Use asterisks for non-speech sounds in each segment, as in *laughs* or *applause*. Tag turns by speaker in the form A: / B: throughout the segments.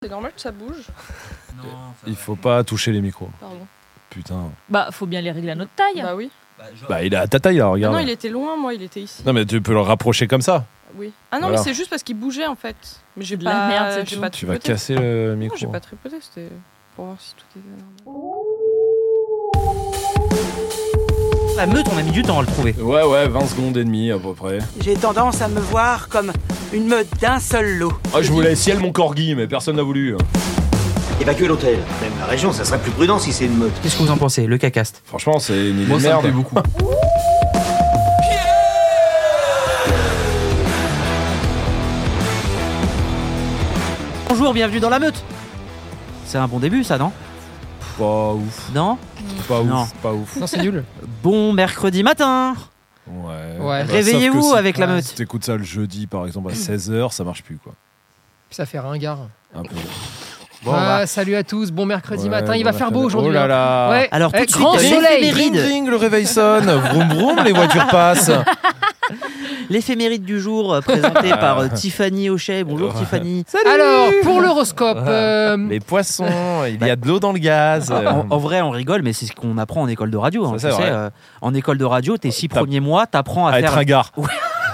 A: C'est normal que ça bouge.
B: Non, ça
C: Euh, Il
B: va.
C: faut pas toucher les micros.
A: Pardon.
C: Putain.
D: Bah, faut bien les régler à notre taille.
A: Bah oui.
B: Bah, genre,
C: Bah, il est à ta taille, là,
A: Ah
C: regarde.
A: non, il était loin, moi, il était ici.
C: Non, mais tu peux le rapprocher comme ça.
A: Oui. Ah non,
C: Voilà.
A: mais c'est juste parce qu'il bougeait en fait. Mais j'ai
D: De
A: pas.
D: la merde, c'est
A: j'ai
D: tout.
A: pas
C: Tu vas
A: tripoté.
C: casser le
A: Non,
C: micro.
A: Ah, j'ai pas tripoté, c'était pour voir si tout était normal.
E: La meute, on a mis du temps à le trouver.
C: Ouais, ouais, 20 secondes et demie à peu près.
F: J'ai tendance à me voir comme une meute d'un seul lot.
C: Ah, je voulais ciel mon corgi, mais personne n'a voulu.
G: Évacuer l'hôtel. Même la région, ça serait plus prudent si c'est une meute.
E: Qu'est-ce que vous en pensez, le cacaste
C: Franchement, c'est une idée
B: moi,
C: de
B: ça me
C: merde.
B: plaît beaucoup.
E: Bonjour, bienvenue dans la meute C'est un bon début, ça, non
C: Pas ouf,
E: Non
C: pas
E: Non.
C: ouf, pas ouf.
H: Non, c'est nul.
E: Bon mercredi matin
C: Ouais. Bah,
H: Ouais.
C: sauf
E: Réveillez-vous
C: que si-
E: avec la
H: ouais,
C: Si
E: meute
C: t'écoutes ça le jeudi, par
A: Mm.
C: exemple, à 16h, ça marche plus, quoi.
H: Ça fait ringard.
C: Un peu.
E: Bon,
H: ah,
E: bah,
H: salut à tous. Bon mercredi
C: Ouais,
H: matin. Il va
C: bon
H: faire beau
C: après-
H: aujourd'hui.
C: Oh là là. Oh,
H: Ouais.
E: Alors,
H: Eh,
E: tout de suite,
H: grand
E: les
H: soleil.
C: Ding,
E: Méride.
C: ding, le réveil sonne. Vroom, vroom, les voitures passent.
E: l'éphéméride du jour euh,
C: *laughs*
E: présentée par euh, Tiffany Hochet. Bonjour,
C: Ouais.
E: Tiffany.
H: Alors, pour l'horoscope, euh,
C: Ah, Les poissons, il y a de l'eau dans le gaz. euh,
E: En, en vrai, Mm. Bah, on rigole, mais c'est ce qu'on apprend en école de radio. hein,
C: Ça, c'est
E: tu sais,
C: vrai.
E: euh, en école de radio, tes six
C: T'as-
E: premiers mois, t'apprends à,
C: à être
E: faire,
C: un gars.
E: Oui.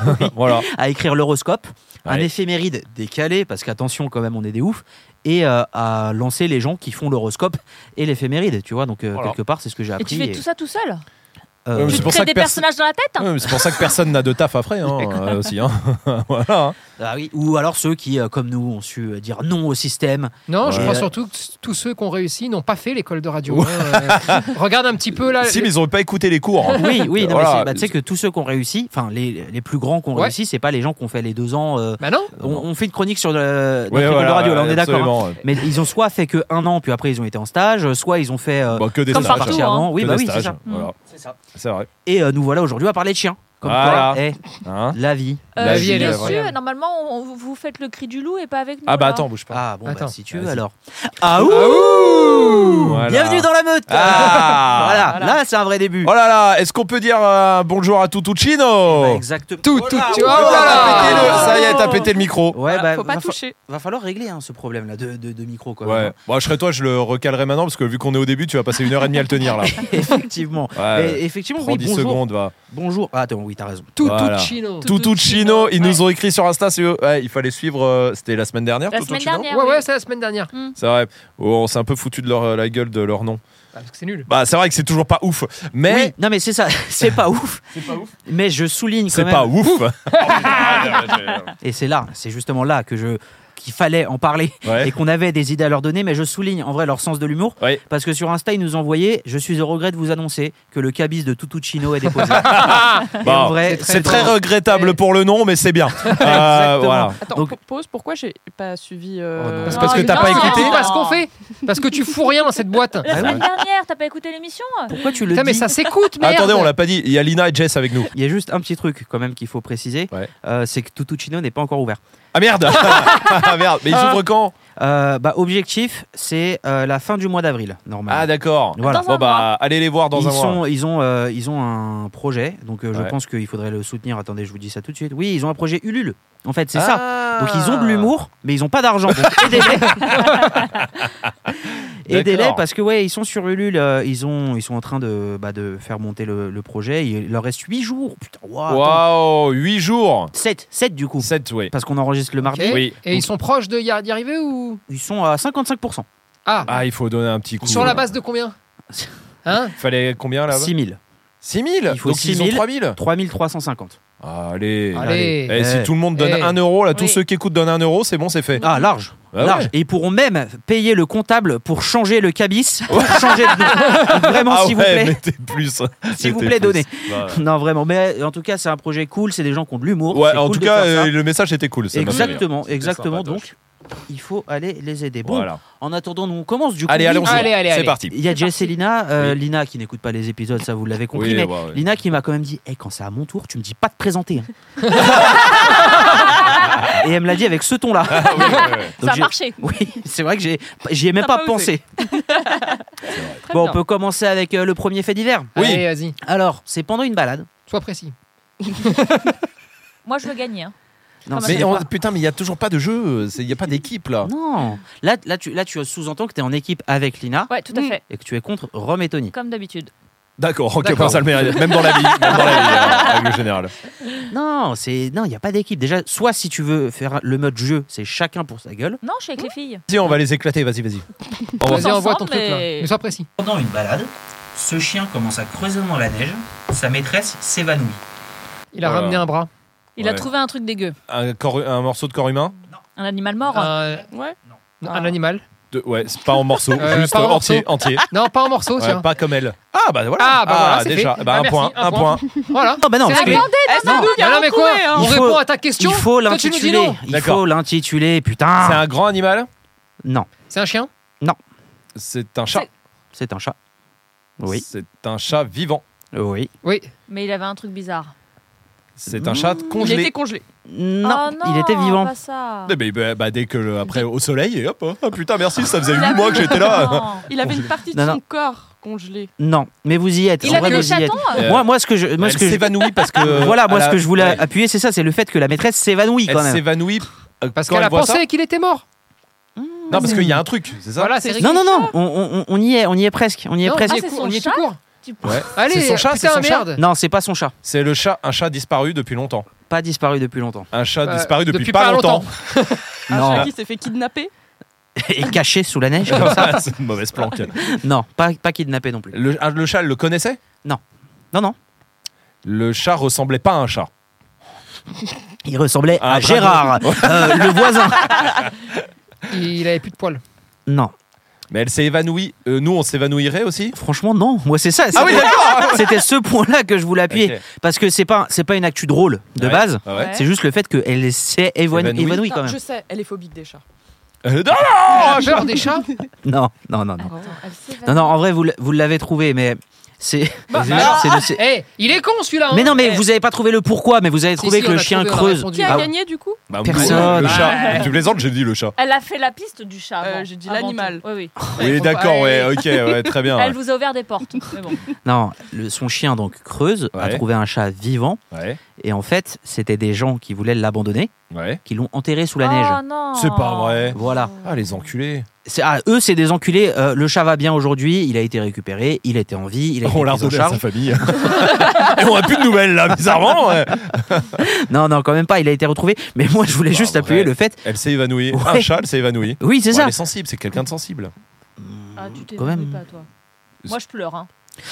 C: *laughs* voilà.
E: à écrire l'horoscope, un
C: Ouais.
E: éphéméride décalé, parce qu'attention quand même, on est des oufs, et euh, à lancer les gens qui font l'horoscope et l'éphéméride, tu vois. Donc euh,
C: Voilà.
E: quelque part, c'est ce que j'ai
D: Et
E: appris.
D: tu fais tout ça tout seul
E: euh,
C: Ouais, mais
D: Tu
C: c'est
D: te
C: pour
D: crées
C: ça que
D: des
C: perso-
D: personnages dans la tête hein.
C: Ouais, mais c'est pour ça que personne n'a de taf après hein, euh, aussi. hein. *laughs* voilà.
E: Ah oui, ou alors ceux qui, euh, comme nous, ont su euh, dire non au système.
H: non, je
C: Ouais.
H: crois surtout que tous ceux qui ont réussi n'ont pas fait l'école de radio.
C: Ouais.
H: hein, euh, regarde un petit peu là.
C: Si, mais ils n'ont pas écouté les cours.
E: *laughs* Oui, oui, non, mais
C: Voilà.
E: c'est- bah, tu sais que tous ceux qui ont réussi, enfin les, les plus grands qui ont
H: Ouais.
E: réussi, c'est pas les gens qui ont fait les deux ans. euh,
H: Bah non.
E: on, on fait une chronique sur le, notre
C: Ouais,
E: école de
C: voilà,
E: radio, là, on est d'accord. hein.
C: absolument.
E: Mais ils ont soit fait que un an, puis après ils ont été en stage, euh, soit ils ont fait. euh,
C: Bah, que des
E: comme
C: stages.
E: par partie
D: hein.
E: avant. Oui,
C: Que
E: bah
C: des
E: oui, c'est
C: stages,
E: ça.
C: voilà. C'est vrai.
E: Et euh, nous voilà aujourd'hui à parler de chiens. Comme quoi,
C: Voilà.
E: eh,
C: Hein
E: la vie.
C: La
D: Euh,
C: vie, elle est
D: Bien
H: incroyable.
D: sûr, normalement, on- on- vous faites le cri du loup et pas avec nous.
C: ah bah
D: là.
C: attends, bouge pas.
E: Ah bon, bah,
H: Attends.
E: si tu veux
C: Vas-y.
E: alors. Ah ouh
C: Voilà.
E: Bienvenue dans la meute *laughs*
C: Ah.
E: voilà. là c'est un vrai début.
C: Oh là là, est-ce qu'on peut dire euh, bonjour à
E: Bah,
C: Tutuccino
E: exactement.
H: Tout,
E: Oh
H: tout,
E: là,
H: tu
E: oh
H: vois.
E: là
C: Putain,
E: là.
C: t'as pété le-
E: Ah.
C: Ça y est, t'as pété le micro.
E: Ouais, bah,
A: Faut
E: va
A: pas
E: fa-
A: toucher.
E: va falloir régler hein, ce problème là de, de- de micro quand
C: Ouais.
E: même.
C: Bon, je serais toi, je le recalerai maintenant parce que vu qu'on est au début, tu vas passer une heure et demie à le tenir là.
E: *laughs* effectivement. *laughs*
C: Ouais.
E: Mais effectivement,
C: Prends
E: Ah oui,
C: 10
E: bonjour.
C: secondes, va.
E: Bonjour. Ah, attends, oui, t'as raison.
H: Tout,
C: Voilà.
H: tout chino.
C: Tutuccino, ils
D: Ouais.
C: nous ont écrit sur Insta, c'est eux. Ouais, il fallait suivre, euh, c'était la semaine dernière,
D: La semaine
C: Tutuccino
D: dernière.
H: Ouais,
D: oui.
H: ouais, c'est la semaine dernière.
C: C'est vrai, Oh, on s'est un peu foutu de leur, euh, la gueule de leur nom.
H: Ah, parce que c'est nul.
C: Bah, c'est vrai que c'est toujours pas ouf, mais
E: Oui, non mais c'est ça, *laughs* c'est pas ouf. Mais je souligne quand
C: c'est
E: même.
C: pas ouf.
E: Et c'est là, c'est justement là que je qu'il fallait en parler
C: *laughs* Ouais.
E: et qu'on avait des idées à leur donner, mais je souligne en vrai leur sens de l'humour,
C: Ouais.
E: parce que sur Insta ils nous envoyaient, je suis au regret de vous annoncer que le cabis de Tutuccino est déposé. Et en
C: *laughs* Bon,
E: vrai,
C: Bah, c'est très regrettable pour le nom, mais c'est
E: *laughs*
C: bien. Euh, voilà.
A: Attends,
E: Donc-
A: pa- pause, pourquoi j'ai pas suivi. euh,
E: Oh non.
C: C'est
A: non,
C: parce que
D: mais
C: t'as
D: non,
C: pas
D: non,
C: écouté
D: non.
H: C'est pas ce qu'on fait. Parce que tu fous rien dans cette boîte.
D: La
E: Ah
D: semaine
E: oui.
D: dernière, t'as pas écouté l'émission
E: Pourquoi tu le
H: Putain,
E: dis
H: mais ça s'écoute, merde.
C: Attendez, on l'a pas dit. Il y a Lina et Jess avec nous.
E: Il y a juste un petit truc quand même qu'il faut préciser,
C: Ouais.
E: euh, c'est que Tutuccino n'est pas encore ouvert. *laughs*
C: Ah merde Ah merde, mais ils ouvrent quand
E: Euh, bah, objectif, c'est euh, la fin du mois d'avril,
C: Ah
E: normalement.
C: d'accord.
E: Voilà.
D: Dans un
C: Bon bah, allez les voir dans
E: ils,
C: un mois.
E: sont, ils, ont, euh, ils ont un projet, donc euh, je
C: Ouais.
E: pense qu'il faudrait le soutenir. Attendez, je vous dis ça tout de suite. Oui, ils ont un projet Ulule, en fait,
C: Ah,
E: c'est ça. Donc ils ont de l'humour, mais ils n'ont pas d'argent. Donc aidez-les. *laughs* aidez-les
C: D'accord.
E: parce que ouais, ils sont sur Ulule, euh, ils, ont, ils sont en train de, bah, de faire monter le, le projet. Il leur reste 8 jours. Putain,
C: Waouh, 8 jours.
E: 7, 7 du coup.
C: 7, oui.
E: Parce qu'on enregistre le mardi.
H: Ok.
C: Oui.
H: Et ils sont proches de y d'y arriver ou
E: Ils sont à 55%.
H: Ah,
C: Ah, il faut donner un petit coup.
H: sur la base de combien Hein
C: Fallait combien là
E: 6000.
C: 6 000
E: Il faut
C: Donc
E: 6
C: ils ont
E: 000.
C: 3 000
E: 3350.
C: Allez.
H: Allez.
C: Eh, si
E: Eh.
C: tout le monde donne
H: Eh.
C: 1 euro, là, tous
D: Oui.
C: ceux qui écoutent donnent 1 euro, c'est bon, c'est fait.
E: Ah, large.
C: Ah ouais.
E: large. Et ils pourront même payer le comptable pour changer le
C: *laughs*
E: cabis, pour changer de nom. Donc Vraiment,
C: Ah
E: s'il
C: ouais,
E: vous plaît.
C: mettez plus.
E: S'il vous
C: Mettez
E: plaît,
C: plus.
E: donnez.
C: Bah,
E: Non, vraiment. Mais en tout cas, c'est un projet cool. C'est des gens qui ont de l'humour.
C: Ouais,
E: C'est
C: en
E: cool
C: tout
E: de
C: cas,
E: faire ça.
C: euh, le message était cool. ça m'a fait rire.
E: exactement,
C: C'était
E: exactement.
C: sympatoche.
E: Donc, il faut aller les aider. Bon,
C: Voilà.
E: en attendant, nous on commence du coup.
C: Allez, allez, on
E: Ah,
C: s'y va.
H: Allez, allez,
C: C'est
H: allez.
C: parti.
E: Il y a Jess et Lina. Euh,
C: Oui.
E: Lina qui n'écoute pas les épisodes, ça vous l'avez compris. mais
C: bah, ouais.
E: Lina qui m'a quand même dit Eh, quand c'est à mon tour, tu me dis pas de présenter.
C: *laughs*
E: hein. et elle me l'a dit avec ce
C: *laughs*
E: ton-là.
C: Ah oui, ouais, ouais.
E: Donc
D: Ça a
E: j'ai-
D: marché.
E: Oui, c'est vrai que j'ai- j'y ai même
A: T'as
E: pas,
A: pas osé.
E: pensé.
A: *laughs* très
E: Bon, on
A: bien.
E: peut commencer avec euh, le premier fait divers.
C: Eh, Oui.
H: Allez, vas-y.
E: Alors, c'est pendant une balade.
H: Sois précis.
D: Moi, je veux gagner. hein.
E: Non,
D: Comment
E: c'est
C: Mais
E: pas-
C: on- putain, mais il n'y a toujours pas de jeu, euh, il n'y a pas d'équipe là.
E: non. Là, là, tu, là, tu sous-entends que tu es en équipe avec Lina
D: Ouais, tout à
H: Mm.
D: fait.
E: et que tu es contre Rome et Tony.
D: Comme d'habitude.
C: D'accord, ok,
H: D'accord.
C: bon, ça le mérite, même dans la vie, même dans la vie, euh, en règle générale.
E: Non, c'est non, il y a pas d'équipe. Déjà, soit si tu veux faire le mode jeu, c'est chacun pour sa gueule.
D: Non, je suis
C: Mm.
D: avec les filles.
C: Vas-y, on va les éclater, vas-y, vas-y. On va-
H: Vas-y, envoie ton
D: ensemble,
H: truc là.
D: mais-
H: Mais sois précis.
E: Pendant une balade, ce chien commence à creuser dans la neige. Sa maîtresse s'évanouit.
H: Il a
C: Voilà.
H: ramené un bras.
D: Il a
C: Ouais.
D: trouvé un truc dégueu.
C: Un, corps- un morceau de corps humain
D: Un animal mort.
C: Ah.
H: Un,
A: Ouais.
H: un animal.
C: De- Ouais, c'est pas en morceaux,
H: Euh,
C: juste
H: pas en
C: entier, entier.
H: Non, pas en morceaux,
C: Ouais,
H: tiens.
C: pas comme elle. Ah bah voilà,
H: Ah, bah, voilà, c'est
C: déjà,
H: fait.
C: Bah,
H: Ah,
C: un
H: merci,
C: point,
H: un
C: un point.
H: Voilà.
E: Non, bah non, parce que-
A: Attendez,
E: non,
A: nous, Eh, il y a
H: Mais non,
A: un
H: mais
A: coup,
H: quoi
A: ouais, hein.
H: On
E: Il faut-
H: répond à ta question.
E: il faut
H: Toi, tu nous dis
E: l'intituler.
H: non.
E: Il
C: D'accord.
E: faut l'intituler,
C: C'est
E: putain.
C: un grand animal
E: Non,
H: C'est un chien
C: C'est un chat.
E: c'est un chat. Oui,
C: C'est un chat vivant.
E: oui.
H: Oui.
D: Mais il avait un truc bizarre.
C: C'est un
A: Il
C: chat
A: était
C: congelé.
A: congelé.
E: Non,
D: Oh
E: il était vivant.
D: Pas ça.
C: Eh ben, bah, bah, dès que le- après au soleil et hop, hein. ah, putain merci ça faisait 8 mois que j'étais là.
D: Non.
A: Il avait une partie de
E: Non, non.
A: son corps congelé.
E: Non, mais vous y êtes.
D: Il
E: En
D: avait
E: vrai,
D: des
E: vous y êtes.
D: chatons euh,
C: Euh,
E: Moi, moi, ce que je, moi, ce
C: elle
E: que je- euh,
C: s'évanouit parce que
E: *laughs* voilà, moi,
C: elle
E: ce
C: a-
E: que je voulais
C: ouais,
E: appuyer, c'est ça, c'est le fait que la maîtresse s'évanouit quand
C: Elle
E: même.
C: s'évanouit euh,
H: Parce
C: quand
H: qu'elle
C: elle
H: a
C: voit ça.
H: pensé qu'il était mort.
C: Non parce qu'il y a un truc, c'est ça.
H: Voilà, c'est
E: Non, non, non, on, on- on y est, on y est presque, on y est
H: Non,
E: presque.
H: on
D: Ah,
H: y est
D: c'est
H: cou-
D: son
H: on y est tout
D: chat
H: court.
D: Tu-
C: Ouais.
H: Allez,
C: C'est son chat, c'est
H: putain,
C: son chat.
H: merde.
E: Non, c'est pas son chat,
C: C'est le chat, un chat disparu depuis longtemps.
E: pas disparu depuis longtemps.
C: Un chat
H: Euh,
C: disparu depuis,
H: depuis
C: pas,
H: pas
C: longtemps.
H: longtemps. Ah,
A: Un
E: Non.
A: chat Ah, qui s'est fait kidnapper.
E: *laughs* Et caché sous la neige.
C: *laughs*
H: *laughs*
C: c'est une mauvaise planque.
E: Non, pas, pas kidnappé non plus.
C: Le, ah, le chat elle le connaissait
E: Non, non.
C: Le chat ressemblait pas à un chat.
E: Il ressemblait
C: Ah,
E: à
C: bravo.
E: Gérard, euh, le voisin.
H: Il avait plus de poils.
E: Non,
C: Mais elle s'est évanouie. Euh, nous on s'évanouirait aussi
E: franchement, non. Moi, c'est ça.
C: Ah oui,
E: c'était- *laughs* C'était ce point-là que je voulais appuyer.
C: Ok.
E: Parce que c'est pas, c'est pas une actu drôle de
C: Ouais.
E: base.
C: Ah ouais.
D: Ouais.
E: C'est juste le fait qu'elle s'est évanouie
C: Évanouie.
E: évanouie
A: Putain,
E: quand même.
A: Ah, Je sais, elle est phobique des chats.
C: Euh, non,
H: Ah, peur des chats
E: Non, non, non,
C: Euh,
E: non.
D: Attends, elle s'évanouit.
E: Non, non, en vrai, vous l- vous l'avez trouvé, mais c'est.
H: Bah,
E: c'est-
H: bah,
E: c'est le- c'est-
H: Eh, il est con celui-là. hein.
E: Mais non, mais
H: Eh.
E: vous avez pas trouvé le pourquoi, mais vous avez trouvé
H: Si, si,
E: que
H: on
E: le
H: a
E: chien
H: trouvé, on a
E: creuse.
H: répondu.
A: Qui a
E: Ah,
A: gagné du coup
C: Bah,
E: Personne.
C: Le chat. Tu plaisantes, j'ai dit le chat.
D: Elle a fait la piste du chat.
A: Euh,
D: avant-
A: j'ai dit
D: avant
A: l'animal.
D: tout. Oui, oui.
C: Oui, d'accord, ouais, ok, ouais, très bien.
D: Elle
C: Ah ouais.
D: vous a ouvert des portes. Mais bon.
E: Non, le- son chien donc creuse a
C: Ouais.
E: trouvé un chat vivant
C: Ouais,
E: et en fait c'était des gens qui voulaient l'abandonner,
C: ouais.
E: qui l'ont enterré sous la neige.
D: Oh non.
C: C'est pas vrai.
E: Voilà.
C: Ah, les enculés.
E: C'est- ah, eux c'est des enculés. euh, le chat va bien aujourd'hui, il a été récupéré, il était en vie, il a été
C: On l'a
E: pris en
C: redonné à
E: charge.
C: sa famille. *laughs* Et on a plus de nouvelles, là, bizarrement. ouais.
E: Non, non, quand même pas, il a été retrouvé. Mais moi je voulais
C: Pas
E: juste
C: vrai.
E: appuyer le fait.
C: Elle s'est évanouie.
E: Ouais.
C: Un chat, elle s'est évanouie.
E: Oui, c'est
C: Ouais,
E: ça.
C: Elle est sensible, c'est quelqu'un de sensible.
D: Ah, tu t'es
E: Quand même.
D: pas toi. Moi, je pleure. Hein.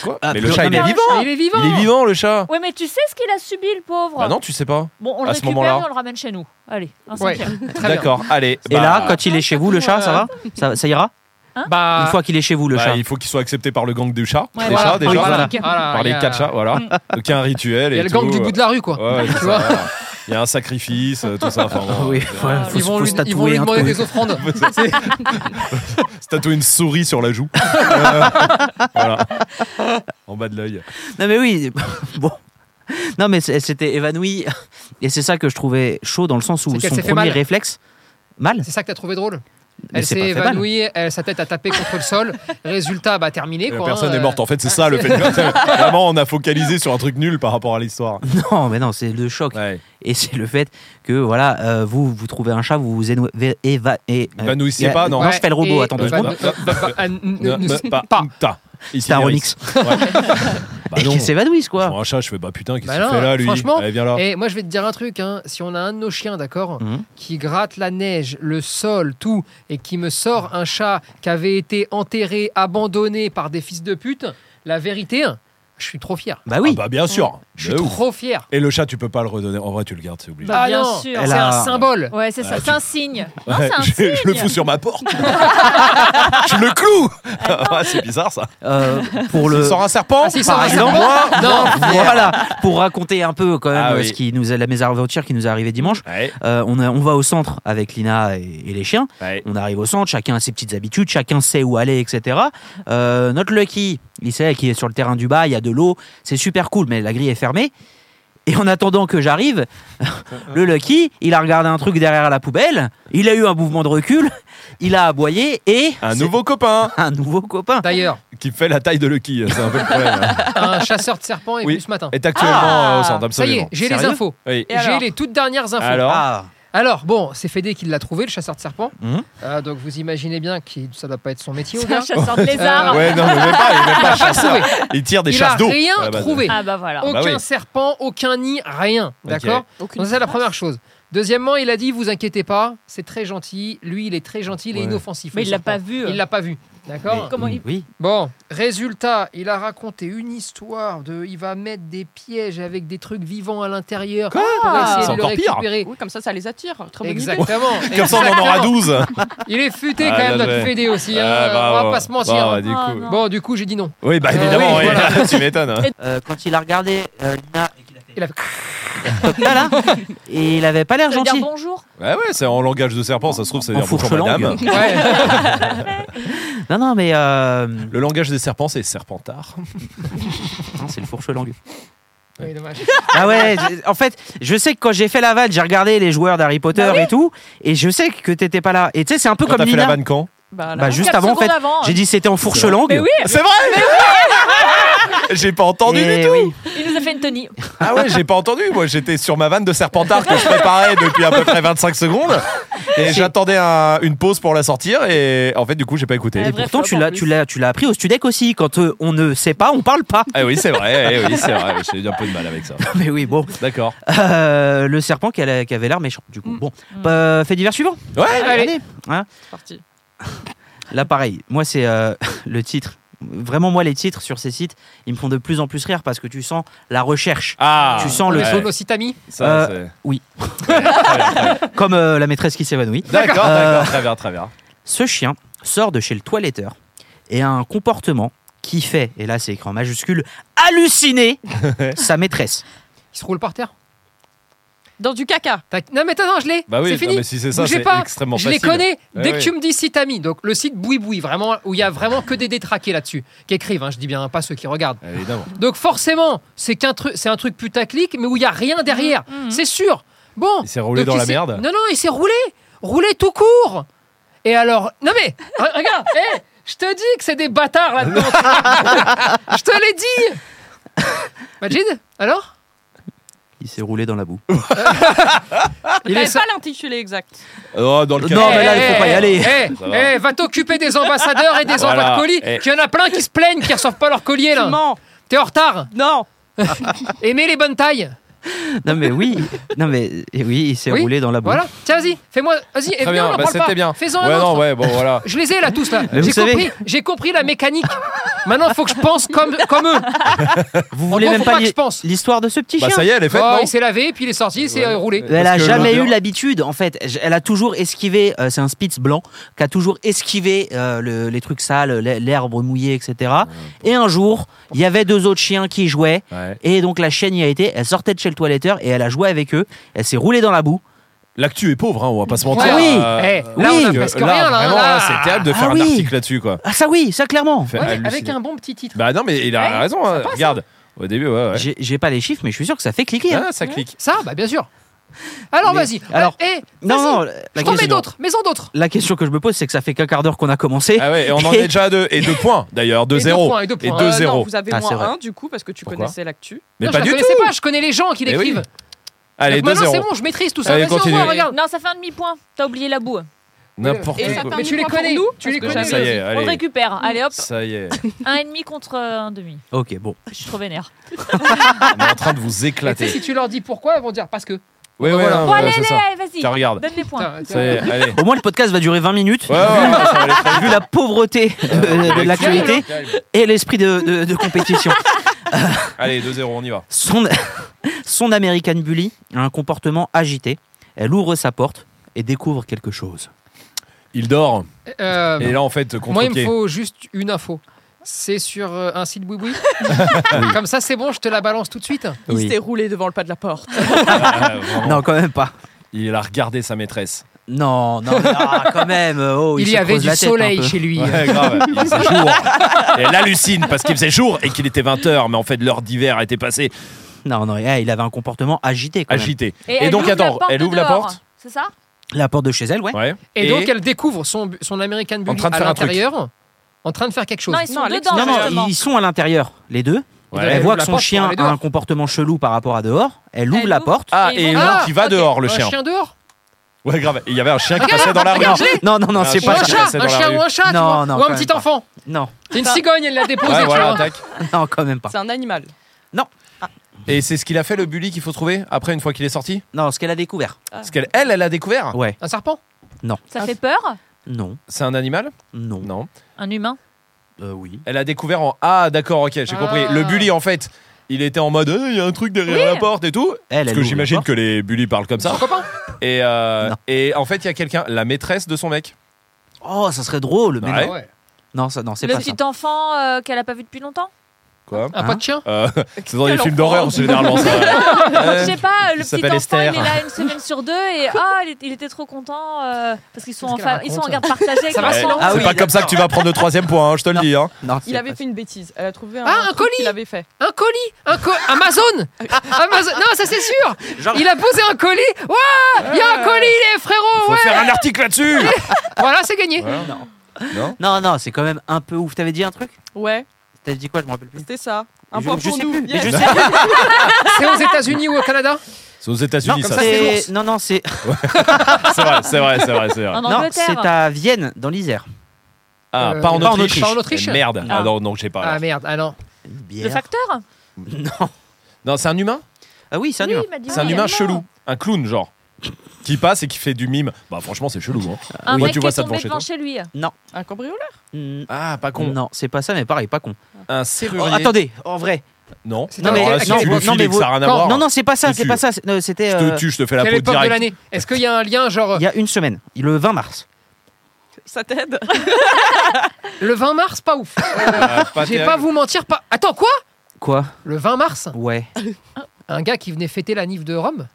C: Quoi
E: Ah,
C: Mais le
E: putain,
C: chat, il est
E: mais-
C: vivant.
H: Il est vivant.
C: Il est vivant, le chat.
D: Ouais, mais tu sais ce qu'il a subi, le pauvre.
C: Bah non, tu sais pas.
D: Bon, on le
C: À ce
D: récupère
C: moment-là.
D: et on le ramène chez nous. Allez, un
H: Ouais.
D: cinquième.
H: Très bien.
C: D'accord, allez.
E: Et
C: bah,
E: là, quand il est chez vous, le chat, ça va
A: Ouais.
E: ça, ça ira Une
H: Bah,
E: fois qu'il est chez vous, le
C: bah,
E: chat.
C: il faut qu'il soit accepté par le gang du chat.
D: Ouais,
C: Des
H: voilà.
C: chats, déjà.
E: Oui,
H: voilà.
E: voilà.
H: Voilà,
C: Par les
H: Ah, il y a- Mm.
C: quatre chats, voilà. Donc il y a un rituel.
H: Il y a
C: et
H: le gang
C: tout.
H: du bout de la rue, quoi.
C: Ouais, c'est
H: Tu vois
C: ça, voilà. Il y a un sacrifice, euh, tout ça. Enfin, bon,
E: Ah
C: *laughs*
E: Oui,
C: euh,
E: voilà, faut,
H: Ils
E: se-
H: vont
E: faut
H: lui
E: se
H: ils vont lui
E: tatouer un
H: demander
E: truc.
H: des
E: *laughs*
H: offrandes.
C: se tatouer une souris sur la joue. Euh, voilà. En bas de l'œil.
E: Non mais oui, *laughs* bon. Non mais c'est- elle s'était évanouie et c'est ça que je trouvais chaud dans le sens où
H: C'est
E: son
H: qu'elle s'est
E: premier
H: fait mal.
E: réflexe mal.
H: C'est ça que t'as trouvé drôle.
E: Mais
H: Elle
E: c'est
H: s'est
E: pas fait mal.
H: évanouie, elle, sa tête a tapé contre
E: *laughs*
H: le sol. Résultat, bah terminé.
C: La
H: quoi,
C: personne
H: hein,
C: est morte.
H: euh.
C: En fait, c'est ça le fait. Vraiment, on a focalisé sur un truc nul par rapport à l'histoire.
E: Non mais non, c'est le choc
C: Ouais.
E: et c'est le fait que voilà, euh, vous vous trouvez un chat, vous vous énou- vé- éva- et euh,
C: Évanouissiez
E: y a-
C: pas, non.
E: Non, je fais le robot,
H: et-
E: attends deux
H: euh,
E: secondes.
H: bah, bah, bah, bah,
C: Ne-
H: euh,
C: me-
H: ne-
C: pas.
H: pas.
C: Ta. Ici,
E: C'est un
C: Iris. Ouais.
H: *laughs*
C: Bah
E: Et
C: non.
E: qu'elle s'évanouisse quoi.
C: Pour un chat, je fais bah putain, qu'est-ce
H: Bah
C: qu'il
H: non,
C: fait là, lui
H: franchement,
C: Allez, viens là.
H: Et moi, je vais te dire un truc. hein. Si on a un de nos chiens, d'accord,
E: Mhm.
H: qui gratte la neige, le sol, tout, et qui me sort un chat qui avait été enterré, abandonné par des fils de pute, la vérité, je suis trop fier.
E: Bah oui.
C: Ah bah bien sûr.
H: Je suis
C: De ouf.
H: trop fier.
C: Et le chat, tu peux pas le redonner. En vrai, tu le gardes, c'est obligé.
D: Bah,
H: Ah
D: bien
H: non,
D: sûr.
E: Elle
H: C'est
E: a-
H: un symbole.
D: Ouais, c'est ça.
C: Ah,
D: C'est un signe. Non,
C: Ouais,
D: c'est un
C: je,
D: signe.
C: je le fous sur ma porte. *laughs* je le cloue. Ouais, c'est bizarre ça.
E: Euh,
C: *laughs*
E: pour le
C: Il sort un serpent.
H: Ah, si,
E: par
H: ça, ça-
E: exemple, *laughs*
H: non,
E: voilà, pour raconter un peu quand même
C: Ah
E: euh,
C: oui.
E: ce qui nous a la mésaventure qui nous est arrivée dimanche.
C: Ouais,
E: Euh, on, a- on va au centre avec Lina et- et les chiens.
C: ouais.
E: On arrive au centre, chacun a ses petites habitudes, chacun sait où aller, etc. Euh, notre Lucky, il sait qu'il est sur le terrain du bas, il y a de l'eau, c'est super cool, mais la grille est fermée. Et en attendant que j'arrive, *laughs* le Lucky, il a regardé un truc derrière la poubelle, il a eu un mouvement de recul, *laughs* il a aboyé et.
C: Un nouveau copain
E: un nouveau copain.
H: D'ailleurs,
C: qui fait la taille de Lucky. C'est un peu le problème. hein.
H: un chasseur de serpents est
C: Oui.
H: venu ce matin.
C: Est actuellement
D: Ah
C: euh, au centre,
H: Ça y est,
C: absolument.
H: j'ai les
E: Sérieux
H: infos.
C: Oui.
A: Et
H: J'ai
A: alors
H: les toutes dernières infos.
C: Alors
E: Ah,
H: Alors, bon, c'est Fédé qui l'a trouvé, le chasseur de serpents.
C: Mhm.
H: Euh, donc vous imaginez bien que ça doit pas être son métier, au
D: C'est un
H: gars.
D: chasseur de lézards.
C: *laughs* Ouais, non, mais même pas, il est même pas chasseur.
H: trouvé.
C: Il tire des
H: Il
C: chasses
H: a
C: d'eau.
H: rien
C: à la base.
H: trouvé.
D: Ah bah voilà.
H: Aucun
C: bah oui.
H: serpent, aucun nid, rien. D'accord
A: Aucune
H: Donc c'est la
A: trace.
H: première chose. Deuxièmement, il a dit vous inquiétez pas, c'est très gentil. Lui, il est très gentil, il est
C: Ouais.
H: inoffensif.
D: Mais
H: le
D: il l'a
H: serpent.
D: pas vu. hein.
H: Il l'a pas vu. D'accord
D: Comment il...
E: oui.
H: Bon, résultat, il a raconté une histoire de il va mettre des pièges avec des trucs vivants à l'intérieur pour
C: C'est
H: essayer de le
C: encore pire.
H: récupérer.
A: Oui, comme ça, ça les attire. Très bonne idée.
H: *laughs* Exactement.
C: Comme ça, on en aura
H: Exactement.
C: 12.
H: Il est futé
C: Ah,
H: quand même
C: là,
H: notre
C: ouais.
H: Fédé aussi. hein.
C: Ah, bah,
H: on va
C: bah,
H: pas se mentir. hein.
C: bah, du
D: Ah,
C: coup.
D: non.
H: Bon, du coup, j'ai dit non.
C: Oui, bah
H: Euh,
C: évidemment,
H: oui,
C: oui. *laughs* tu m'étonnes. hein.
E: Euh, quand il a regardé euh, Lina et qu'il a fait.
C: *laughs*
H: Il a fait-
E: Voilà. Et il avait pas l'air
D: Ça veut dire
E: gentil.
D: bonjour.
C: Ouais, Bah, ouais, c'est en langage de serpent, ça se trouve, c'est
E: En
C: dire bonjour
E: fourche-langue.
C: madame.
H: Ouais.
E: Non, non, mais. euh,
C: Le langage des serpents, c'est serpentard.
E: non, c'est le fourche-langue.
H: Oui, dommage.
E: Ah ouais, j'ai- en fait, je sais que quand j'ai fait la vanne, j'ai regardé les joueurs d'Harry Potter et tout, et je sais que t'étais pas là. Et tu sais, c'est un peu
C: Quand
E: comme
C: t'as fait la
E: Lina.
C: vanne quand
A: Bah,
E: Bah,
A: là,
E: juste
D: Quatre
E: avant, en fait.
D: secondes avant. hein.
E: J'ai dit c'était en fourche-langue.
D: Mais oui,
C: C'est vrai *laughs* J'ai pas entendu du
E: Et
C: tout.
E: oui.
D: il nous a fait une Tony.
C: Ah ouais, j'ai pas entendu. Moi, j'étais sur ma vanne de Serpentard que je préparais depuis à peu près 25 secondes. Et j'attendais un- une pause pour la sortir. Et en fait, du coup, j'ai pas écouté.
D: Ouais,
E: Et
D: vrai
E: pourtant,
D: flop,
E: tu
D: en
E: l'as,
D: plus.
E: tu l'as, tu l'as appris au Studec aussi. Quand euh, on ne sait pas, on parle
C: *laughs*
E: pas.
C: Ah oui, c'est vrai. eh oui, c'est vrai. J'ai eu un peu de mal avec ça.
E: Mais oui, bon.
C: D'accord.
E: *laughs* Euh, le serpent qui, a- qui avait l'air méchant. Du coup,
A: Mm.
E: bon. Euh, fait divers suivant.
C: Ouais.
H: Allez.
A: c'est parti.
E: Là, pareil. Moi, c'est euh, *laughs* le titre. Vraiment, moi, les titres sur ces sites, ils me font de plus en plus rire parce que tu sens la recherche.
C: Ah.
E: Tu sens le
H: Le
C: Ouais.
H: son aussi, Tammy.
C: Ça,
E: Euh,
C: c'est- *laughs*
E: oui.
C: D'accord,
E: Comme euh, la maîtresse qui s'évanouit.
C: d'accord,
E: Euh,
C: d'accord. Très bien, très bien.
E: Ce chien sort de chez le toiletteur et a un comportement qui fait, et là c'est écrit en majuscule,
H: *laughs*
E: halluciner sa maîtresse.
H: Il se roule par terre.
A: Dans du caca.
H: Tac. Non, mais attends, non, je l'ai.
C: Bah oui,
H: c'est
C: non,
H: fini.
C: mais si c'est ça,
H: Bougez
C: c'est
H: pas.
C: extrêmement
H: je les
C: facile.
H: connais.
C: Ouais,
H: Dès que
C: ouais.
H: tu me dis Sitami, donc le site Boui Boui, vraiment, où il y a vraiment que des détraqués là-dessus, qui écrivent, hein, je dis bien, pas ceux qui regardent.
C: Évidemment.
H: Donc forcément, c'est qu'un truc, c'est un truc putaclic, mais où il y a rien derrière. C'est sûr. Bon.
C: Il s'est roulé
H: Donc,
C: Bah, dans
H: il
C: la
H: s'est-
C: merde.
H: Non, non, il s'est roulé. Roulé tout court. Et alors, non mais, re- regarde, *laughs* hé, je te dis que c'est des bâtards là-dedans. *laughs* je te l'ai dit. Majid, alors
E: Il s'est roulé dans la
H: *laughs*
E: boue.
H: Il
A: Il
H: est
A: n'avait
H: sa-
A: pas l'intitulé exact.
C: Oh, dans le
E: Non,
C: cas-
E: mais là,
H: Eh,
E: il faut pas y
H: eh,
E: aller.
H: eh,
C: Ça va.
H: eh, va t'occuper des ambassadeurs et des
C: Voilà.
H: envois de colis.
C: Eh.
H: Il y en a plein qui se plaignent, qui reçoivent pas leur collier
A: Tu
H: là.
A: mens.
H: T'es en retard.
A: Non.
H: Aimez les bonnes tailles.
E: Non mais oui, non mais eh oui, il s'est
H: Oui,
E: roulé dans la boue.
H: Voilà. Tiens, vas-y, fais-moi. Vas-y, et
E: Eh,
C: Ah
H: viens,
C: Très
H: on en
C: bien. Bah,
H: parle pas.
C: c'était bien.
H: Fais-en
C: Ouais,
H: un
C: non,
H: autre.
C: ouais, bon, voilà.
H: Je les ai là tous là.
E: Mais vous
H: J'ai
E: savez-
H: compris, j'ai compris la mécanique. Maintenant, faut que je pense comme, comme eux.
E: Vous voulez
H: gros,
E: même
H: faut
E: pas
H: pas que
E: li-
H: je pense.
E: l'histoire de ce petit
C: Bah,
E: chien
C: ça y est, elle est faite.
H: Oh,
C: non
H: il s'est lavé, puis il est sorti, il s'est
C: Ouais.
H: euh, roulé.
E: Elle a
C: Parce que
E: jamais
C: l'odeur-
E: eu l'habitude, en fait. J- Elle a toujours esquivé. euh, c'est un Spitz blanc qui a toujours esquivé euh, le- les trucs sales, l'he- l'herbe mouillée, etc. Et un jour, il y avait deux autres chiens qui jouaient.
C: Ouais.
E: Et donc la chienne y a été, elle sortait de chez le toiletteur et elle a joué avec eux, elle s'est roulée dans la boue.
C: L'actu est pauvre, hein, on va pas se
H: Ouais.
C: mentir. Euh,
E: Ah oui.
H: Eh, là,
E: oui.
H: on a presque
C: là,
H: rien là. hein,
C: vraiment,
H: là.
C: là, c'est terrible de
E: Ah
C: faire
E: oui.
C: un article là-dessus, quoi.
E: Ah ça oui, ça clairement
C: Fait
H: Ouais, mais avec
C: halluciner.
H: un bon petit titre.
C: Bah non, mais il a
H: Ouais,
C: raison. hein.
H: sympa, ça.
C: Regarde, au début, ouais, ouais.
E: J'ai j'ai pas les chiffres mais je suis sûr que ça fait cliquer. hein.
C: Ah, ça clique.
H: Ça, bah bien sûr. Alors,
E: Mais-
H: vas-y.
E: alors-
H: Eh,
E: Non,
H: vas-y.
E: non,
H: je
E: la
H: t'en mets
E: question,
H: d'autres, mets-en d'autres.
E: la question que je me pose c'est que ça fait qu'un quart d'heure qu'on a commencé.
C: Ah ouais, et on en est déjà à deux. Et deux points, d'ailleurs,
H: Et
C: deux
H: deux
C: zéro.
H: points, et deux points.
C: Et
H: Euh,
C: deux
A: Euh, non,
C: zéro.
A: vous avez
E: Ah, c'est
A: moins
E: vrai.
A: un du coup parce que tu
C: Pourquoi
A: connaissais l'actu.
C: Mais
H: Non,
C: pas
H: je la
C: du tout.
H: connaissais pas, je connais les gens qui
C: Eh oui.
H: l'écrivent.
C: Allez,
H: Donc
C: deux
H: maintenant, c'est
C: zéro.
H: bon, je maîtrise tout ça.
C: Allez,
H: Vas-y, au revoir,
C: continue.
H: regarde.
D: Non, ça fait un demi-point. T'as oublié la boue.
C: N'importe
A: Et ça fait
C: quoi.
A: un
H: Mais tu les
A: demi-point pour
H: connais,
A: nous,
H: tu les
A: parce que
H: connais.
A: j'avais-
C: Ça y est,
D: On le
C: allez.
D: récupère. Allez
C: *laughs*
D: hop,
C: Ça
H: *laughs*
C: y est,
D: un et demi contre euh, un demi.
E: Ok bon.
D: Je suis trop vénère.
C: on est en train de vous
H: Et tu sais,
C: éclater.
H: si tu leur dis pourquoi, ils vont dire parce que.
C: Ouais, ouais,
H: Voilà.
C: ouais,
D: Bon,
C: ouais,
D: allez,
C: c'est
D: allez,
C: ça.
D: allez, vas-y.
C: Tiens, regarde.
D: Donne les points.
H: Putain,
C: Ça y est,
H: *laughs*
C: allez.
E: Au moins le podcast va durer 20 minutes.
C: Ouais, Euh, ouais, ouais, ça va aller très
E: Vu la pauvreté de, de
C: vite.
E: l'actualité et l'esprit de, de- de compétition.
C: Allez, 2-0, on y va.
E: Son, son American Bully a un comportement agité. Elle ouvre sa porte et découvre quelque chose.
C: Il dort.
H: Euh,
C: Et là, en fait,
H: Moi, il me
C: contre-pied.
H: faut juste une info. C'est sur euh, un site boui Comme ça, c'est bon, je te la balance tout de suite.
A: Il
E: Oui.
A: s'est roulé devant le pas de la porte.
C: *laughs* Ah, vraiment.
E: Non quand même pas.
C: Il a regardé sa maîtresse.
E: Non, non, mais- ah, quand même. oh,
H: il
E: se
H: y avait
E: creuse
H: du
E: la tête un
H: soleil
E: peu.
H: chez lui.
C: Ouais, grave. Il faisait jour. Et elle hallucine parce qu'il faisait jour et qu'il était 20h, mais en fait l'heure d'hiver était passée.
E: Non, non, eh, il avait un comportement agité. Quand même.
C: agité.
D: Et, elle
C: donc,
D: ouvre la
C: attends,
D: porte
C: elle
D: de
C: ouvre la
D: dehors,
C: porte.
D: C'est ça
E: La porte de chez elle, ouais.
C: Ouais.
H: Et, donc elle découvre son, son American Bully
C: train de
H: à
C: faire un truc.
H: l'intérieur, en train de faire quelque chose.
D: Non, ils sont
A: Non,
D: dedans.
E: Non,
D: justement.
E: non, ils sont à l'intérieur, les deux.
C: Ouais.
H: Elle
E: Elle,
H: ouvre
E: voit
H: la
E: que son
H: porte pour
E: chien
H: aller
E: a un
H: dehors.
E: comportement chelou par rapport à dehors. Elle ouvre
D: Elle
E: la
D: ouvre.
E: porte.
C: Ah,
D: Et ils
C: et
D: vont-
C: l'autre qui va
H: ok.
C: dehors, le
H: un
C: chien.
H: dehors
C: Ouais, grave. Il y avait un chien qui
H: Regarde,
C: passait dans la rue.
H: regarde, j'ai-
E: Non, non, non, c'est
H: Ou
E: pas
H: un
C: qui
E: ça.
H: chat,
C: passait dans
H: un
C: la
H: chien
C: rue.
H: ou un chat, tu
E: Non,
H: vois.
E: non,
H: ou
E: quand
H: un
E: même
H: petit
E: pas.
H: enfant.
E: Non, *laughs*
H: C'est une
D: Ça-
H: cigogne, elle l'a déposé,
C: hein. Ouais,
H: tu
C: voilà,
H: vois.
C: tac.
E: non, quand même pas.
A: C'est un animal.
C: Et c'est ce qu'il a fait le bully qu'il faut trouver après une fois qu'il est sorti
E: Non, ce qu'elle a découvert.
C: Parce qu'elle, elle, elle a découvert.
E: Ouais.
H: Un serpent
D: Ça fait peur
E: Non,
C: C'est un animal
E: non.
C: Non.
D: Un humain
E: Euh, oui.
C: Elle a découvert en Ah, d'accord, ok, j'ai
H: Ah.
C: compris. Le bully, en fait, il était en mode Eh, il y a un truc derrière
D: Oui.
C: la porte et tout.
E: Elle,
C: Parce
E: elle
C: que
E: ouvre la
C: j'imagine
E: porte.
C: que les bullies parlent comme
H: Son
C: ça.
H: copain
C: Et, euh,
E: Non.
C: et en fait, il y a quelqu'un, la maîtresse de son mec.
E: Oh, ça serait drôle, mais
C: Ouais.
E: non. Non, ça, non, c'est
D: Le
E: pas ça.
D: petit enfant euh, qu'elle a pas vu depuis longtemps
C: Quoi
H: Un
E: Hein
H: pas de chien *laughs*
C: Euh, C'est dans les
A: Quel
C: films
A: enfant.
C: d'horreur, généralement. ça.
D: Je
C: Euh,
D: sais pas, le petit
C: s'appelle
D: enfant
C: Esther.
D: il est là une semaine sur deux et ah, il, est- il était trop content euh, parce qu'ils sont,
H: Qu'est-ce
D: en
H: qu'elle
D: fa- ils sont en
H: raconte
D: garde partagée avec
H: Ça va,
D: l'enfant.
H: sinon
E: Ah
C: C'est
E: oui,
C: pas comme ça que tu vas prendre le troisième point, hein, je te le dis. hein.
E: Non, c'est
A: Il avait
E: pas
A: fait une bêtise. Elle a trouvé un,
H: Ah, un
A: truc
H: colis
A: qu'il avait fait.
H: Un colis Un colis Amazon Amazon Non, ça c'est sûr
E: Genre-
H: Il a posé un colis Ouah Il y a un colis, les frérots
C: Faut
H: ouais.
C: faire un article
H: *laughs*
C: là-dessus
H: Voilà, c'est gagné
C: Voilà.
E: Non.
C: Non
E: Non, non, c'est quand même un peu ouf. T'avais dit un truc
A: Ouais,
E: T'avais dit quoi Je me rappelle plus.
A: c'était ça. Un
E: Je-
A: point
E: je
A: pour
E: sais
A: nous.
E: plus,
A: *laughs*
E: mais
A: Yes.
E: je
H: C'est aux États-Unis ou au Canada
C: C'est aux États-Unis,
H: Non,
C: ça.
H: comme c'est
E: C'est-
H: l'ours.
E: Non, non, c'est
C: C'est vrai, c'est vrai, c'est vrai. c'est vrai.
D: En
E: non, c'est
D: Angleterre.
E: à Vienne, dans l'Isère.
C: Ah,
H: Euh,
C: pas en
E: pas en
C: Autriche.
H: Autriche. Pas en Autriche.
C: Eh, Merde. Ah
D: Ah.
C: non, non, j'ai pas.
H: Ah merde, ah non.
E: Une
D: Le
E: bière.
D: facteur
E: Non.
C: Non, c'est un humain
E: Ah oui, c'est un
D: Oui,
E: humain.
D: il m'a dit
C: C'est un
D: oui,
C: humain
D: non.
C: chelou. Un clown, genre. Qui passe et qui fait du mime. Bah, franchement, c'est chelou. Hein.
D: Un
C: Moi,
D: mec
C: tu vois
D: qui est
C: ça devant
D: tombé
C: chez
D: devant
C: toi.
D: chez lui.
A: Un cambrioleur
E: Mm,
C: Ah, pas con.
E: Non, c'est pas ça, mais pareil, pas con.
C: Un
E: Oh,
C: serrurier.
E: attendez, en vrai.
C: Non,
H: C'est
C: Ah, non,
H: un-
C: mais,
H: ok,
C: si
H: ok.
C: tu
E: Non,
C: le files
E: mais
C: et que
E: vous-
C: ça n'a rien à
H: Non,
C: voir.
E: Non, non, c'est pas ça,
C: Dessus.
E: c'est pas ça. c'est- non, C'était.
C: je
E: euh,
C: te tue, je te fais la
H: Quelle
C: peau
H: époque de
C: direct.
H: l'année Est-ce qu'il y a un lien genre euh,
E: Il y a une semaine, le 20 mars.
A: Ça t'aide
H: le 20 mars Pas ouf.
C: Ah, pas
H: J'ai
C: terrible.
H: pas vous mentir, pas. Attends, quoi
E: Quoi
H: Le 20 mars
E: Ouais.
H: Un gars qui venait fêter la nif de Rome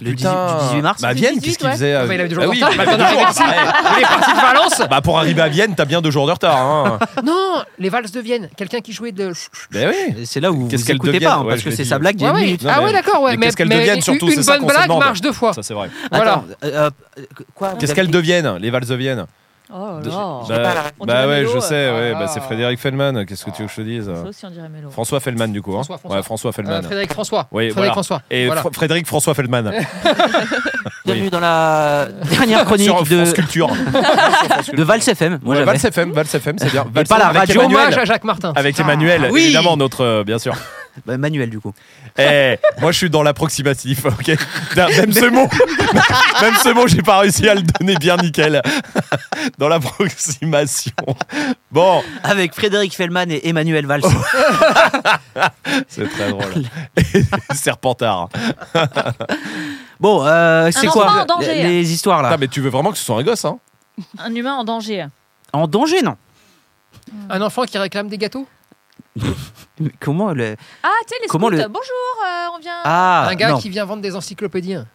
E: Le 18
C: Putain.
E: du 18 mars.
C: Bah,
A: Le
C: Vienne,
A: 18,
C: qu'est-ce qu'il
A: ouais.
C: faisait euh,
H: Enfin, il avait du
C: bah
H: jour de
C: oui,
H: retard,
C: il
H: *laughs* il
C: avait
H: avait
C: du jour de
H: raison.
C: retard.
H: Il est parti de Valence
C: Bah, pour arriver à Vienne, t'as bien deux jours de retard. *laughs* Hein.
H: Non Les valses de Vienne, quelqu'un qui jouait de.
C: Mais Ben oui.
E: C'est là où
C: Qu'est-ce
E: vous
C: qu'elle
E: écoutez
C: devient
E: pas, hein,
C: Ouais,
E: parce
C: je
E: que
C: l'ai
E: c'est
C: dit.
E: sa blague
H: Ouais,
E: d'une
H: ouais.
E: minute.
C: Non,
H: ah
C: mais-
H: ouais, d'accord, ouais.
C: mais qu'est-ce qu'elles deviennent, surtout,
H: une
C: c'est ça
H: bonne
C: qu'on se
H: blague
C: demande.
H: marche deux fois.
C: Ça, c'est vrai.
H: Voilà.
E: Attends, euh, euh, quoi vous
C: Qu'est-ce
E: avez
C: qu'elles
E: dit
C: deviennent, les valses de Vienne
D: Oh
E: De-
D: là là.
C: Bah,
D: On
C: bah
D: dirait
C: ouais,
D: Mélo,
C: je
D: euh.
C: sais, ouais,
H: Ah.
C: bah, c'est Frédéric Feldman. Qu'est-ce que tu veux que je te dise
D: Ça aussi, on dirait Mélo.
C: François Feldman, du coup. hein.
H: François, François.
C: Ouais, François
H: Euh,
C: Feldman.
H: Frédéric François.
C: Oui,
H: Frédéric
C: voilà.
H: François.
C: Et
H: Voilà.
C: Fr- Frédéric François Feldman.
E: Bienvenue dans
C: *laughs*
E: la dernière chronique
C: Sur France
E: de,
C: Culture.
E: de Vals FM. Moi,
C: Ouais,
E: j'avais.
C: Vals FM, Vals FM, c'est bien. Vals
E: pas la
C: avec
E: radio,
C: Emmanuel. Ah,
H: Hommage à Jacques Martin.
C: Avec Emmanuel,
E: oui.
C: évidemment, notre. euh, bien sûr.
E: *laughs* Bah, Manuel, du coup.
C: Eh, moi, je suis dans l'approximatif, ok Putain, Même ce mot, *laughs* même ce mot, j'ai pas réussi à le donner bien nickel. *laughs* Dans l'approximation. Bon,
E: Avec Frédéric Fellman et Emmanuel Valls.
C: Oh. c'est très drôle. Bah. Et *laughs* Serpentard.
E: Bon, euh, c'est
D: enfant
E: quoi
D: en danger.
E: les, les histoires là
C: Putain, mais tu veux vraiment que ce soit un gosse, hein
D: Un humain en danger.
E: En danger, non
H: Un enfant qui réclame des gâteaux
E: Mais Comment le
D: Ah, tu sais, les
E: Comment
D: scouts,
E: le-
D: bonjour, euh, on vient.
E: Ah,
H: Un gars
E: non.
H: qui vient vendre des encyclopédiens.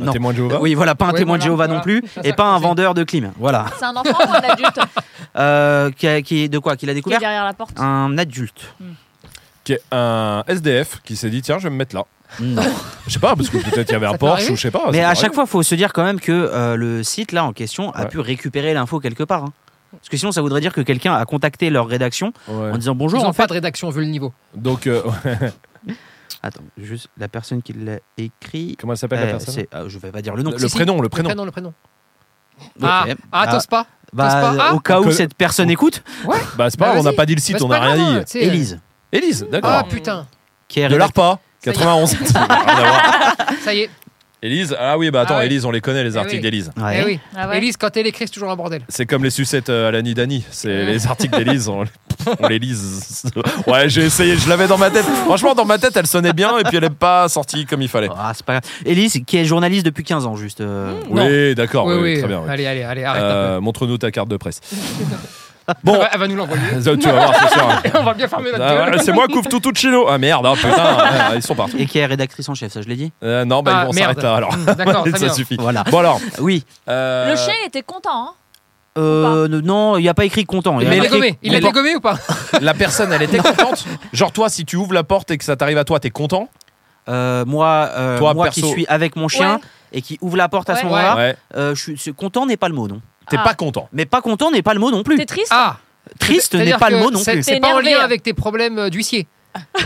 C: Un
E: Non.
C: témoin de Jéhovah
E: Oui, voilà, pas un
H: Oui,
E: témoin de
H: voilà,
E: Jéhovah
H: voilà.
E: non plus,
H: Ça, ça,
E: et pas un
H: c'est-
E: vendeur de clim.
H: *laughs*
E: Voilà.
D: C'est un enfant ou un adulte
E: Euh, qui, a- qui- de quoi Qu'il a
D: qui est
E: découvert
D: derrière la porte
C: Hein.
E: Un adulte.
C: Qui est un SDF qui s'est dit, tiens, je vais me mettre là.
E: Non.
C: Je sais pas, parce que peut-être il y avait un
H: Ça peut
C: Porsche
H: arriver.
C: ou je sais pas.
E: Mais
C: ça
E: à
C: peut
E: chaque fois, faut se dire quand même que euh, le site là en question a
C: Ouais.
E: pu récupérer l'info quelque part. hein. Parce que sinon, ça voudrait dire que quelqu'un a contacté leur rédaction
C: arriver. Ouais.
E: en disant
H: Ils
E: bonjour.
H: n'ont
E: En
H: pas
E: fait,
H: de rédaction vu le niveau.
C: Donc, euh,
E: attends, juste la personne qui l'a écrit.
C: comment elle s'appelle la
E: euh,
C: personne
E: c'est- ah, je vais pas dire le nom.
C: Le
E: Si, si.
C: prénom, le
H: Le
C: prénom.
H: prénom, le prénom.
E: Ok.
H: Ah, ah,
E: Ah,
H: t'oses pas
E: bah,
H: t'oses pas-
E: au
H: Ah.
E: cas où
C: Donc, euh,
E: cette personne écoute,
C: Bah, c'est pas,
H: Bah,
C: grave, on n'a
H: vas-y.
C: pas dit le site,
H: Bah, c'est
C: on n'a
H: pas
C: rien
H: grave,
C: dit.
H: hein, tu sais.
E: Élise,
C: Élise,
H: Ah
C: d'accord.
H: putain,
E: qui est
C: de
E: rédac-
C: l'ARPA, 91. Rien à voir.
H: ça y est.
C: Élise, ah oui, bah attends,
H: Ah ouais.
C: Élise, on les connaît, les
H: Eh
C: articles
H: oui.
C: d'Élise.
E: Ouais.
H: Eh oui.
D: Ah ouais.
H: Élise, quand elle écrit, c'est toujours un bordel.
C: C'est comme les sucettes euh, à la Nidani. C'est les articles d'Élise, on,
H: *laughs*
C: on les lise. Ouais, j'ai essayé, je l'avais dans ma tête. Franchement, dans ma tête, elle sonnait bien et puis elle n'est pas sortie comme il fallait.
E: Ah, c'est pas grave. Élise, qui est journaliste depuis 15 ans, juste. euh,
H: Hmm.
C: oui, d'accord,
H: oui,
C: oui,
H: oui.
C: très bien. oui.
H: Allez, allez, allez, arrête. un
C: Euh, Montre-nous ta carte de
H: *laughs*
C: presse. Bon,
H: peu. Elle va- elle va nous l'envoyer.
C: *laughs*
H: *laughs*
C: tu vas voir, c'est sûr.
H: Et on va bien fermer notre
C: Ah,
H: gueule.
C: voilà, c'est moi, couvre tout, tout chino. Ah merde, ah, putain,
H: *laughs*
C: ah, ils sont partout.
E: Et qui est rédactrice en chef, ça je l'ai dit.
C: Euh, non, bah
H: Ah,
C: ils vont
H: merde.
C: s'arrêter là alors.
H: D'accord, très
C: *laughs* ça
H: bien.
C: suffit.
E: Voilà.
C: Bon alors.
E: Oui.
C: euh,
D: Le chien il était content. Hein
E: Euh, ne- non, il n'y a pas écrit content. y a
H: Mais il est
E: marqué-
H: gommé. Il est
E: Mais-
H: dégommé ou pas
C: La personne, elle était contente. Genre toi, si tu ouvres la porte et que ça t'arrive à toi, t'es content.
E: euh, moi, euh,
C: Toi,
E: moi qui
C: perso.
E: suis avec mon chien
D: Ouais.
E: et qui ouvre la porte à ce
D: Ouais.
E: moment-là,
C: Ouais.
E: euh, je suis c'est- content n'est pas le mot non.
C: T'es
D: Ah.
C: pas content.
E: Mais pas content n'est pas le mot non plus.
D: T'es triste
H: Ah
E: Triste n'est
H: c'est-à-dire
E: pas le
H: que
E: mot non
H: c'est-
E: plus.
H: C'est
D: T'es
H: pas en
D: énervé,
H: lien
D: hein.
H: avec tes problèmes euh, d'huissier.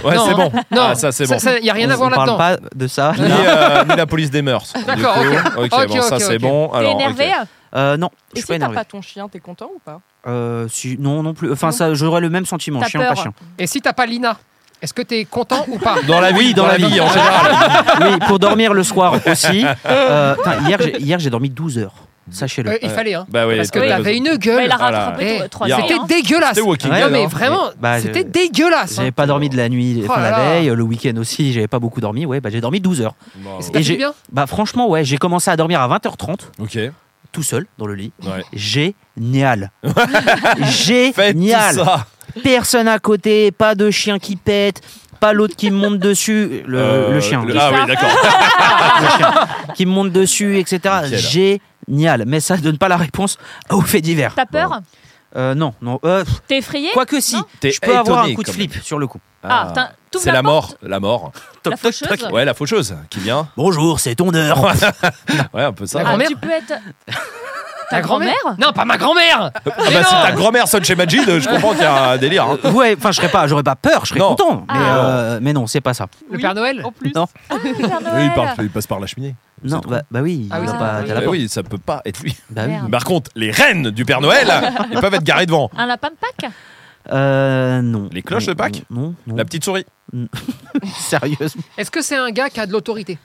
C: Ouais,
H: Non.
C: c'est bon.
H: Non,
C: Ah, ça, c'est bon.
H: Il n'y a rien
E: on,
H: à voir
E: on
H: là-dedans.
E: parle pas de ça.
H: *laughs*
C: Ni, euh, ni la police des mœurs. du
H: D'accord,
C: coup.
H: ok.
C: ok,
H: Ok,
C: bon, ça
H: ok,
C: c'est
H: ok.
C: bon.
D: T'es
C: Alors,
D: énervé Bah,
C: ok.
E: Euh, non, je
A: Et si
E: suis pas
A: t'as
E: énervé.
A: pas ton chien, t'es content ou pas
E: Euh, si- non non plus. Enfin
A: Non.
E: ça, j'aurais le même sentiment.
D: T'as
E: Chien
D: peur.
E: pas chien.
H: Et si t'as pas Lina, est-ce que t'es content ou pas
C: Dans la vie, dans la vie en général.
E: oui, pour dormir le
H: *laughs*
E: soir aussi. Euh, putain, hier, j'ai- hier, j'ai dormi 12 heures. Sachez-le.
H: Euh, Il fallait, hein.
C: Bah oui,
H: Parce que
C: t'as
H: t'avais
C: raison.
H: une
D: Mais
H: gueule.
D: il a
C: Voilà.
D: rattrapé
H: Eh,
D: toi- trois
C: il y a-
D: séries,
H: C'était
D: hein.
H: dégueulasse.
C: C'était Walking
E: Ouais,
H: Non
C: Dead.
H: mais
E: hein.
H: vraiment,
E: Bah, je-
H: c'était dégueulasse.
E: J'avais pas dormi de la nuit,
H: Oh
E: enfin,
H: là
E: la
H: là.
E: veille, le week-end aussi, j'avais pas beaucoup dormi. Ouais, bah, j'ai dormi 12 heures.
C: Bravo.
H: Et c'est pas
E: Et
H: fini hein.
E: j'ai-
H: bien
E: Bah, franchement, ouais, j'ai commencé à dormir à 20h30,
C: Ok. Ouais.
E: tout seul, dans le lit.
C: *laughs*
E: Génial.
C: Faites tout
E: Génial.
C: ça.
E: Personne à côté, pas de chien qui pète, pas l'autre qui me monte dessus. Le,
C: Euh,
E: le chien.
C: Ah oui, d'accord.
E: Qui me monte dessus, etc.
C: Nickel.
E: Génial. Mais ça donne pas la réponse au fait divers.
D: T'as peur
E: Euh, non, non. euh, pff,
D: T'es effrayé
E: Quoique si,
D: Non.
C: T'es
E: je peux avoir un
C: étonné,
E: coup de
C: quand même.
E: flip sur le coup.
D: Ah, t'as- t'ouvres
C: c'est
D: la
C: la mort,
D: porte.
C: la mort.
D: La faucheuse
C: Ouais, la faucheuse qui vient.
E: Bonjour, c'est ton heure.
C: *laughs* Ouais, un peu ça.
H: La
C: Ah,
D: Ah,
H: grand-mère
D: tu peux être.
H: Ta
D: Ta
H: grand-mère
D: grand-mère Ah
H: Non, pas ma grand-mère
C: bah si ta grand-mère sonne chez Majid, je comprends qu'il y a un délire. hein.
E: ouais, enfin, je serais pas, j'aurais pas peur, je serais
C: Non.
E: content. Mais,
D: Ah.
E: euh, mais non, c'est pas ça.
H: Le
A: Oui.
H: Père Noël
D: Oh.
A: En plus.
E: Non.
D: Père
C: Oui,
D: Noël.
C: il, parle- il passe par la cheminée.
E: Non, bah, bah oui,
H: Ah
E: il
H: oui,
E: va
D: c'est
E: pas
D: vrai.
E: à
C: Bah
E: la porte.
C: oui, ça peut pas être lui.
E: Bah oui.
D: Merde.
C: Par contre, les reines du Père Noël, ils peuvent être garés devant.
D: Un lapin de Pâques
E: Euh, non.
C: Les cloches
E: Non,
C: de Pâques
E: Non, non.
C: La petite souris.
E: Sérieusement,
H: Est-ce que c'est un gars qui a de l'autorité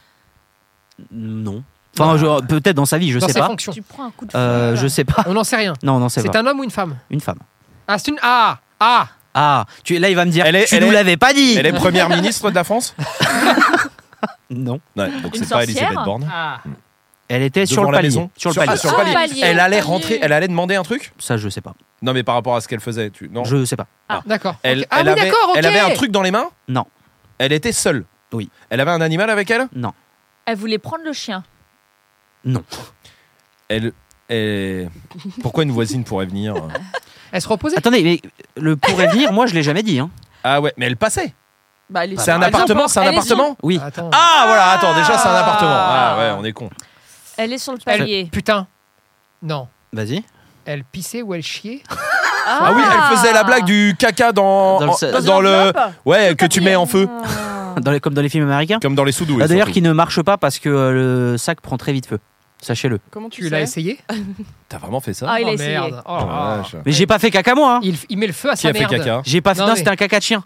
E: non. Enfin, je- peut-être dans sa vie, je
H: dans
E: sais
H: ses
E: pas.
H: fonctions
D: Tu prends un coup de
E: Euh, je sais pas. *laughs*
H: On n'en sait rien.
E: Non, non, c'est
H: C'est
E: pas.
H: un homme ou une femme
E: Une femme.
H: Ah, c'est une. Ah Ah
E: Ah, tu, là, il va me dire,
C: Elle est-
E: tu
C: elle
E: nous
C: est-
E: l'avais pas dit.
C: Elle est première ministre de la France
E: Non.
C: Ouais, donc
D: Une
C: c'est pas
D: sorcière
C: Elisabeth Borne.
E: Elle était sur
C: Devant
E: le
C: la
E: palier.
C: maison.
E: Sur le palier.
C: ah, sur le
D: Ah,
C: palier.
D: palier.
C: Elle allait
D: Palier.
C: rentrer, elle allait demander un truc
E: Ça, je sais pas.
C: Non, mais par rapport à ce qu'elle faisait, tu. Non.
E: Je sais pas.
H: D'accord.
C: Elle,
H: Ok. Ah
C: elle
H: oui,
C: avait,
H: d'accord, ok.
C: elle avait un truc dans les mains
E: Non.
C: Elle était seule
E: Oui.
C: Elle avait un animal avec elle
D: Elle voulait prendre le chien.
C: Elle. elle- Pourquoi une voisine pourrait venir
H: Elle se reposait.
E: Attendez, mais le pourrait venir, moi, je l'ai jamais dit. Hein.
C: *laughs* Ah ouais, mais elle passait.
A: Bah, elle est-
C: C'est un
A: Elles ont
C: appartement,
A: peur.
C: c'est un
A: Elles les ont.
C: appartement
E: Oui.
H: Attends.
C: Ah voilà, attends, déjà c'est un appartement. Ah ouais, on est con.
D: Elle est sur le
H: Elle-
D: palier.
H: Putain. Non.
E: Vas-y.
H: Elle pissait ou elle chiait
C: Ah, oui, elle faisait la blague du caca dans
E: Dans le-
C: en-
E: dans
C: dans,
E: une
C: le
A: enveloppe
C: ouais que tu mets en feu
E: Dans les- comme dans les films américains.
C: comme dans les sous-doués.
E: Ah, D'ailleurs,
C: surtout.
E: qui ne marche pas parce que euh, le sac prend très vite feu. Sachez-le.
A: Comment tu,
H: Tu l'as
A: sais
H: essayé
C: T'as vraiment fait ça
D: Ah, il a
H: Oh,
D: essayé.
H: merde. Oh
C: Oh
H: là
C: la
H: là.
C: vache.
E: Mais j'ai pas fait caca moi. hein.
H: Il, il met le feu à
C: Qui
H: sa
C: a fait
H: merde.
C: caca
E: J'ai pas fait.
H: Non,
E: Non,
H: mais-
E: c'était un caca de chien.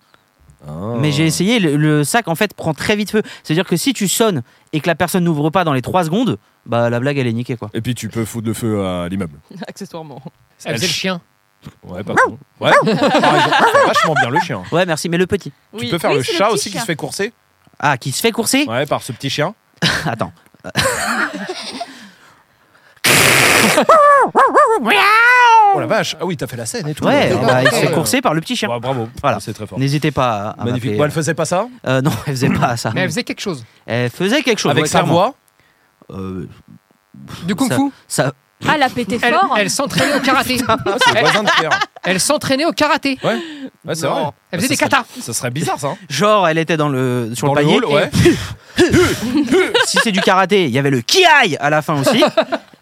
C: Ah.
E: Mais j'ai essayé. Le, le sac en fait prend très vite feu. C'est-à-dire que si tu sonnes et que la personne n'ouvre pas dans les 3 secondes, bah la blague elle est niquée quoi.
C: Et puis tu peux foutre le feu à l'immeuble.
A: *laughs* Accessoirement.
D: Ah,
H: Elle faisait le chien.
C: Ouais, pas con. Ouais.
E: Ah.
C: Par exemple, c'est vachement bien le chien.
E: Ouais merci. Mais le petit.
C: Tu
D: Ah.
C: peux faire le chat aussi qui se fait courser
E: Ah qui se fait courser.
C: Ouais, par ce petit chien.
E: *laughs* Attends.
C: Oh la vache. Ah oui, t'as fait la scène et tout. Ah,
E: Ouais.
H: d'accord,
E: bah, il se
H: d'accord.
E: fait courser par le petit chien.
C: Ouais, bravo.
E: Voilà. Ah, bah,
C: C'est très fort.
E: N'hésitez pas à, à
C: Magnifique.
E: m'appeler.
C: Bon, elle faisait pas ça
E: Euh, non elle faisait pas
D: ah.
E: ça.
H: Mais elle faisait quelque chose.
E: Elle faisait quelque chose.
C: avec
E: ouais,
C: sa
E: clairement.
C: voix.
E: Euh,
H: Du kung
E: Ça-
H: fu
E: ça.
D: Ah, elle a pété
H: Elle,
D: fort.
H: elle s'entraînait au
D: *laughs*
H: karaté.
C: Ah, c'est le
H: elle
C: voisin de
E: *laughs*
C: Pierre.
H: elle s'entraînait au karaté.
C: Ouais, c'est
H: Non.
C: vrai.
H: Elle
C: Bah,
H: faisait des
C: ça serait-
H: katas.
C: Ça serait bizarre ça. hein.
E: Genre elle était dans le sur
C: Dans
E: le
C: le
E: panier.
C: hall, ouais.
E: si c'est du karaté, il y avait le kiai à la fin aussi.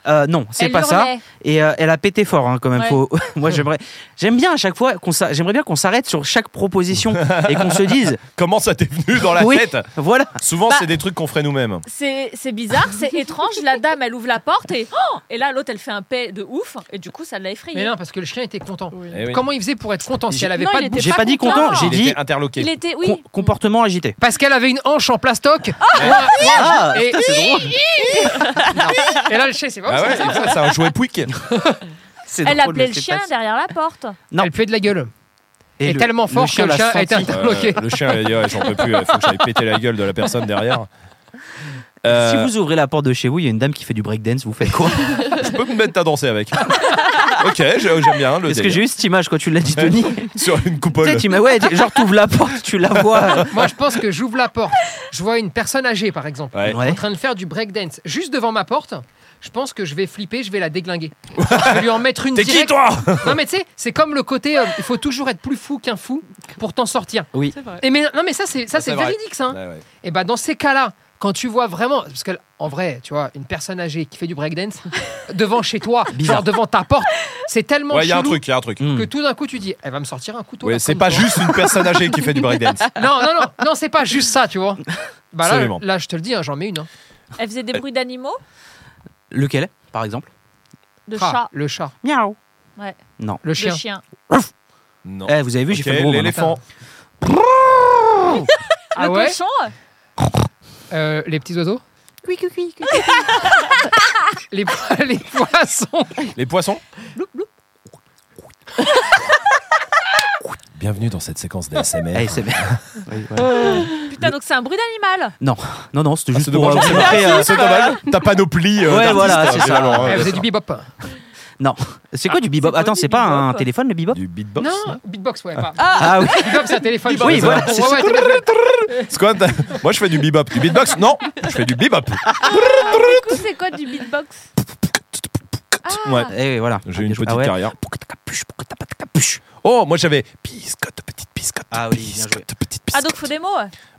E: Euh, non, c'est
D: Elle
E: pas ça.
D: hurlait.
E: Et euh, elle a pété fort hein, quand même.
D: Ouais.
E: Faut- *laughs* Moi, j'aimerais, j'aime bien à chaque fois qu'on, s'a- j'aimerais bien qu'on s'arrête sur chaque proposition et qu'on se dise, *laughs*
C: Comment ça t'est venu dans la
E: Oui.
C: tête
E: voilà.
C: Souvent,
D: Bah.
C: c'est des trucs qu'on ferait nous-mêmes.
D: C'est c'est bizarre, *laughs* c'est étrange. La dame, elle ouvre la porte et. oh et là, l'autre, elle fait un paix de ouf. Et du coup, ça l'a effrayée.
H: Mais non, parce que le chien était content.
A: Oui.
C: Eh oui.
H: Comment il faisait pour être content si
E: J'ai-
H: elle avait
D: Non,
H: pas
D: il
H: de
D: était
H: bouche
E: J'ai pas dit content,
D: content.
E: j'ai
C: Il
E: dit
C: était interloqué.
D: Il était.
E: com-
D: Oui.
E: comportement agité.
H: Parce qu'elle avait une hanche en plastoc.
E: Ah,
H: Et-
E: c'est drôle.
H: *laughs* Et là, le chien, c'est pas
E: *laughs*
C: Ah ouais,
H: possible.
C: ça, c'est un jouet Pouic.
E: C'est
D: Elle
E: drôle,
D: appelait
E: mais
D: le
E: c'est
D: chien
E: pas-
D: derrière la porte.
E: Non.
H: Elle puait de la gueule. Et
E: le-
H: tellement fort que le
E: l'a
H: chien a été
E: senti.
H: interloqué.
C: le chien, il a dit ouais, J'en peux plus, il faut que j'aille péter la gueule de la personne derrière. Euh,
E: Si vous ouvrez la porte de chez vous, il y a une dame qui fait du breakdance. Vous
C: *laughs*
E: faites quoi
C: Je peux me mettre à danser avec.
E: *laughs*
C: ok, j'ai- j'aime bien le
E: Parce que j'ai
C: délire.
E: eu cette image quand tu l'as
C: *laughs*
E: dit, Tony.
C: Sur une
E: Tu
C: coupole.
E: sais, tu m'as- ouais, tu- genre t'ouvres la porte, tu la vois. euh,
H: Moi, je pense que j'ouvre la porte. Je vois une personne âgée, par exemple,
C: *laughs* Ouais.
E: Ouais.
H: en train de faire du breakdance juste devant ma porte. je pense que je vais flipper, je vais la déglinguer. je vais lui en mettre une
C: *laughs* T'es qui
H: directe.
C: toi
H: non mais tu sais, c'est comme le côté, euh, il faut toujours être plus fou qu'un fou pour t'en sortir.
E: Oui.
A: C'est vrai.
H: Et mais non mais ça c'est ça
C: c'est
H: c'est
C: vrai.
H: véridique ça. hein.
C: Ouais, ouais.
H: Et bah dans ces cas-là, quand tu vois vraiment, parce que en vrai, tu vois, une personne âgée qui fait du breakdance
C: *laughs*
H: devant chez toi, genre
E: Bizarre.
H: devant ta porte, c'est tellement
C: Ouais, il y a un
H: chelou
C: truc, il y a un truc.
E: Mm.
H: que tout d'un coup tu dis, elle va me sortir un couteau.
C: Ouais,
H: là,
C: c'est
H: comme
C: pas
H: toi.
C: juste une personne âgée qui fait du
E: *laughs*
C: breakdance.
H: Non non non non c'est pas juste ça, tu vois. Bah là,
C: Absolument.
H: là je te le dis, hein, j'en mets une. hein.
D: Elle faisait des bruits d'animaux
E: Lequel, par exemple
D: De
H: Ah,
D: chat
H: le chat,
E: Miaou.
D: Ouais.
E: Non.
H: le
D: De
H: chien.
D: chien.
C: Non.
E: Eh, vous avez vu, j'ai
C: Ok,
E: fait le gros.
C: L'éléphant.
H: Ah
D: le
H: ouais
D: cochon
H: Euh, les petits oiseaux. *laughs* Les, po- *laughs* les poissons.
C: Les poissons. *laughs* Bienvenue dans cette séquence
E: maintenant.
C: d'ASMR.
E: Eh, c'est bien. Oui, voilà.
D: Putain, donc c'est un bruit d'animal.
E: Non, non, c'était
C: Ah,
E: juste
C: c'est
E: pour
C: dommage,
E: euh, vous
C: c'est
E: montrer, euh,
C: dommage, c'est dommage. Ta panoplie. euh,
E: Ouais,
C: d'artistes,
E: voilà, c'est ça.
C: finalement,
H: Elle
C: euh,
H: faisait du bebop.
E: C'est quoi du bebop
D: quoi
E: Attends,
D: Ah, du
E: c'est pas
D: bebop
E: un téléphone le bebop
C: Du beatbox.
H: Non, beatbox, ouais. pas.
E: Ah oui.
H: Bebop, c'est un téléphone.
E: Oui, voilà, c'est
H: Ouais, ouais, téléphone.
C: C'est quoi, t'as- *laughs* Moi, je fais du bebop. Du beatbox Non, je fais du bebop.
D: Ah, du coup, c'est quoi du beatbox
C: Ouais.
E: Eh, voilà.
C: J'ai une
E: Ah,
C: petite
E: ouais.
C: carrière.
E: Pourquoi t'as capuche Pourquoi t'as pas de capuche
C: Oh, moi, j'avais piscotte, petite piscotte.
E: Ah oui, bien
C: piscotte,
E: joué.
C: petite
D: Ah,
C: piscotte.
D: donc faut des mots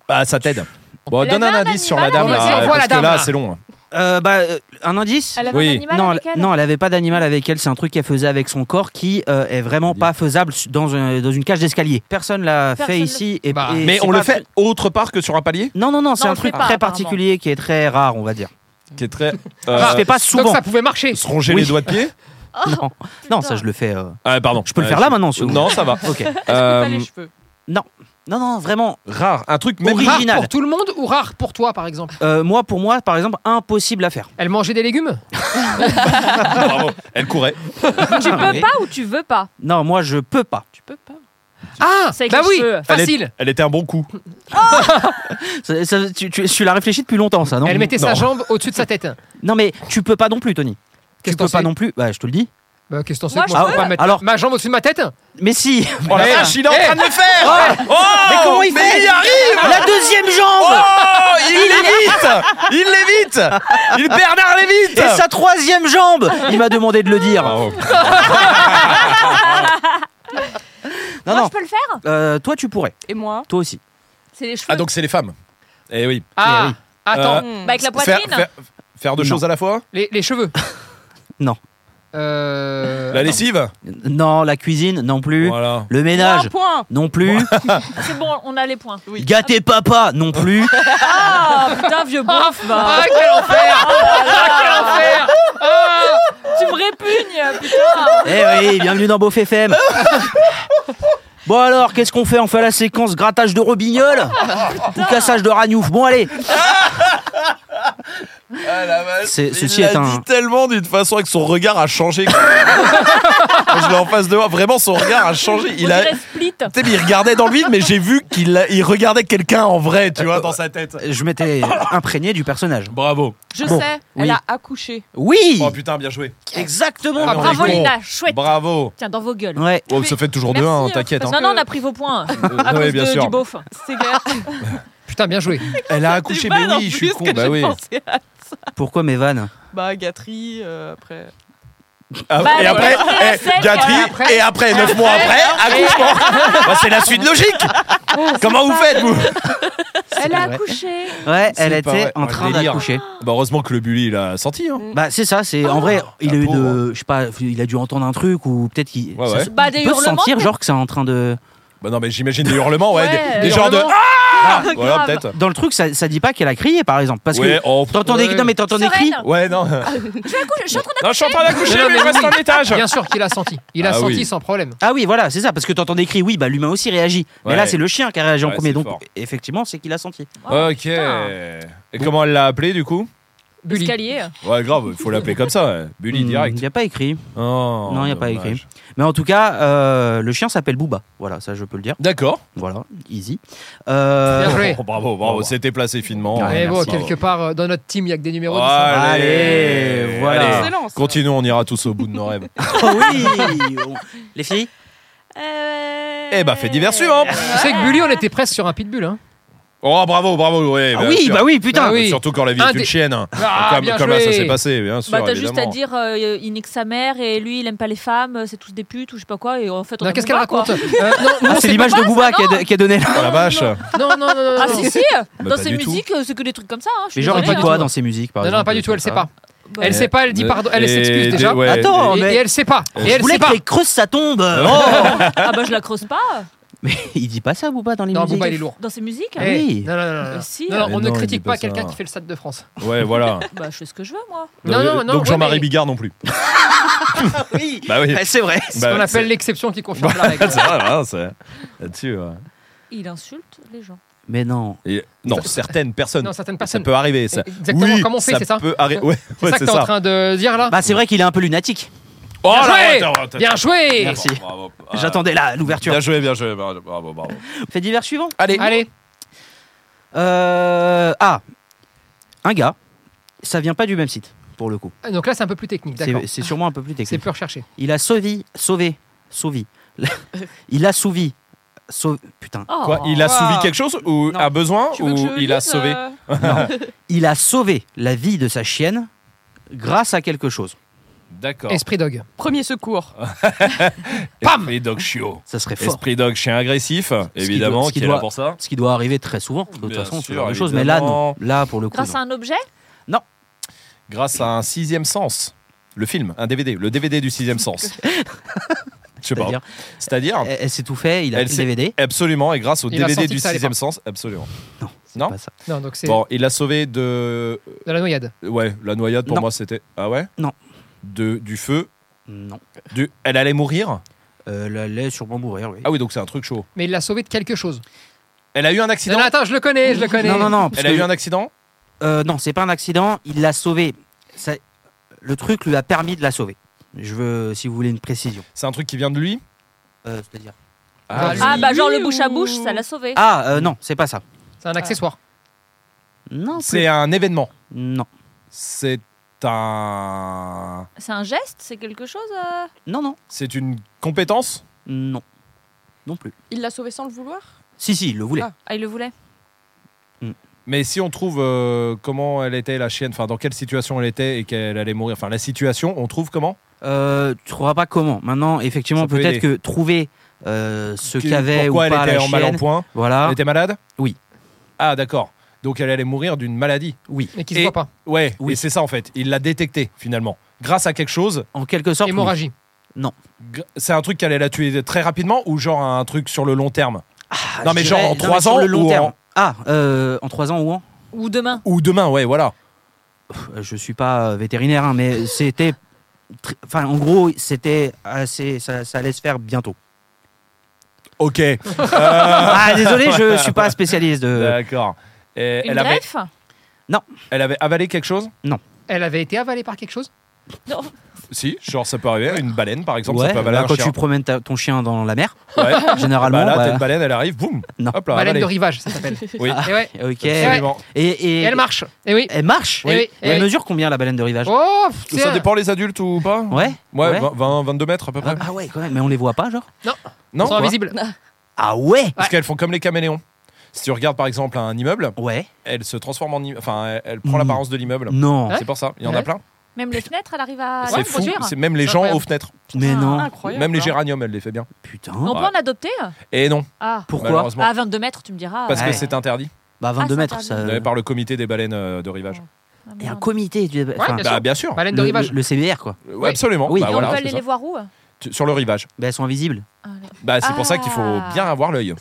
C: Bah, ça t'aide. Bon,
D: Elle
C: donne un
D: avait un
C: indice sur la
D: animal,
C: dame
H: on va
C: là,
H: dire,
C: parce
H: voilà,
C: que
H: dame,
C: là,
H: là.
C: c'est long.
E: Euh, Bah, euh, un indice
D: Elle avait
C: Oui.
D: un animal
E: non,
D: avec
E: elle-
D: elle
E: non, elle avait pas d'animal avec elle. C'est un truc qu'elle faisait avec son corps qui euh, est vraiment pas faisable su- dans, un- dans une cage d'escalier. Personne l'a
D: Personne
E: fait
D: le-
E: ici. Et,
H: Bah,
E: et
C: Mais
E: c'est
C: on le
E: pas-
C: fait autre part que sur un palier,
E: Non, non, non, c'est
D: Non, on
E: un
D: le
E: truc
D: fait pas,
E: très
D: apparemment.
E: particulier qui est très rare, on va dire.
C: qui est très.
E: Ah, Je
C: Euh,
E: fais pas
H: Donc
E: souvent.
H: ça pouvait marcher.
C: se ronger les
E: Oui.
C: doigts de pied.
D: Oh,
E: Non. Non, ça je le fais. euh,
C: Ah, pardon.
E: Je peux le
C: *laughs* Euh,
E: faire là maintenant si vous
C: Non, ça *laughs* va.
E: voulez. Ok.
D: *laughs*
A: Pas
C: Euh,
A: les cheveux.
E: Non, non, vraiment.
C: Rare. Un *laughs* truc même.
E: Horrible.
H: Rare
E: Original.
H: pour tout le monde ou rare pour toi, par exemple
E: Euh, moi, pour moi, par exemple, impossible à faire.
H: Elle mangeait des légumes
C: Ah, Bravo. Elle courait.
D: Tu peux pas ou tu veux pas
E: Non, moi, je peux pas.
A: Tu peux pas.
H: Ah
D: C'est avec
H: Bah
D: les
H: oui
D: cheveux.
C: Elle est-
H: Facile
C: Elle était un bon coup.
E: Ça- ça- tu, tu- tu l'as réfléchi depuis longtemps, ça, non
H: Elle mettait
C: Non.
H: sa jambe au-dessus de sa tête.
E: Non, mais tu peux pas non plus, Tony. Tu
H: Qu'est-ce que
E: peux
H: t'en
E: pas
H: sais
E: non plus. Bah, je te le dis.
H: Bah, Qu'est-ce que t'en sais
D: Moi,
H: que moi,
E: je
H: je peux
E: peux.
H: pas mettre
E: Alors- Eh
H: ma jambe au-dessus de ma tête
E: Mais si.
C: Oh la
H: Eh,
C: vache, il est en train de le faire Oh
E: Mais comment il fait
C: il y
E: *laughs*
C: arrive
E: La deuxième jambe
C: Oh Il l'évite Il l'évite Il Bernard l'évite
E: Et sa troisième jambe Il m'a demandé de le dire.
C: Bravo.
E: Non,
D: Moi,
E: non.
D: je peux le faire
E: Euh, toi, tu pourrais.
A: Et moi
E: Toi aussi.
D: C'est les cheveux.
C: Ah donc c'est les femmes. Eh oui.
H: Ah
E: oui.
H: Attends,
C: Euh,
A: Hmm.
D: Bah, avec la
C: Faire,
D: poitrine
C: faire- faire deux
E: Non.
C: choses à la fois
H: les, les cheveux
E: *laughs* Non.
H: Euh,
C: La lessive
E: Non, la cuisine, non plus.
C: Voilà.
E: Le ménage,
A: Un point
E: non plus.
D: C'est bon, on a les points.
E: Gâter papa, non
C: *laughs*
E: plus.
D: Ah putain, vieux bof bah.
H: Ah, quel enfer Ah, quel enfer Ah
D: Tu me répugnes, putain
E: Eh oui, bienvenue dans Beauf
C: *laughs*
E: FM. Bon alors, qu'est-ce qu'on fait On fait la séquence grattage de robignol ou cassage de ragnouf. Bon allez, C'est-
C: Il
E: ceci
C: Ah, l'a
E: est un-
C: dit tellement d'une façon que son regard a changé. *laughs* Quand je l'ai en face de moi. Vraiment, son regard a changé.
D: On
C: Il a.
D: dirait split.
C: Tu sais, mais il regardait dans le vide, mais j'ai vu qu'il a- il regardait quelqu'un en vrai, tu vois, dans sa tête.
E: je m'étais imprégné du personnage.
C: Bravo.
A: Je
E: Bon,
A: sais,
E: oui.
A: elle a accouché.
E: Oui,
C: Oh putain, bien joué.
E: exactement.
C: Ah,
E: ma
C: non,
E: brave-
D: Bravo
C: est con.
D: Lina, chouette
C: Bravo.
D: Tiens, dans vos gueules.
E: Ouais.
C: Oh, ça fait toujours
A: Merci,
C: deux un,
A: euh,
C: t'inquiète. hein.
A: parce
D: Non, non, on a pris
C: *laughs*
D: vos points. À
C: Ouais,
D: cause
C: bien
D: de-
C: sûr.
D: du beauf.
A: C'est clair.
C: *laughs*
H: Putain, bien joué.
C: Elle a accouché, mais oui, je suis con. Bah oui.
E: Pourquoi mes vannes
A: Bah, Gatry, euh, après.
C: Ah,
D: Bah,
C: et
D: allez,
C: après,
D: allez,
C: eh,
D: c'est-
C: Gatry,
D: et
C: et après, neuf mois après, accouchement. Bah, c'est la suite logique. Comment vous faites, vous
D: Elle a
E: vrai.
D: accouché.
E: Ouais,
C: C'est
E: elle
C: pas
E: était
C: vrai.
E: en
C: Ouais,
E: train
C: délire.
E: d'accoucher.
C: Bah, heureusement que le bully, il a senti. Hein.
E: *laughs* Bah c'est ça, c'est en vrai, il
C: la
E: a eu
C: pauvre.
E: de, je sais pas, il a dû entendre un truc ou peut-être qu'il
C: Ah, Ouais,
E: ça
C: ouais.
E: se-
D: Bah, des
E: il peut
D: hurlements.
E: sentir genre que c'est en train de.
C: Bah, non, mais j'imagine des hurlements, ouais.
D: Ouais,
C: des des
D: des
C: genres de.
H: hurlements.
C: Ah Voilà,
D: grave.
C: peut-être.
E: Dans le truc, ça, ça dit pas qu'elle a crié par exemple, parce
C: Ouais,
E: que
C: oh,
E: t'entends des,
H: Ouais.
E: non mais t'entends des cris.
D: Sereine.
C: ouais, non.
D: Accouche- Je suis en train
C: Non, je suis en train d'accoucher,
H: Non, non,
C: mais je
H: mais
C: reste
H: oui.
C: en étage.
H: Bien sûr qu'il a senti. Il a
C: Ah
H: senti
C: oui.
H: sans problème.
E: Ah oui, voilà, c'est ça, parce que t'entends des cris, oui, bah l'humain aussi réagit.
C: Ouais.
E: Mais là, c'est le chien qui a réagi en
C: Ouais,
E: premier,
C: c'est
E: donc
C: fort.
E: effectivement, c'est qu'il a senti.
D: Oh,
C: Ok.
D: putain.
C: Et comment elle l'a appelé, du coup
H: Bully.
D: d'escalier.
C: Ouais, grave, il faut l'appeler comme ça. ouais. Bully
E: Hmm,
C: direct.
E: Il n'y a pas écrit.
C: Oh,
E: Non, y a pas
C: dommage.
E: écrit. Mais en tout cas, euh, le chien s'appelle Booba. Voilà, ça je peux le dire.
C: D'accord.
E: Voilà, easy. Euh,
H: Bien joué.
C: Oh, bravo, bravo. C'était placé finement.
E: Ouais,
H: Mais bon,
E: merci.
H: quelque part, euh, dans notre team, il y a que des numéros.
C: Bravo.
H: dix, hein.
E: Allez, voilà.
C: Allez.
A: Excellent. ça.
C: Continuons, on ira tous au bout de nos rêves.
E: Oh *laughs* oui on- Les filles
D: Euh...
C: Eh bah, fait divers suivant.
H: Tu sais que Bully, on était presque sur un pitbull. Hein.
C: Oh, bravo, bravo, ouais,
E: Ah
C: bien
E: oui,
C: sûr.
E: bah oui, putain.
H: Bah oui.
C: Surtout quand la vie est
H: Un
C: une
H: des-
C: chienne. hein.
H: Ah,
C: comme
H: bien
C: comme là, ça
H: joué.
C: s'est passé, bien sûr.
D: Bah, t'as juste à
C: évidemment.
D: dire, euh, il nique sa mère et lui, il aime pas les femmes, euh, c'est tous des putes ou je sais pas quoi. Et en fait, on
H: Non,
D: aime
H: Qu'est-ce qu'elle
D: pas, quoi.
H: raconte Euh, non,
E: Ah,
H: non,
E: c'est l'image de Booba qui a, qui a donné là.
C: Oh la vache
H: Non, non, non, non.
D: Ah,
H: non. *laughs*
D: si, si
C: pas
D: Dans ses
C: du tout.
D: musiques, euh, c'est que des trucs comme ça. Hein, je suis
E: Mais genre, il dit
D: désolée,
H: pas
D: hein.
E: quoi
H: tout.
E: dans ses musiques, par
H: Non,
E: exemple
H: non, pas du tout, elle sait pas.
D: Bah,
H: Elle sait pas, elle dit pardon, elle
C: Et-
H: s'excuse
C: et-
H: déjà.
C: ouais,
E: Attends,
H: Et,
E: mais-
H: et elle sait pas. Et
E: Je
H: elle
E: voulais
H: sait
E: que
H: pas.
E: les creuses ça tombe.
H: Oh.
D: Ah bah, je la creuse pas
E: Mais il dit pas ça, Booba, dans les
H: Non,
E: musiques.
H: Booba, il est lourd.
D: dans ses musiques.
E: Ah oui.
H: Eh, Non, non, non, non,
D: Euh,
H: non.
D: si,
H: Non, non,
D: euh,
C: Mais
H: on ne
C: non, il
H: critique
C: dit pas
H: pas
C: ça.
H: quelqu'un qui fait le Stade de France.
C: et- Ouais, voilà.
D: Bah, je fais ce que je veux, moi.
H: Non, non, non,
C: Donc
H: ouais,
C: Jean-Marie
H: mais-
C: Bigard non plus.
E: *laughs* Oui.
C: Bah oui.
E: Ouais, C'est vrai.
H: On
C: Bah,
H: appelle l'exception qui confirme la règle.
C: *laughs* c'est vrai, hein, c'est- là-dessus. ouais.
D: Il insulte les gens.
E: Mais non.
C: Et- Non, certaines personnes.
H: Non, certaines
C: Ça
H: personnes.
C: peut arriver, ça.
H: Exactement
C: Oui,
H: comme on fait, c'est ça
C: peut arri- Ouais,
H: C'est
C: ouais,
H: ça
C: c'est
H: que t'es en
C: ça.
H: train de dire là
E: Bah, c'est vrai qu'il est un peu lunatique.
C: Oh
H: Bien
C: là,
H: joué
C: attends, attends,
H: Bien
C: attends.
H: joué
E: Merci.
C: Bravo. Ah,
E: J'attendais là l'ouverture.
C: Bien joué, bien joué. Bravo, bravo. bravo.
H: Oh,
E: Fait divers suivant.
C: Allez.
H: Allez,
E: Euh, ah, un gars. Ça vient pas du même site, pour le coup.
H: Ah, donc là c'est un peu plus technique,
E: C'est-
H: d'accord.
E: C'est sûrement un peu plus
H: C'est
E: technique.
H: plus recherché.
E: Il a sauvé, sauvé,
H: *laughs*
E: sauvé. Il a sauvé, sauvé. Putain.
D: Oh.
C: Quoi, il a
A: wow.
C: souvi quelque chose ou
E: Non.
C: un besoin
A: Oh,
D: Tu veux que
C: ou
D: je
C: il a
D: lise,
C: sauvé
D: euh,
E: Il a sauvé la vie de sa chienne grâce à quelque chose.
C: D'accord.
H: Esprit dog.
A: Premier secours.
H: Pam
C: Esprit dog chiot.
E: Ça serait fort.
C: Esprit dog chien agressif,
E: qui
C: évidemment,
E: doit- ce
C: qui
E: qui
C: est là
E: doit-
C: pour ça.
E: Ce qui doit arriver très souvent, de toute
C: Bien
E: façon, ce
C: sûr,
E: genre de choses. Mais là,
C: évidemment.
E: non. Là, pour le coup.
D: Grâce à
E: non.
D: un objet
C: Grâce à un sixième sens. Le film, un DVD, le DVD du sixième
H: *laughs*
C: sens. Je sais pas.
E: C'est-à-dire,
C: C'est-à dire,
E: elle, elle s'est tout fait, il a
C: Elle
E: pris le
C: s'est-
E: DVD.
C: absolument, et grâce au
H: Il a
C: DVD
H: senti
C: du
H: que ça allait
C: sixième
H: pas.
C: sens, absolument.
E: C'est
C: Non
E: pas ça.
H: Non, donc c'est
C: Bon, il l'a sauvé de. euh,
H: de la noyade.
C: Ouais, la noyade pour
E: Non.
C: moi c'était. Ah ouais
E: Non.
C: De, du feu.
E: Non.
C: Du... Elle allait mourir
E: Euh, elle allait sûrement mourir, oui.
C: Ah oui, donc c'est un truc chaud.
H: Mais il l'a sauvé de quelque chose.
C: Elle a eu un
H: Non,
C: accident
H: non, attends, je le connais, je le connais.
E: Non, non, non. parce
C: Elle a
E: que-
C: eu un accident
E: Euh, non, c'est pas un accident. Il l'a sauvée. Ça- Le truc lui a permis de la sauver. Je veux, si vous voulez, une précision.
C: C'est un truc qui vient de lui
E: Euh, C'est-à-dire
H: Ah,
D: Ah bah, genre
A: oui,
D: le bouche à
A: ou-
D: bouche, ça l'a sauvé.
E: Ah euh, non, c'est pas ça.
H: C'est un accessoire.
E: Non. plus.
C: C'est un événement.
E: Non.
C: C'est un.
D: C'est un geste C'est quelque chose euh
E: Non, non,
C: C'est une compétence
E: non, non plus.
A: Il l'a sauvé sans le vouloir
E: Si, si, il le voulait.
A: Ah.
D: Ah, il le voulait
C: mais si on trouve euh, comment elle était la chienne, enfin dans quelle situation elle était et qu'elle allait mourir, enfin la situation, on trouve comment
E: Euh, tu trouveras pas comment. Maintenant, effectivement,
C: Ça peut
E: peut-être
C: aider.
E: que trouver euh, ce
C: Que-
E: qu'avait ou
C: Pourquoi
E: pas
C: elle était
E: la
C: en mal en
E: chienne,
C: point
E: Voilà.
C: Elle était malade
E: Oui.
C: Ah d'accord. Donc elle allait mourir d'une maladie.
E: Oui.
H: Mais qui se
C: Et-
H: voit pas.
C: Ouais,
E: Oui.
C: et c'est ça en fait. Il l'a détecté finalement. Grâce à quelque chose,
E: En quelque sorte. oui.
H: Hémorragie.
C: gr- c'est un truc qu'elle allait la tuer très rapidement ou genre un truc sur le long terme
E: Ah,
C: Non,
E: je dirais-
C: mais genre en
E: non, mais
C: trois
E: sur
C: ans
E: le long
C: ou
E: terme.
C: en-
E: Ah, euh, en trois ans ou en
D: Ou demain
C: Ou demain, ouais, voilà.
E: Euh, Je suis pas euh, vétérinaire, hein, mais c'était. tr- Enfin, en gros, c'était assez. Ça, ça allait se faire bientôt. *laughs*
C: Ok,
E: Euh. Ah, Bah, désolé, je suis pas spécialiste de.
C: d'accord. Et
D: Une
C: Elle avait,
D: greffe
C: elle avait avalé quelque chose
H: Elle avait été avalée par quelque chose
C: Si, genre ça peut arriver. Une baleine par exemple, ça
E: Ouais,
C: peut avaler
E: bah,
C: un
E: quand
C: chien.
E: tu promènes ta- ton chien dans la *laughs* mer,
C: Ouais.
E: généralement.
C: Bah, là,
E: bah,
C: t'as une baleine, elle arrive, boum
E: Non.
C: Hop là,
H: Baleine de
C: avalée.
H: rivage, ça s'appelle.
C: *laughs* Oui.
H: Et ouais.
E: ok. Et,
C: Absolument.
E: et-
H: Et elle marche. Et oui.
E: Elle marche.
H: Oui, oui,
E: Et elle
H: oui.
E: mesure combien la baleine de rivage
H: Oh, pff,
C: Ça
H: tiens.
C: dépend les adultes ou pas
H: Oh.
E: Ouais.
C: Ouais,
E: Ouais.
C: 20, 20, 22 mètres à peu
E: Ah,
C: près.
E: ah ouais, quand même. Mais on les voit pas, genre
H: Ils
C: non
H: sont
C: quoi
H: invisibles.
E: Ah ouais.
C: Parce qu'elles font comme les caméléons. Si tu regardes par exemple un immeuble,
E: Ouais.
C: elle se transforme en immeuble. Enfin, elle, elle prend
E: Mm.
C: l'apparence de l'immeuble.
E: Non.
H: Ah,
C: C'est pour ça, il y en a
H: Ouais.
C: plein.
D: Même les fenêtres, elle arrive à la
C: c'est fou,
D: reproduire.
C: c'est même les gens
H: Incroyable.
C: aux fenêtres.
E: Mais
D: Ah,
E: non.
A: Incroyable.
C: Même les
A: hein.
C: géraniums, elle les fait bien.
E: Putain.
D: On peut en adopter
C: Et non,
D: Ah
E: Pourquoi
C: malheureusement. Ah,
D: à 22 mètres, tu me diras.
C: Parce
E: Ouais.
C: que c'est interdit
E: Bah
D: Ah,
E: 22
D: c'est
E: mètres.
D: interdit.
E: Ça...
C: euh, par le comité des baleines euh, de rivage.
D: Ah,
E: Et un
D: merde.
E: comité. du- enfin,
H: bien sûr.
C: Bah, bien sûr,
H: Baleine de
E: le,
H: rivage.
E: le- le CBR quoi.
C: Euh,
H: Ouais.
C: absolument.
E: Oui.
C: Bah,
D: Et
C: voilà,
D: on peut
C: c'est
D: aller
C: ça.
D: les voir où
C: Tu- Sur le rivage.
E: Bah, elles sont invisibles.
C: Bah, c'est pour ça qu'il faut
D: Ah.
C: bien avoir l'œil.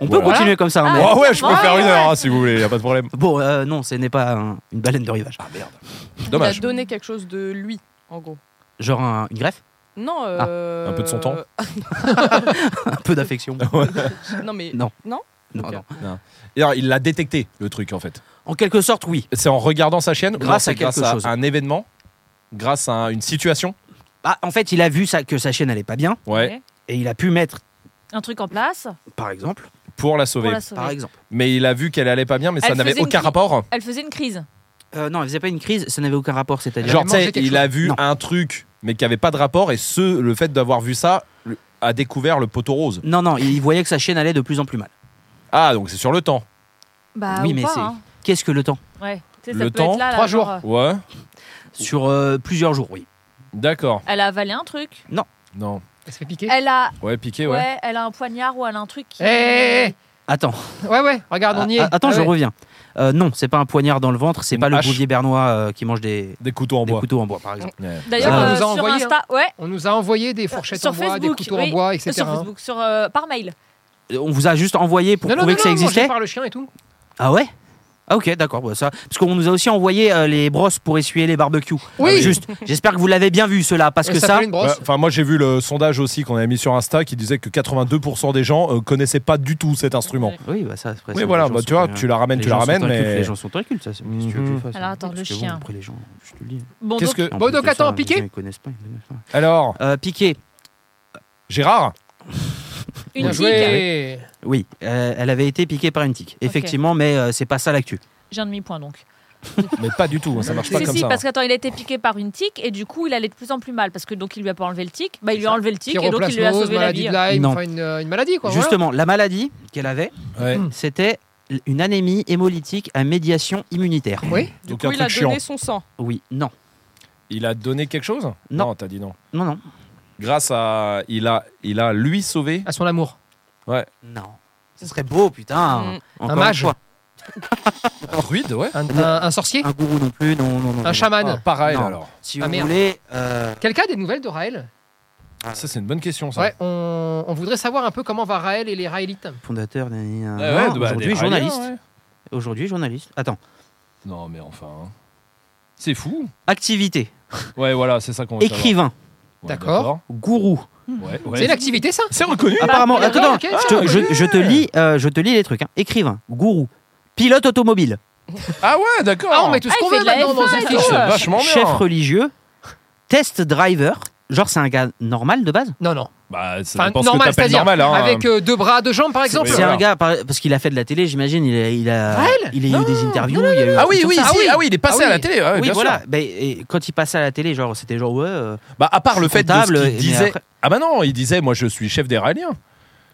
E: On peut
C: Voilà.
E: continuer comme ça. hein,
D: Ah,
E: mais-
C: Oh, ouais, je peux
D: ouais,
C: faire une
D: ouais.
C: heure hein, si vous voulez, y a pas de problème.
E: Bon, euh, non, ce n'est pas un- une baleine de rivage.
A: Il
C: Dommage.
A: a donné quelque chose de lui, en gros.
E: Genre un- une greffe,
A: Non.
E: Ah,
A: euh,
C: un peu de son temps.
E: un peu *laughs* d'affection.
A: *laughs* Non, mais.
E: Non.
A: Non
E: Non,
A: Ok.
E: non.
C: Et alors, il l'a détecté, le truc, en fait.
E: En quelque sorte, oui.
C: C'est en regardant sa chienne, ou
E: Grâce
C: alors
E: à
C: c'est
E: quelque
C: grâce à
E: chose.
C: un événement, grâce à une situation.
E: Bah, en fait, il a vu ça, que sa chaîne n'allait pas bien
C: Ouais,
D: Ouais.
E: et il a pu mettre,
D: Un truc en place
E: par exemple,
C: pour la
D: pour
C: sauver.
D: la
E: par
D: sauver.
E: exemple.
C: Mais il a vu qu'elle allait pas bien, mais ça
D: Elle
C: n'avait
D: faisait une
C: aucun
D: cri-
C: rapport.
D: Elle faisait une crise.
E: Euh, non, il faisait pas une crise, ça n'avait aucun rapport, c'est-à-dire.
C: Genre,
H: avait
C: tu sais,
H: mangé quelque
C: il a vu
E: Non.
C: un truc, mais qui avait pas de rapport, et ce, le fait d'avoir vu ça, le- a découvert le poteau rose.
E: Non, non, il voyait que sa chaîne allait de plus en plus mal.
C: Ah, donc c'est sur le temps.
D: Bah,
E: oui,
D: ou
E: mais
D: pas,
E: c'est.
D: hein.
E: Qu'est-ce que le temps
D: Ouais. Tu sais,
C: Le
D: ça peut
C: temps,
D: être là, là,
H: trois
D: genre,
H: jours.
D: euh,
C: Ouais.
E: Sur euh, plusieurs jours, oui.
C: D'accord.
D: Elle a avalé un truc.
C: Non.
H: Elle se fait piquer.
D: Elle a,
C: Ouais, piqué,
D: ouais.
C: ouais.
D: elle a un poignard ou elle a un truc. qui-
H: Eh, eh,
E: Attends,
H: eh. Ouais, ouais, regarde, on y est.
E: Ah, attends,
H: Ah
E: je
H: ouais.
E: reviens. Euh, non, c'est pas un poignard dans le ventre, c'est
C: Une
E: pas le
C: hache.
E: bouvier bernois euh, qui mange des,
C: Des couteaux en
E: des
C: bois.
E: couteaux en bois, par exemple.
C: Ouais.
D: D'ailleurs,
E: Ah,
D: euh,
E: on
H: nous a
D: sur
H: envoyé,
D: Insta, ouais.
H: On nous a envoyé des fourchettes
D: Sur
H: en bois,
D: Facebook,
H: des couteaux en
D: oui.
H: bois, etc.
D: Sur Facebook, sur euh, par mail.
E: On vous a juste envoyé pour
H: non, non,
E: prouver
H: non,
E: que ça
H: non, mangé
E: existait.
H: par le chien et tout.
E: Ah ouais Ah ok, d'accord. bah, ça... Parce qu'on nous a aussi envoyé euh, les brosses pour essuyer les barbecues. Ah,
H: Oui. *laughs*
E: Juste, j'espère que vous l'avez bien vu, cela, parce
H: Elle
E: que ça...
H: Euh, s'appelle une brosse.
C: Ouais, Enfin, moi j'ai vu le sondage aussi qu'on avait mis sur Insta qui disait que 82% des gens euh, connaissaient pas du tout cet instrument.
D: Ouais.
E: Oui, bah ça, après,
C: Oui,
E: ça,
C: voilà,
E: les gens
C: bah,
E: sont
C: tu vois,
E: très-
C: tu la ramènes,
E: les
C: tu la
E: gens sont
C: ramènes,
E: incultes,
C: mais. Mhm.
E: Les gens sont très cultes, ça. c'est- qu'est-ce que tu veux que je fasse,
D: Alors,
E: hein,
D: attends,
E: parce
D: le
E: que bon,
D: chien.
E: après, les gens, je te le dis.
D: Bon,
C: Qu'est-ce
D: donc,
C: que.
E: En
H: Euh, Bon,
E: plus
H: donc,
E: de ça,
H: attends,
E: les gens,
H: piqué
E: ils connaissent pas, ils connaissent pas.
C: Alors,
E: Euh, Piqué,
C: Gérard
D: une
H: Bien
D: tique.
H: joué.
E: oui, euh, elle avait été piquée par une tique, effectivement, mais euh, c'est pas ça l'actu.
D: J'ai un demi-point donc.
C: Mais pas du tout, hein, ça marche pas
D: Si,
C: comme
D: si,
C: ça.
D: parce qu'attends, il a été piqué par une tique et du coup, il allait de plus en plus mal parce que donc il lui a pas enlevé le tic. Bah, il lui a enlevé le tic et donc il lui a
H: Pyroplasmose,
D: sauvé la
H: maladie
D: vie.
H: de Lyme,
E: Non.
H: enfin une, euh, une maladie quoi. voilà.
E: Justement, la maladie qu'elle avait,
C: Ouais.
E: Hum. c'était l- une anémie hémolytique à médiation immunitaire.
H: Oui.
A: Du
C: Donc
A: coup,
C: un
A: il a
C: truc chiant.
A: donné son sang.
E: Oui, non,
C: Il a donné quelque chose
E: Non.
C: t'as dit non.
E: non, non.
C: Grâce à. Il a, il a
E: *laughs*
C: lui sauvé.
H: À son amour.
E: Non. Ce serait beau, putain.
A: Mm.
E: Encore
H: Un
E: une
H: mage.
E: fois.
C: Un druide, ouais.
H: Un, un- un sorcier.
E: Un gourou non plus, non, non, non, non.
H: Un chaman.
C: Ah, pareil,
E: Non.
C: alors.
E: Si
H: Ah,
E: vous
H: merde.
E: voulez. euh,
H: Quelqu'un a des nouvelles de Raël
C: Ça, c'est une bonne question, ça.
H: Ouais, on, on voudrait savoir un peu comment va Raël et les Raélites.
E: fondateur d'un-
C: Ouais,
E: Non,
C: ouais, bah,
E: Aujourd'hui,
C: des
E: journaliste.
C: Raéliens, ouais.
E: Aujourd'hui, journaliste. Attends.
C: Non, mais enfin. hein. C'est fou.
E: Activité.
C: Ouais, voilà, c'est ça qu'on veut savoir.
E: Écrivain.
C: Ouais,
H: D'accord. Hmm.
E: Gourou.
C: Ouais, ouais.
H: C'est Ah. une activité ça
C: C'est reconnu.
E: Apparemment.
H: Ah, d'accord,
E: Attends, je, te,
H: ok.
E: je- je te lis, euh, je te lis les trucs. hein. Écrivain. Gourou. Pilote automobile.
C: Ah ouais, d'accord.
H: Ah, on met tout ce
D: Ah, il
H: qu'on
D: fait
H: veut
D: de la
H: maintenant dans
D: F1
H: une
D: et
H: fiche.
D: tout.
C: C'est vachement bien.
E: Chef religieux. Test driver. Genre, c'est un gars normal de base
H: Non, non.
C: Bah, ça
H: Enfin,
C: dépend ce que
H: normal,
C: t'appelles
H: c'est-à-dire
C: normal. hein.
H: avec euh, deux bras, deux jambes par exemple. Ah,
E: C'est
C: voilà.
E: un gars, par- parce qu'il a fait de la télé, j'imagine. Il a, il a,
H: Raël
E: il a eu des interviews. il y a eu-
C: Ah oui, oui,
H: Ah
C: si,
H: oui.
C: ah oui, il est passé
H: Ah
C: à la
H: oui.
C: télé. ouais,
E: oui,
C: bien
E: voilà.
C: sûr.
E: Ben, et quand il passait à la télé, genre, c'était genre, ouais. euh,
C: Bah, à part le fait de ce
E: comptable,
C: qu'il
E: mais
C: disait.
E: après-
C: Ah bah non, il disait, moi, je suis chef des Raéliens.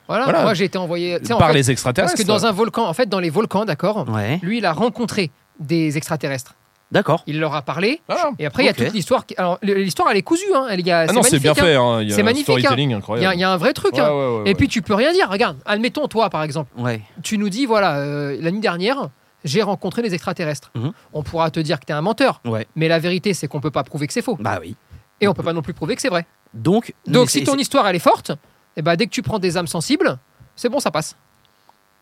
H: Voilà,
C: Voilà.
H: moi j'ai été envoyé. tu sais, en
C: Par
H: fait,
C: les
H: Parce
C: extraterrestres.
H: que dans un volcan, en fait, dans les volcans, d'accord,
E: Ouais.
H: lui il a rencontré des extraterrestres.
E: D'accord.
H: Il leur a parlé.
C: Ah.
H: Et après, il
E: Ok.
H: y a toute l'histoire. qui- Alors, le- l'histoire, elle est cousue. Hein. Elle y a-
C: Ah non, c'est bien
H: magnifique, hein.
C: fait. hein. Il y a
H: C'est
C: un
H: magnifique,
C: storytelling
H: Il y, a- il
C: incroyable.
H: y a un vrai truc.
C: Ouais,
H: hein.
C: ouais, ouais, ouais.
H: Et puis, tu peux rien dire. Regarde, admettons, toi, par exemple,
E: Ouais.
H: tu nous dis voilà, euh, la nuit dernière, j'ai rencontré des extraterrestres.
E: Mhm.
H: On pourra te dire que t'es un menteur.
E: Ouais.
H: Mais la vérité, c'est qu'on peut pas prouver que c'est faux.
E: Bah oui.
H: Et on peut pas non plus prouver que c'est vrai.
E: Donc. mais
H: Donc, si
E: c'est-
H: ton histoire, elle est forte, et ben dès que tu prends des âmes sensibles, c'est bon, ça passe.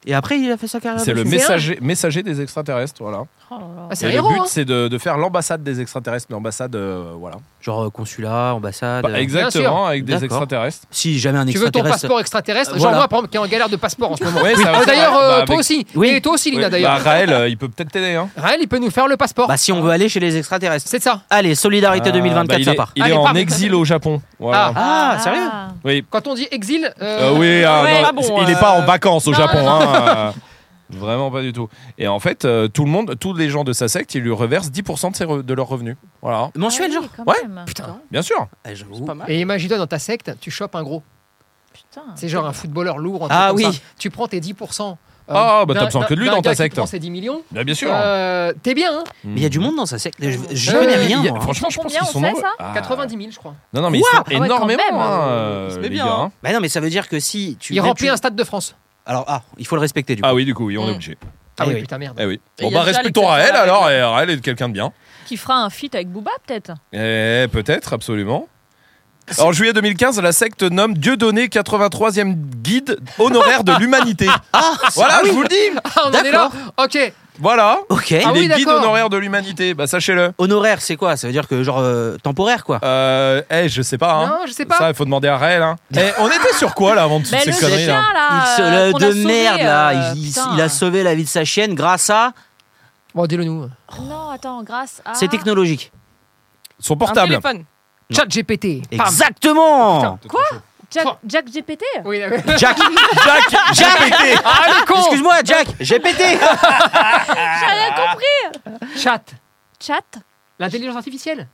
E: Et après, il a fait sa carrière.
C: C'est le
E: dessus.
C: messager, messager des extraterrestres, voilà.
D: Oh là là.
H: Ah, c'est
C: Et
H: un
C: le
H: héros.
C: but,
H: hein.
C: c'est de, de faire l'ambassade des extraterrestres, l'ambassade, euh, voilà.
E: Genre euh, consulat, ambassade.
C: Bah,
E: euh,
H: Bien sûr.
C: exactement, avec des
E: D'accord.
C: extraterrestres.
E: Si jamais un
H: Tu veux ton
E: extraterrestre.
H: passeport extraterrestre
E: Euh,
H: Genre
E: voilà.
H: moi, par exemple, qui est en galère de passeport
C: *laughs*
H: en ce moment.
C: Ouais, ça va
H: Euh,
C: faire-
H: d'ailleurs,
C: bah,
H: euh,
C: avec-
H: toi aussi.
E: Oui.
H: Et toi aussi, Lina,
C: Ouais,
H: d'ailleurs.
C: bah, Raël, euh, il peut peut-être t'aider. Hein.
H: Raël, il peut nous faire le passeport.
E: Bah, si on veut aller chez les extraterrestres.
H: C'est ça.
E: Allez, Solidarité
C: Ah,
E: 2024,
C: bah, il
E: ça
C: est,
E: part.
C: Il
H: Allez,
C: est en
H: pars.
C: exil au Japon. Voilà.
E: Ah, sérieux
C: Oui.
H: Quand on dit exil, euh,
C: Euh, oui, ah,
A: ouais,
C: non,
A: ah bon,
C: il n'est
A: euh,
C: pas en vacances au
D: non,
C: Japon.
D: non.
C: hein, euh, Vraiment pas du tout. Et en fait, euh, tout le monde, tous les gens de sa secte, ils lui reversent 10% de, ses re- de leurs revenus. Voilà,
E: Mensuel, genre.
C: Ouais.
D: Putain.
C: bien sûr.
E: Ah,
A: C'est
E: j'avoue.
A: pas mal.
H: Et imagine-toi dans ta secte, tu chopes un gros.
D: Putain.
H: C'est genre un footballeur lourd. un truc
E: Ah
H: comme
E: oui.
H: ça. Tu prends tes 10%. euh,
C: Ah, bah, t'as
H: d'un-
C: besoin que de lui
H: d'un
C: dans ta
H: gars qui
C: secte.
H: prend ses 10 millions.
C: Bah, bien sûr. Hmm.
H: euh, T'es bien, hein
E: Mais il y a du monde dans sa secte. Je, je
H: Euh,
E: connais
H: il y a-
E: rien.
C: Ah Il y a-
E: moi.
C: franchement, je pense
D: Combien
C: qu'ils
D: on
C: sont
D: sait,
C: nombreux.
D: ça
C: Ah.
H: 90 000, je crois.
C: Non, non, mais
E: Quoi
C: ils sont
D: Ah ouais, quand
C: énormément,
D: même,
C: hein,
D: hein.
C: euh,
A: Il se met
C: les
A: bien,
C: gars,
A: hein.
C: hein.
E: Bah non, mais ça veut dire que si tu.
H: Il
E: même
H: remplit
E: tu-
H: un stade de France.
E: Alors, ah, il faut le respecter du coup.
C: Ah oui, du coup, oui, on est
A: Mm.
C: obligé.
H: Ah
E: Eh
H: oui,
E: oui.
H: putain, merde.
C: Eh oui.
A: Et
C: Bon,
A: il y a
C: bah,
A: déjà
C: respectons Raël,
A: l'exception à la
C: alors, et Raël est quelqu'un de bien.
D: Qui fera un feat avec Booba peut-être
C: Eh, peut-être, absolument. En juillet 2015, la secte nomme Dieudonné 83e guide honoraire de l'humanité. voilà, je vous le dis.
H: Ah, on en est là
C: Hein.
H: Ok.
C: Voilà.
E: Ok.
H: Ah
C: Il
H: oui,
C: est guide
H: d'accord.
C: honoraire de l'humanité. Bah, sachez-le.
E: Honoraire, c'est quoi Ça veut dire que genre euh, temporaire quoi.
C: Euh, eh, je sais pas. Hein.
H: Non, je sais pas.
C: Ça, il faut demander à Raël. hein. Eh, on était sur quoi là avant toutes
D: Mais
C: ces
D: Ben, le
C: conneries là
D: chien là.
E: hein. il
D: euh,
E: se,
D: qu'on
E: le
D: a
E: de
D: sauvé,
E: merde là,
D: euh,
E: il,
D: putain.
E: il a sauvé la vie de sa chienne grâce à.
H: Bon, dis-le nous.
D: Non, attends, grâce à.
E: C'est technologique.
C: Son
A: Un
C: portable.
A: téléphone.
H: Chat GPT. Pam.
E: Exactement.
D: Quoi Jack,
E: Oh.
D: Jack GPT
H: Oui, d'accord.
E: Jack,
C: *laughs* Jack, Jack GPT.
H: Ah, le con
E: excuse-moi
D: *laughs*
E: Jack, j'ai pété. Ah.
D: J'ai rien compris
H: Chat.
D: Chat
H: L'intelligence artificielle.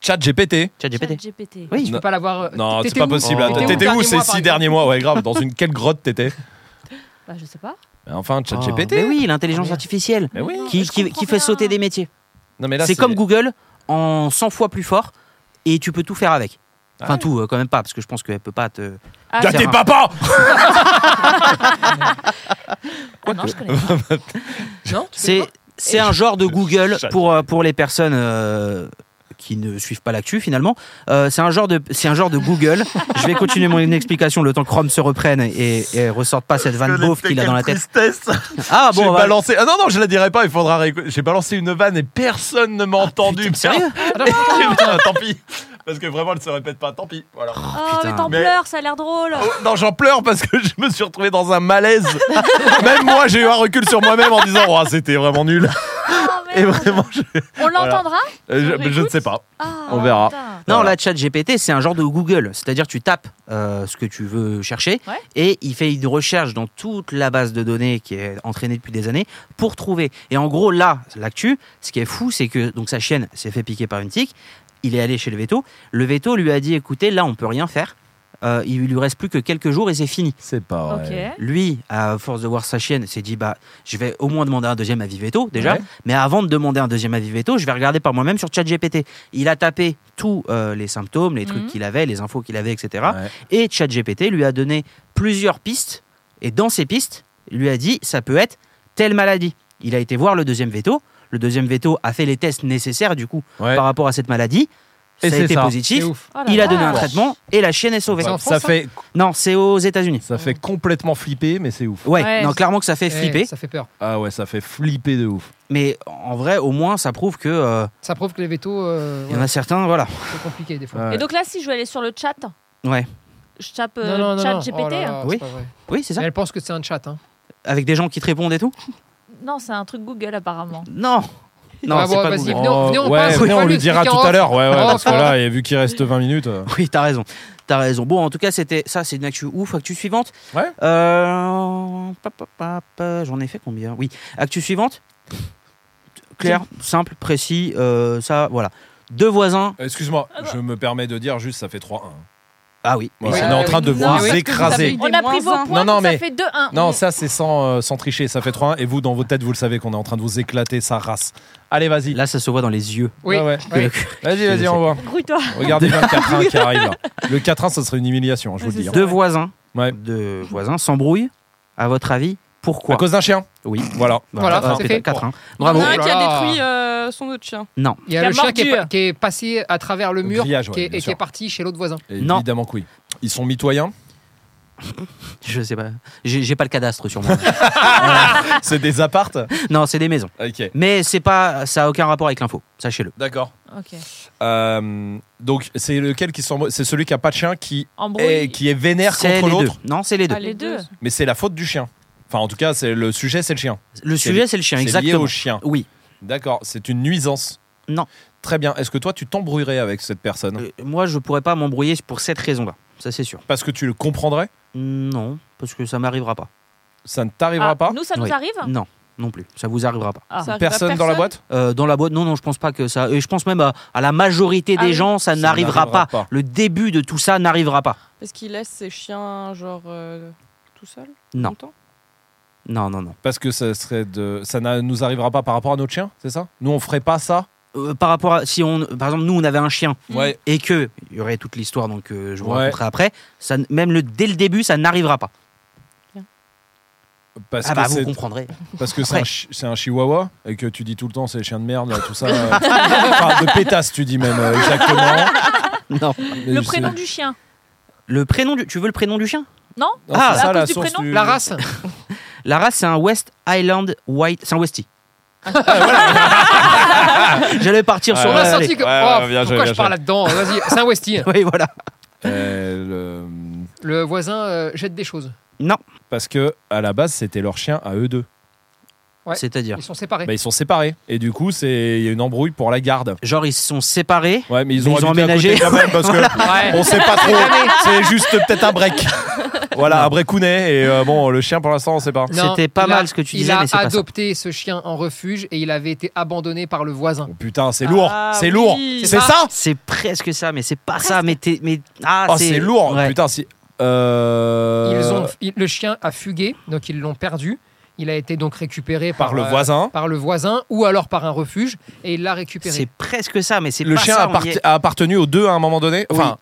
C: Chat GPT.
E: Chat, j'ai
D: Chat
E: pété.
D: GPT.
E: Oui.
H: Tu peux pas l'avoir. euh,
C: Non,
H: t'étais
C: c'est pas
H: où
C: possible.
E: Oh.
C: attends.
H: T'étais
C: T'étais où
H: où dernier
C: ces
H: mois, par
C: six
H: exemple
C: derniers mois Ouais, grave. Dans une quelle grotte t'étais
D: Bah, je sais pas.
C: Enfin, ChatGPT.
E: Oh, Mais oui, l'intelligence
C: Merde.
E: artificielle
C: Mais oui.
E: qui,
D: Ah, je
E: qui-
D: comprends
E: qui fait
D: rien.
E: sauter des métiers.
C: Non, mais là,
E: C'est comme Google en 100 fois plus fort et tu peux tout faire avec. Enfin,
C: Ouais.
E: tout, euh, quand même pas, parce que je pense qu'elle peut pas te.
D: Ah,
C: T'as
E: c'est
C: tes
E: un-
C: papas
D: ah non, je connais
E: *laughs*
D: pas.
A: Non tu
E: C'est
A: fais quoi
E: c'est un genre de Google
C: J'adore.
E: pour euh, pour les personnes euh, qui ne suivent pas l'actu finalement. Euh, c'est un genre de c'est un genre
A: *laughs*
E: de Google. Je vais continuer mon explication le temps que Chrome se reprenne et, et ressorte pas cette vanne beauf qu'il a dans la tête. Ah
C: J'ai
E: bon, bah,
C: balancé. Ah non, non, je la dirai pas, il faudra. réécou- J'ai balancé une vanne et personne ne m'a entendu.
E: Ah, putain,
C: *laughs*
E: sérieux
C: Putain, Tant pis. Parce que vraiment, elle se répète pas. Tant pis. Voilà.
D: Oh,
E: putain.
D: mais t'en
C: Mais-
D: pleures, ça a l'air drôle.
C: Oh, non, j'en pleure parce que je me suis retrouvé dans un malaise. Même moi, j'ai eu un recul sur moi-même en disant Ouah, c'était vraiment nul.
D: Oh,
C: Et
D: merde.
C: vraiment, je,
D: On l'entendra
C: euh, je- je ne sais pas.
D: Ah,
C: On verra.
D: putain.
E: Non,
C: Voilà.
E: la chat GPT, c'est un genre de Google. C'est-à-dire, tu tapes euh, ce que tu veux chercher
D: Ouais.
E: et il fait une recherche dans toute la base de données qui est entraînée depuis des années pour trouver. Et en gros, là, l'actu, ce qui est fou, c'est que donc sa chienne s'est fait piquer par une tique. Il est allé chez le veto. Le veto lui a dit écoutez, là, on peut rien faire. Euh, il lui reste plus que quelques jours et c'est fini.
C: C'est pas
D: Ok.
E: Lui, à force de voir sa chienne, s'est dit bah, je vais au moins demander un deuxième avis veto déjà.
C: Ouais.
E: Mais avant de demander un deuxième avis veto, je vais regarder par moi-même sur ChatGPT. Il a tapé tous euh, les symptômes, les trucs
D: Mhm.
E: qu'il avait, les infos qu'il avait, etc. Et ChatGPT lui a donné plusieurs pistes. Et dans ces pistes, il lui a dit ça peut être telle maladie. Il a été voir le deuxième veto. Le deuxième veto a fait les tests nécessaires du coup par rapport à cette maladie.
C: Et
E: ça a
C: c'est
E: été
C: ça.
E: positif.
H: C'est ouf.
D: Oh là
E: Il a
D: là.
E: donné un traitement et la chienne est sauvée.
H: C'est en
C: Ça
H: France,
C: fait,
E: Non, c'est aux États-Unis.
C: ça fait complètement flipper, mais c'est ouf.
E: Ouais,
D: Ouais.
E: non, clairement que ça fait
H: Eh,
E: flipper.
H: Ça fait peur.
C: Ah ouais, ça fait flipper de ouf.
E: Mais en vrai, au moins, ça prouve que euh,
H: Ça prouve que les vétos, euh,
E: il y en
H: voilà,
E: a certains, voilà.
H: c'est compliqué des fois.
C: Ouais.
D: Et donc là, si je vais aller sur le chat,
E: Ouais.
D: je tape euh,
H: Non, non, non,
D: chat
H: non.
D: GPT.
H: Oh là là, c'est
E: Oui.
H: pas vrai.
E: Oui, c'est ça.
H: Mais Elle pense que c'est un chat. Hein.
E: Avec des gens qui te répondent et tout
D: Non, c'est un truc Google apparemment.
H: *laughs*
E: Non. Non,
H: Ah
E: c'est
H: bon,
E: pas
H: vas-y,
E: Google.
H: venez, on- venez, on
C: Oh, ouais,
H: passe, on
C: venez,
H: va
C: on
H: lui
C: lui dira tout
H: expliquer en
C: à
H: off.
C: l'heure. Ouais, ouais,
H: En
C: parce que
H: off, en
C: là, et vu qu'il reste 20 minutes. euh,
E: *laughs* Oui, t'as raison. T'as raison. Bon, en tout cas, c'était ça, c'est une actu ouf. Actu suivante.
C: Ouais.
E: Euh, pa, pa, pa, pa, J'en ai fait combien Oui. Actu suivante. Clair, simple, précis. euh, ça, voilà. Deux voisins.
C: Euh, Excuse-moi,
H: Ah bah.
C: je me permets de dire juste, ça fait 3-1.
E: Ah oui.
C: Voilà,
H: Oui,
C: on
H: oui,
C: est en train
H: oui,
C: de
H: oui,
C: vous
H: oui, parce que vous
C: écraser.
D: On a pris vos points,
C: Non, non,
D: donc
C: mais-
D: ça fait 2-1.
C: Non, ça c'est sans, euh, sans tricher, ça fait 3-1. Et vous, dans vos têtes, vous le savez qu'on est en train de vous éclater sa race. Allez, vas-y.
E: Là, ça se voit dans les yeux.
H: Oui.
C: Ouais, ouais.
H: Oui.
C: Vas-y, vas-y, on *laughs* voit.
D: Grouille-toi.
C: Regardez le *laughs* 4-1 qui arrive. Le 4-1, ça serait une humiliation, hein, je vous le dis.
E: Deux voisins.
C: Ouais.
E: Deux voisins s'embrouillent. À votre avis, pourquoi
C: À cause d'un chien.
E: Oui.
C: Voilà.
H: Voilà,
E: Bah,
H: c'est
E: peut-être
H: fait.
E: quatre, hein.
A: Il y en
E: Bravo.
A: a un qui
H: Oh là
A: a
H: là.
A: détruit euh, son autre chien.
E: Non.
H: Il y a
D: Qui a
H: le chien qui est,
D: mordu.
H: pa- qui est passé à travers le
C: Au
H: mur
C: grillage, ouais,
H: qui est-
C: bien
H: et qui
C: sûr.
H: est parti chez l'autre voisin.
C: Et
E: Non.
C: Évidemment que oui. Ils sont mitoyens.
E: Je sais pas. J'ai j'ai pas le cadastre sur moi.
C: *laughs* C'est des
H: *laughs*
C: appartes.
E: non, c'est des maisons.
C: Ok.
E: Mais c'est pas, ça a aucun rapport avec l'info. Sachez-le.
C: D'accord.
D: Ok.
C: Euh, donc c'est lequel qui s'embrouille C'est celui qui a pas de chien qui est,
D: Embrouille.
C: qui est vénère
E: C'est
C: contre
E: les deux.
C: l'autre.
E: Non, c'est les deux.
A: Ah, les deux.
C: Mais c'est la faute du chien. Enfin, en tout cas, c'est le sujet, c'est le chien.
E: Le
C: c'est
E: sujet,
C: li-
E: c'est le chien.
C: C'est lié
E: Exactement.
C: au chien.
E: Oui.
C: D'accord. C'est une nuisance.
E: Non.
C: Très bien. Est-ce que toi, tu t'embrouillerais avec cette personne
E: Euh, moi, je pourrais pas m'embrouiller pour cette raison-là. Ça, c'est sûr.
C: Parce que tu le comprendrais
E: Non, parce que ça m'arrivera pas.
C: Ça ne t'arrivera
D: Ah,
C: pas
D: Nous, ça nous
E: Oui.
D: arrive
E: Non, non plus. Ça vous arrivera pas.
D: Ah.
A: Ça bah, arrive à
C: personne, dans la boîte
E: Euh, dans la boîte, non, non, je pense pas que ça. Et je pense même à, à la majorité
D: Ah
E: des
D: oui.
E: gens, ça,
C: Ça
E: n'arrivera
C: n'arrivera
E: pas.
C: pas.
E: Le début de tout ça n'arrivera pas.
A: Est-ce qu'il laisse ses chiens, genre, euh, tout seul
E: Non.
A: longtemps
E: Non, non, non.
C: Parce que ça serait de, ça ne nous arrivera pas par rapport à notre chien, c'est ça Nous, on ferait pas ça.
E: Euh, par rapport à si on, par exemple, nous, on avait un chien
C: Ouais.
E: et que il y aurait toute l'histoire, donc euh, je vous
C: Ouais.
E: raconterai après. Ça, n- même le dès le début, ça n'arrivera pas.
C: Parce
E: ah bah,
C: que
E: vous
C: c'est
E: comprendrez.
C: *laughs* parce que c'est
E: Après.
C: un, chi- c'est un chihuahua et que tu dis tout le temps c'est les chiens de merde, tout ça. euh, enfin, de pétasse, tu dis même euh, exactement.
E: non.
D: Le prénom du chien.
E: Le prénom du, tu veux le prénom du chien Ah,
C: ah,
D: à
C: ça, la
D: cause du
C: source
D: prénom
C: du-
H: La race
E: La race, c'est un West Island White. C'est un Westie. *laughs* J'allais partir
C: Ouais,
E: sur
H: On
E: la
H: a
E: allez.
H: senti que.
C: ouais, ouais,
H: oh,
C: bien joué,
H: pourquoi
C: bien
H: je
C: joué.
H: parle là-dedans Euh, Vas-y, c'est
C: *laughs*
H: un Westie.
E: Oui, voilà.
C: Euh, le-
H: Le voisin euh, jette des choses.
E: Non.
C: Parce que à la base, c'était leur chien à eux deux.
H: Ouais.
E: C'est-à-dire.
H: Ils sont séparés.
C: Bah, ils sont séparés et du coup, c'est il y a une embrouille pour la garde.
E: Genre, ils se sont séparés.
C: Ouais, mais ils
E: Mais
C: ont,
E: ils ont
C: habité à
E: emménagé.
C: côté quand même parce que
H: Ouais.
C: on sait pas trop. C'est juste peut-être un break. voilà, un breakounet et euh, bon, le chien pour l'instant, on sait pas.
H: Non,
E: C'était pas
H: il a-
E: mal ce que tu disais,
H: Il a
E: mais c'est pas ça.
H: adopté ce chien en refuge et il avait été abandonné par le voisin.
C: Oh, putain, c'est lourd,
A: Ah,
C: c'est
A: oui.
C: lourd,
A: C'est
C: c'est
H: ça.
C: ça
E: C'est presque ça, mais c'est pas ça. Mais t'es. Mais... Ah,
C: Oh, c'est lourd,
E: Ouais.
C: putain, si. Euh,
H: Ils ont, il- le chien a fugué, donc ils l'ont perdu. Il a été donc récupéré par,
C: par le
H: euh,
C: voisin.
H: par le voisin ou alors par un refuge et il l'a
E: C'est
H: récupéré.
E: presque ça, mais c'est
C: Le
E: pas
C: chien
E: ça,
C: a,
E: on y
C: parti-
E: est.
C: a appartenu aux deux à un moment donné. Enfin,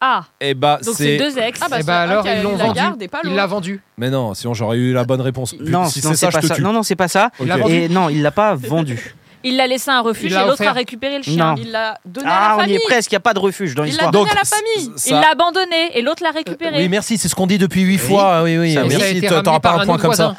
D: Ah,
C: eh bah,
D: donc
C: c'est.
D: c'est deux ex.
A: Ah
H: Eh
A: bah,
H: ben
A: c'est un
H: alors,
A: qui a
H: ils
A: eu
H: l'ont
A: la
H: vendu.
A: garde et pas
H: Il
A: l'autre.
H: l'a vendu.
C: Mais non, sinon j'aurais eu la bonne réponse.
E: Non,
C: si
E: non,
C: c'est ça,
E: c'est
C: je
E: pas
C: te
E: ça.
C: tue.
E: Non, non, c'est pas ça.
C: Ok.
H: Il l'a vendu.
E: Et non, il l'a pas vendu.
D: Il l'a laissé à un refuge
H: Il
D: et
H: l'a
D: l'autre a
H: offert.
D: récupéré le
E: Non.
D: chien.
A: Il l'a donné à
E: Ah,
A: la
E: on y
A: famille.
E: est presque. Il n'y a pas de refuge dans
A: Il l'a
E: l'histoire.
A: donné à la
C: Donc,
A: famille.
C: Ça-
D: Il l'a abandonné et l'autre l'a récupéré.
C: Oui, merci, c'est ce qu'on dit depuis huit
E: Oui.
C: fois. Oui, oui,
H: Ça, oui. Ça a
C: merci,
H: été
C: t'a- t'auras pas
H: ramené par
C: un
H: un
C: point
H: autre
C: comme ça.
H: voisin.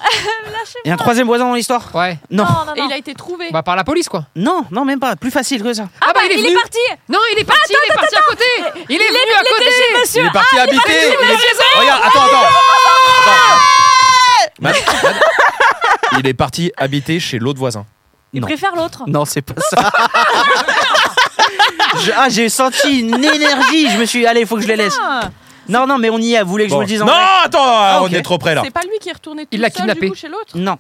E: Il y a un troisième voisin dans l'histoire
H: Ouais.
E: Non.
D: Non, Ah, non,
A: Et
D: non.
A: il a été trouvé.
H: Bah par la police quoi.
E: Non, non, même pas. Plus facile que ça.
D: Ah, bah, il, est
H: venu.
D: parti.
H: Non, il est parti, il est parti à côté. Il est
D: Il est,
H: venu
D: il
H: à
D: était
H: côté.
D: chez
C: Il
D: monsieur.
C: est parti habiter. il est- Regarde, attends, attends. Attends. Mad- Mad- Il est parti habiter chez l'autre voisin.
D: Il
E: Non.
D: préfère l'autre.
E: Non, c'est pas ça. *laughs* Je- ah, j'ai senti une énergie. Je me suis dit, allez, il faut que je les laisse.
D: Ah.
E: Non, non, mais on y est. Vous voulez que
C: Bon.
E: je vous le dise en
C: non,
E: vrai
C: attends, on
E: ok.
C: est trop près là.
A: C'est pas lui qui est retourné tout
H: Il l'a
A: seul
H: kidnappé.
A: du coup chez l'autre.
E: Non,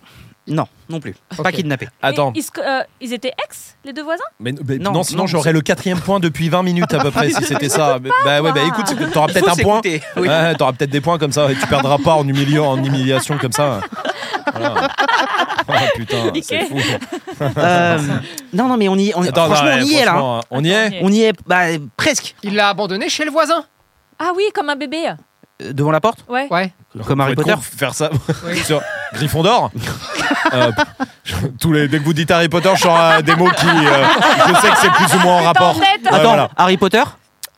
E: non, non plus. Pas
H: Ok.
E: kidnappé.
C: Attends,
D: Mais Ils, se- euh, ils étaient ex, les deux voisins
C: mais, mais non,
E: Non,
C: sinon
E: non,
C: j'aurais le quatrième point depuis 20 minutes à peu près si c'était ça. Mais- Bah ouais, bah écoute, c'est- t'auras peut-être un point. Hein
E: Oui.
C: Ouais, t'auras peut-être des points comme ça. et Tu perdras pas en humiliant, en humiliation comme ça. Voilà. Ah, putain, c'est
D: Ok.
C: fou.
E: Euh, non, non, mais on y est. on-
C: Attends,
E: franchement,
C: non, ouais,
E: on y est là. hein.
C: franchement, On y est
D: Attends,
E: On y est bah, euh, presque
H: Il l'a abandonné chez le voisin.
D: Ah oui, comme un bébé.
E: Euh, devant la porte,
D: Ouais.
H: Ouais.
E: comme Harry
C: Faut être
E: Potter.
C: con, faire ça *laughs* sur Griffon d'or. tous les, dès que vous dites Harry Potter, je sors euh, des mots qui. euh, je sais que c'est plus ou moins en rapport.
D: en tête.
C: Ouais,
E: Attends,
C: voilà.
E: Harry Potter,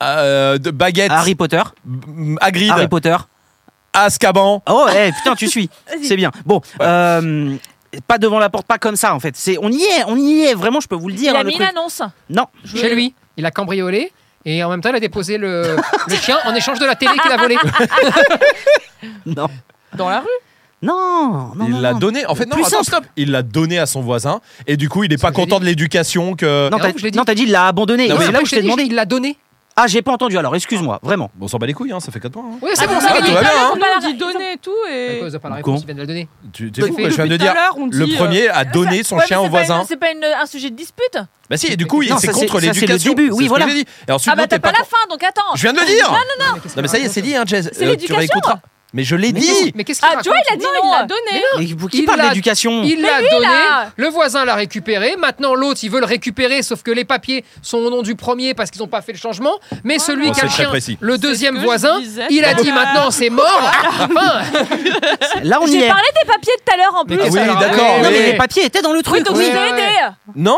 C: Euh, de baguette,
E: Harry Potter,
C: m- Hagrid,
E: Harry Potter.
C: Azkaban.
E: Oh, eh, putain, tu suis. C'est bien. Bon, euh, pas devant la porte, pas comme ça en fait. C'est, on y est, on y est. Vraiment, je peux vous le dire. hein,
D: Il a
E: le
D: mis une
E: truc.
D: annonce.
E: Non,
D: Je
H: Chez
D: vais-
H: lui. Il a cambriolé et en même temps il a déposé *laughs* le, le chien en échange de la télé qu'il a volée.
E: non,
A: Dans la rue.
E: non, non.
C: il
E: non,
C: l'a
E: non.
C: donné. En fait, non,
E: Plus
C: attends,
E: simple.
C: stop. Il l'a donné à son voisin. Et du coup, il est pas
H: que j'ai
C: content
H: dit.
C: de l'éducation que.
E: Non,
H: Et
E: t'as
H: non, je l'ai dit.
E: non, t'as dit, il l'a abandonné.
C: Non,
E: Et
C: mais
E: c'est
H: Après,
E: là où
H: je
E: je
H: t'ai
E: t'ai
H: dit,
E: demandé.
H: Il l'a donné.
E: Ah, j'ai pas entendu. Alors, excuse-moi, vraiment.
C: Bon, on s'en bat les couilles, hein, ça fait 4 points. hein.
H: Oui, c'est Ah, bon,
A: Ah,
D: Attends,
H: c'est
C: ça,
H: réglé.
C: tout va bien, hein.
A: On
D: Pas
A: m'a
D: la
A: dit donner et tout
H: À
A: et.
H: cause de pas la
E: Con.
H: réponse, il vient de la donner.
C: Tu t'es
E: Depuis-
C: fou, quoi, je viens de
A: Depuis tout à
C: dire.
A: l'heure, on dit,
C: Le
A: euh,
C: premier a donné son
D: Ouais, mais
C: chien
D: c'est
C: au
D: pas une-
C: voisin.
D: C'est pas une- un sujet de dispute.
C: Bah si, et du coup, il-
E: Non,
C: c'est
E: ça,
C: contre
E: c'est- ça, c'est le
C: l'éducation.
E: début, oui,
C: ce que
E: voilà.
C: j'ai dit. Et ensuite,
D: Ah bah
C: l'autre
D: t'as
C: est
D: pas la Ah,
C: con-
D: fin, donc attends.
C: Je viens de le dire.
H: Non, mais, qu'est-ce
C: Non, mais
H: qu'il
C: ça y est,
H: raconte
C: c'est dit, hein, Jazz.
D: C'est
C: tu
D: l'éducation.
C: réécouteras. Mais je l'ai
E: Mais
C: dit.
H: Mais qu'est-ce qu'il
D: Ah, tu vois,
H: raconte
D: il a dit
A: Non,
D: non.
A: il l'a donné.
E: Mais qui
H: il
E: parle
H: l'a-
E: d'éducation
H: Il l'a
D: lui,
H: donné,
D: là
H: le voisin l'a récupéré, maintenant l'autre il veut le récupérer, sauf que les papiers sont au nom du premier parce qu'ils n'ont pas fait le changement, mais celui
C: Bon,
H: qui a
C: c'est
H: le
C: très
H: chien,
C: précis.
H: le deuxième
A: que je
H: voisin,
A: disais
H: il a
A: tout à
H: dit
A: l'heure.
H: maintenant c'est mort, enfin,
E: Là, on y
D: J'ai
E: est.
D: parlé des papiers tout à l'heure en plus.
C: qu'est-ce
H: qu'est-ce
C: oui,
H: qu'elle raconte
C: d'accord,
E: Non,
C: Oui.
E: mais les papiers étaient dans le
D: Oui,
E: truc.
D: donc
H: Oui,
D: je
H: oui,
D: t'ai
H: oui.
D: aidé.
C: Non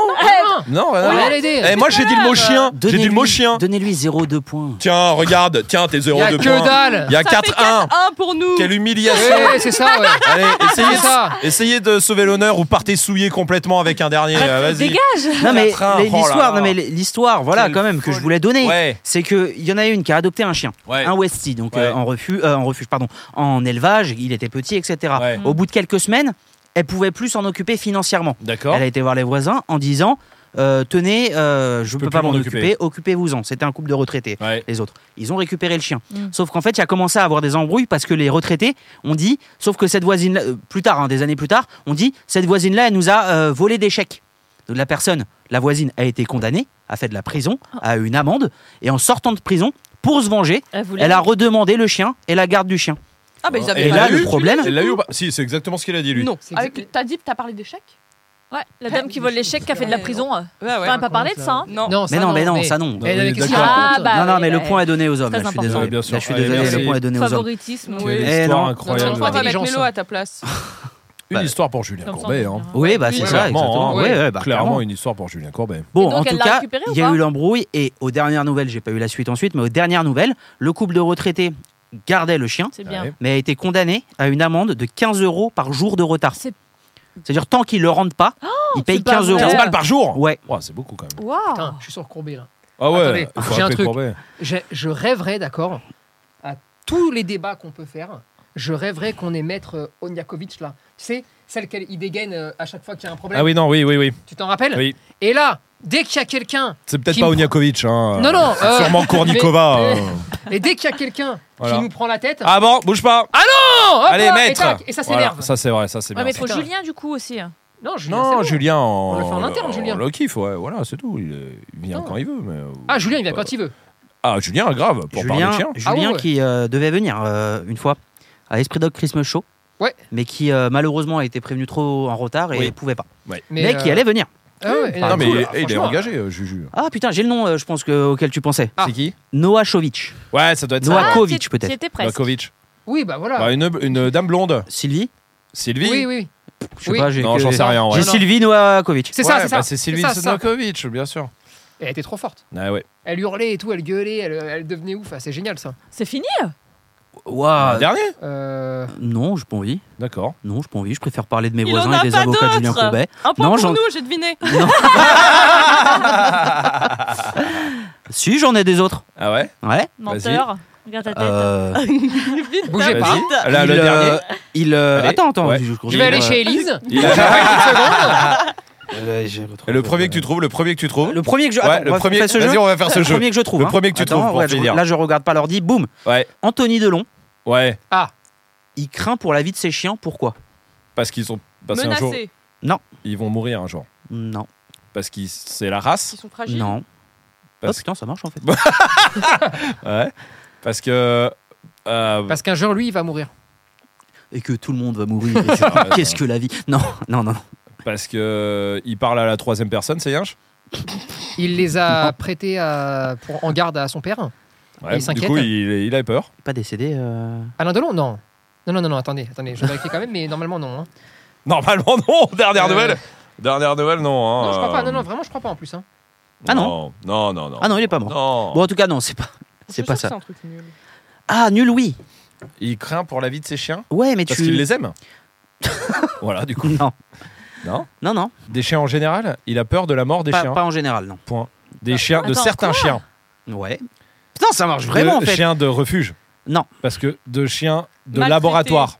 H: Non,
C: Non,
H: on
C: voilà.
H: va l'aider.
C: Eh, moi, j'ai dit le mot chien. J'ai dit le mot
E: Donnez-lui-
C: chien.
E: Donnez-lui 0,2 points.
C: Tiens, regarde, tiens, t'es
H: Il
C: 0
H: n'y a
C: de
H: que
C: points.
H: dalle.
C: Il y a
A: Ça fait
C: 4-1.
A: 4-1 pour nous.
C: Quelle humiliation.
H: Ouais, c'est ça, ouais.
C: Allez, essayez,
H: C'est ça.
C: essayez de sauver l'honneur ou partez souillé complètement avec un dernier. euh, Vas-y.
D: Dégage.
E: Non mais
C: Quatre-un, oh là
E: l'histoire,
C: là.
E: non mais l'histoire, voilà
C: Quelle
E: quand même que je
C: folie.
E: voulais donner.
C: Ouais.
E: C'est que il y en a une qui a adopté un chien,
C: Ouais.
E: un Westie, donc
C: Ouais.
E: euh, en refuge, en refuge, pardon, en élevage. Il était petit, etc.
C: Ouais.
E: Au bout de quelques semaines, elle pouvait plus s'en occuper financièrement.
C: D'accord.
E: Elle a été voir les voisins en disant euh, tenez, euh, je ne
C: peux
E: peux pas
C: plus
E: m'en
C: m'en
E: occuper, occupez-vous-en. C'était un couple de retraités.
C: Ouais.
E: Les autres, ils ont récupéré le chien. Sauf qu'en fait, il y a commencé à avoir des embrouilles parce que les retraités ont dit, sauf que cette voisine, plus tard, hein, des années plus tard, on dit cette voisine-là, elle nous a euh, volé des chèques. Donc, la personne, la voisine, a été condamnée, a fait de la prison, a eu une amende, et en sortant de prison, pour se venger, elle a redemandé le chien et la garde du chien.
A: Ah bah ils avaient
C: Et
A: pas
C: là,
A: vu.
C: le
E: problème-
C: Elle l'a eu ou pas Si, c'est exactement ce qu'il a dit, lui.
A: Non.
H: C'est
A: Avec
H: exact-
A: Ah, t'as dit t'as parlé d'échec.
D: Ouais, la dame qui vole les chèques qui a fait de la prison. euh.
A: Ouais
D: Enfin, pas parlé de ça. hein.
A: Non.
H: Non, ça
E: Mais non, mais non, ça non.
H: Mais, Eh,
C: Oui,
H: mais qu'est-ce
C: d'accord.
H: qu'il raconte
D: Ah, bah,
E: non, non,
D: ouais,
E: mais le
D: bah,
E: point est donné aux hommes.
D: très
E: Là, je suis
D: important.
E: désolé.
C: Ouais, bien sûr.
E: Là, je suis
C: Allez,
E: désolé,
C: merci.
E: le point est donné aux hommes.
D: Favoritisme.
A: Oui.
C: Quelle
E: Eh
C: histoire
E: non.
H: Non,
C: incroyable.
H: non,
A: On va mettre
H: Intelligence,
A: Mélo
H: hein.
A: à ta place.
C: Une histoire pour Julien
D: Comme ça, on
C: Courbet.
D: peut
C: hein.
D: dire.
E: Oui, bah c'est ça,
C: Oui, clairement,
E: exactement.
H: hein.
E: Ouais, ouais, bah,
C: Clairement, une histoire pour Julien Courbet.
E: Bon,
D: Et donc,
E: en
D: elle
E: tout
D: l'a
E: cas,
D: récupéré ou
E: il y a
D: pas
E: eu l'embrouille et aux dernières nouvelles, j'ai pas eu la suite ensuite, mais aux dernières nouvelles, le couple de retraités gardait le chien,
D: C'est bien.
C: Ouais.
H: Euh,
E: mais a été condamné à une amende de 15 euros par jour de retard.
D: C'est- Oh,
E: C'est-à-dire, tant qu'il le rendent pas, il paye
D: c'est pas
E: 15 euros.
D: vrai.
C: 15 balles par jour
E: Ouais.
C: Ouais, c'est beaucoup quand même.
D: Waouh.
H: Putain, je suis surcourbé là.
C: Ah ouais,
H: Attendez,
C: il faut
H: j'ai un
C: appeler
H: truc.
C: Courbet.
H: Je, je rêverais, d'accord, à tous les débats qu'on peut faire, je rêverais qu'on ait maître euh, Onyakovitch là. Tu sais, celle qu'il dégaine euh, à chaque fois qu'il y a un problème.
C: Ah oui, non, oui, oui, oui.
H: Tu t'en rappelles
C: Oui.
H: Et là, dès qu'il y a quelqu'un,
C: C'est peut-être
H: Qui
C: pas
H: me-
C: Onyakovic. Hein.
H: Non, non,
C: C'est
H: euh,
C: sûrement Kournikova.
H: mais-
C: euh.
H: et dès qu'il y a quelqu'un
C: Voilà.
H: qui nous prend la tête,
C: Ah bon, bouge pas.
H: non, hop,
C: Allez,
H: hop, et,
C: maître.
H: tac, et ça
C: Voilà,
H: s'énerve.
C: Ça, c'est vrai, ça, c'est
D: Ouais,
C: bien.
D: mais
C: ça.
D: faut
H: Putain.
D: Julien du coup aussi.
H: Non, Julien, c'est
C: Non,
H: bon.
C: Julien, on,
H: On le fait en interne, Julien.
C: on le kiffe, ouais, voilà, c'est tout. Il, euh, il vient
H: Putain.
C: quand il veut. Mais... euh,
H: Ah, Julien, il vient
C: euh,
H: quand il veut.
C: Ah, Julien, grave, pour
E: Julien,
C: parler de chien.
E: Julien
H: Ah ouais, ouais.
E: qui euh, devait venir euh, une fois à Esprit Dog Christmas Show,
H: Ouais.
E: mais qui euh, malheureusement a été prévenu trop en retard et
C: Oui.
E: pouvait pas.
H: Mais,
E: Mais, qui
H: euh,
E: allait venir.
H: ah ouais,
C: Non, mais
H: cool,
C: eh, il est
H: franchement.
C: engagé, euh, Juju.
E: Ah putain, j'ai le nom, euh, je pense, que, auquel tu pensais.
D: Ah.
C: C'est qui
E: Noah Chovitch.
C: Ouais, ça doit être ça.
E: Noah- Novakovic,
D: t'y-
E: peut-être.
D: T'y étais presque.
C: Novakovic.
H: Oui, bah voilà.
C: Bah, une, une dame blonde.
E: Sylvie
C: Sylvie
H: oui, oui.
E: Je sais
H: Oui.
E: pas, j'ai
C: Non,
E: que-
C: j'en sais rien, ouais.
E: J'ai Sylvie Novakovic.
H: C'est ça,
C: Ouais,
H: c'est
C: bah,
H: ça.
C: C'est Sylvie
H: ça, c'est ça.
C: Novakovic, bien sûr.
H: Elle était trop forte.
C: Ah ouais.
H: Elle hurlait et tout, elle gueulait, elle, elle devenait ouf. Ah, c'est génial ça.
D: C'est fini
H: Ah.
E: Waouh.
C: Ah, Dernier
H: Euh,
E: Non, j'ai pas envie.
C: D'accord.
E: Non, j'ai pas envie. Je préfère parler de mes
A: Il en
E: voisins
A: a
E: et des
A: pas
E: avocats de Julien
A: d'autres.
E: Courbet.
A: Un point
E: Non,
A: pour
E: j'en-
A: nous, j'ai deviné.
E: Non. si, j'en ai des autres.
C: Ah ouais
E: Ouais.
D: Menteur. Regarde ta tête.
E: Euh,
D: *laughs*
A: Vite,
H: Bougez
D: hein.
A: vite.
H: pas.
C: Là,
E: il,
C: le
E: euh,
C: dernier.
E: il, euh,
C: Allez.
E: Attends, attends.
C: Ouais.
E: je- je
H: je vais aller
E: euh,
H: chez Elise.
C: Il a-
E: euh, j'ai retrouvé-
C: le premier que tu trouves, le premier que tu trouves.
E: Le premier que je.
C: Ouais,
E: attends, on
C: le
E: va
C: premier.
E: faire ce jeu.
C: Vas-y, on va faire ce
E: le
C: jeu.
E: premier que je trouve.
C: Le
E: hein.
C: premier que tu
E: Attends,
C: trouves, pour
E: ouais, je-
C: finir.
E: Là, je regarde pas l'ordi. Boum.
C: Ouais.
E: Anthony Delon,
C: Ouais,
E: il craint pour la vie de ses chiens. Pourquoi
C: parce qu'ils sont passés un jour.
A: Menacés.
C: Ils vont mourir un jour.
E: Non.
C: Parce que c'est la race.
E: *laughs*
A: Ils sont fragiles.
E: Non. Oh,
C: Parce- Bah.
E: putain, ça marche en fait.
C: Ouais. Parce que. euh,
H: Parce qu'un jour, lui, il va mourir.
E: Et que tout le monde va
C: *laughs*
E: mourir. et
C: Ah ouais,
E: que- Qu'est-ce
C: ça.
E: que la vie Non, non, non.
C: Parce que. euh, Il parle à la troisième personne, c'est Yinche
H: Il les a prêtés à, pour, en garde à son père.
C: Ouais,
H: Il
C: Du
H: s'inquiète.
C: coup, il, il a peur.
E: Pas décédé. euh,
H: Alain Delon Non. Non, non, non, non, attendez, attendez, je vérifie quand même, mais normalement, non. hein.
C: Normalement, non. *laughs* Dernière
H: Euh,
C: nouvelle. Dernière nouvelle, non. hein.
H: Non, je crois pas, non, non, vraiment, je crois pas en plus. hein.
E: Ah
C: non. Non, non, non.
E: Ah non, il est pas mort.
C: Non.
E: Bon, en tout cas, non, c'est pas.
A: Je
E: C'est
A: suis
E: pas
A: sûre que
E: ça.
A: C'est un truc nul.
E: Ah, nul, oui.
C: Il craint pour la vie de ses chiens
E: Ouais, mais
C: Parce
E: tu.
C: qu'il les aime. voilà, du coup.
E: Non,
C: Non.
E: non, non.
C: Des chiens en général Il a peur de la mort des
E: Pas,
C: chiens.
E: pas en général, non.
C: Des chiens, de
D: Attends,
C: certains chiens.
E: Ouais. Putain, ça marche vraiment en
C: de
E: fait.
C: chiens de refuge.
E: Non.
C: Parce que de chiens de
A: Maltraités.
C: laboratoire.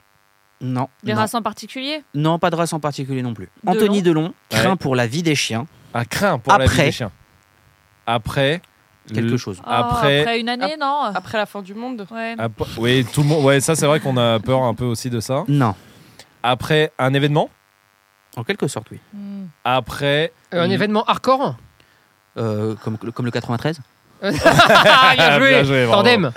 E: Non.
D: Des
E: non.
D: races en particulier
E: Non, pas de race en particulier non plus. Anthony Delon craint
C: Ouais.
E: pour la vie des chiens
C: Un craint pour la vie
E: Après.
C: des chiens. Après.
E: quelque
C: le-
E: chose.
D: Oh,
C: Après- Ah.
D: après une année, non
A: Après la fin du monde.
D: Ouais.
C: après- oui, tout le monde. Ouais, ça c'est vrai qu'on a peur un peu aussi de ça.
E: Non.
C: Après un événement.
E: En quelque sorte, oui.
D: Hmm.
C: Après.
H: Euh, un
C: Mm.
H: événement hardcore
E: Euh, comme, comme le 93
H: Ah, Bien joué,
C: Bien joué, bravo.
H: Tandem
E: euh,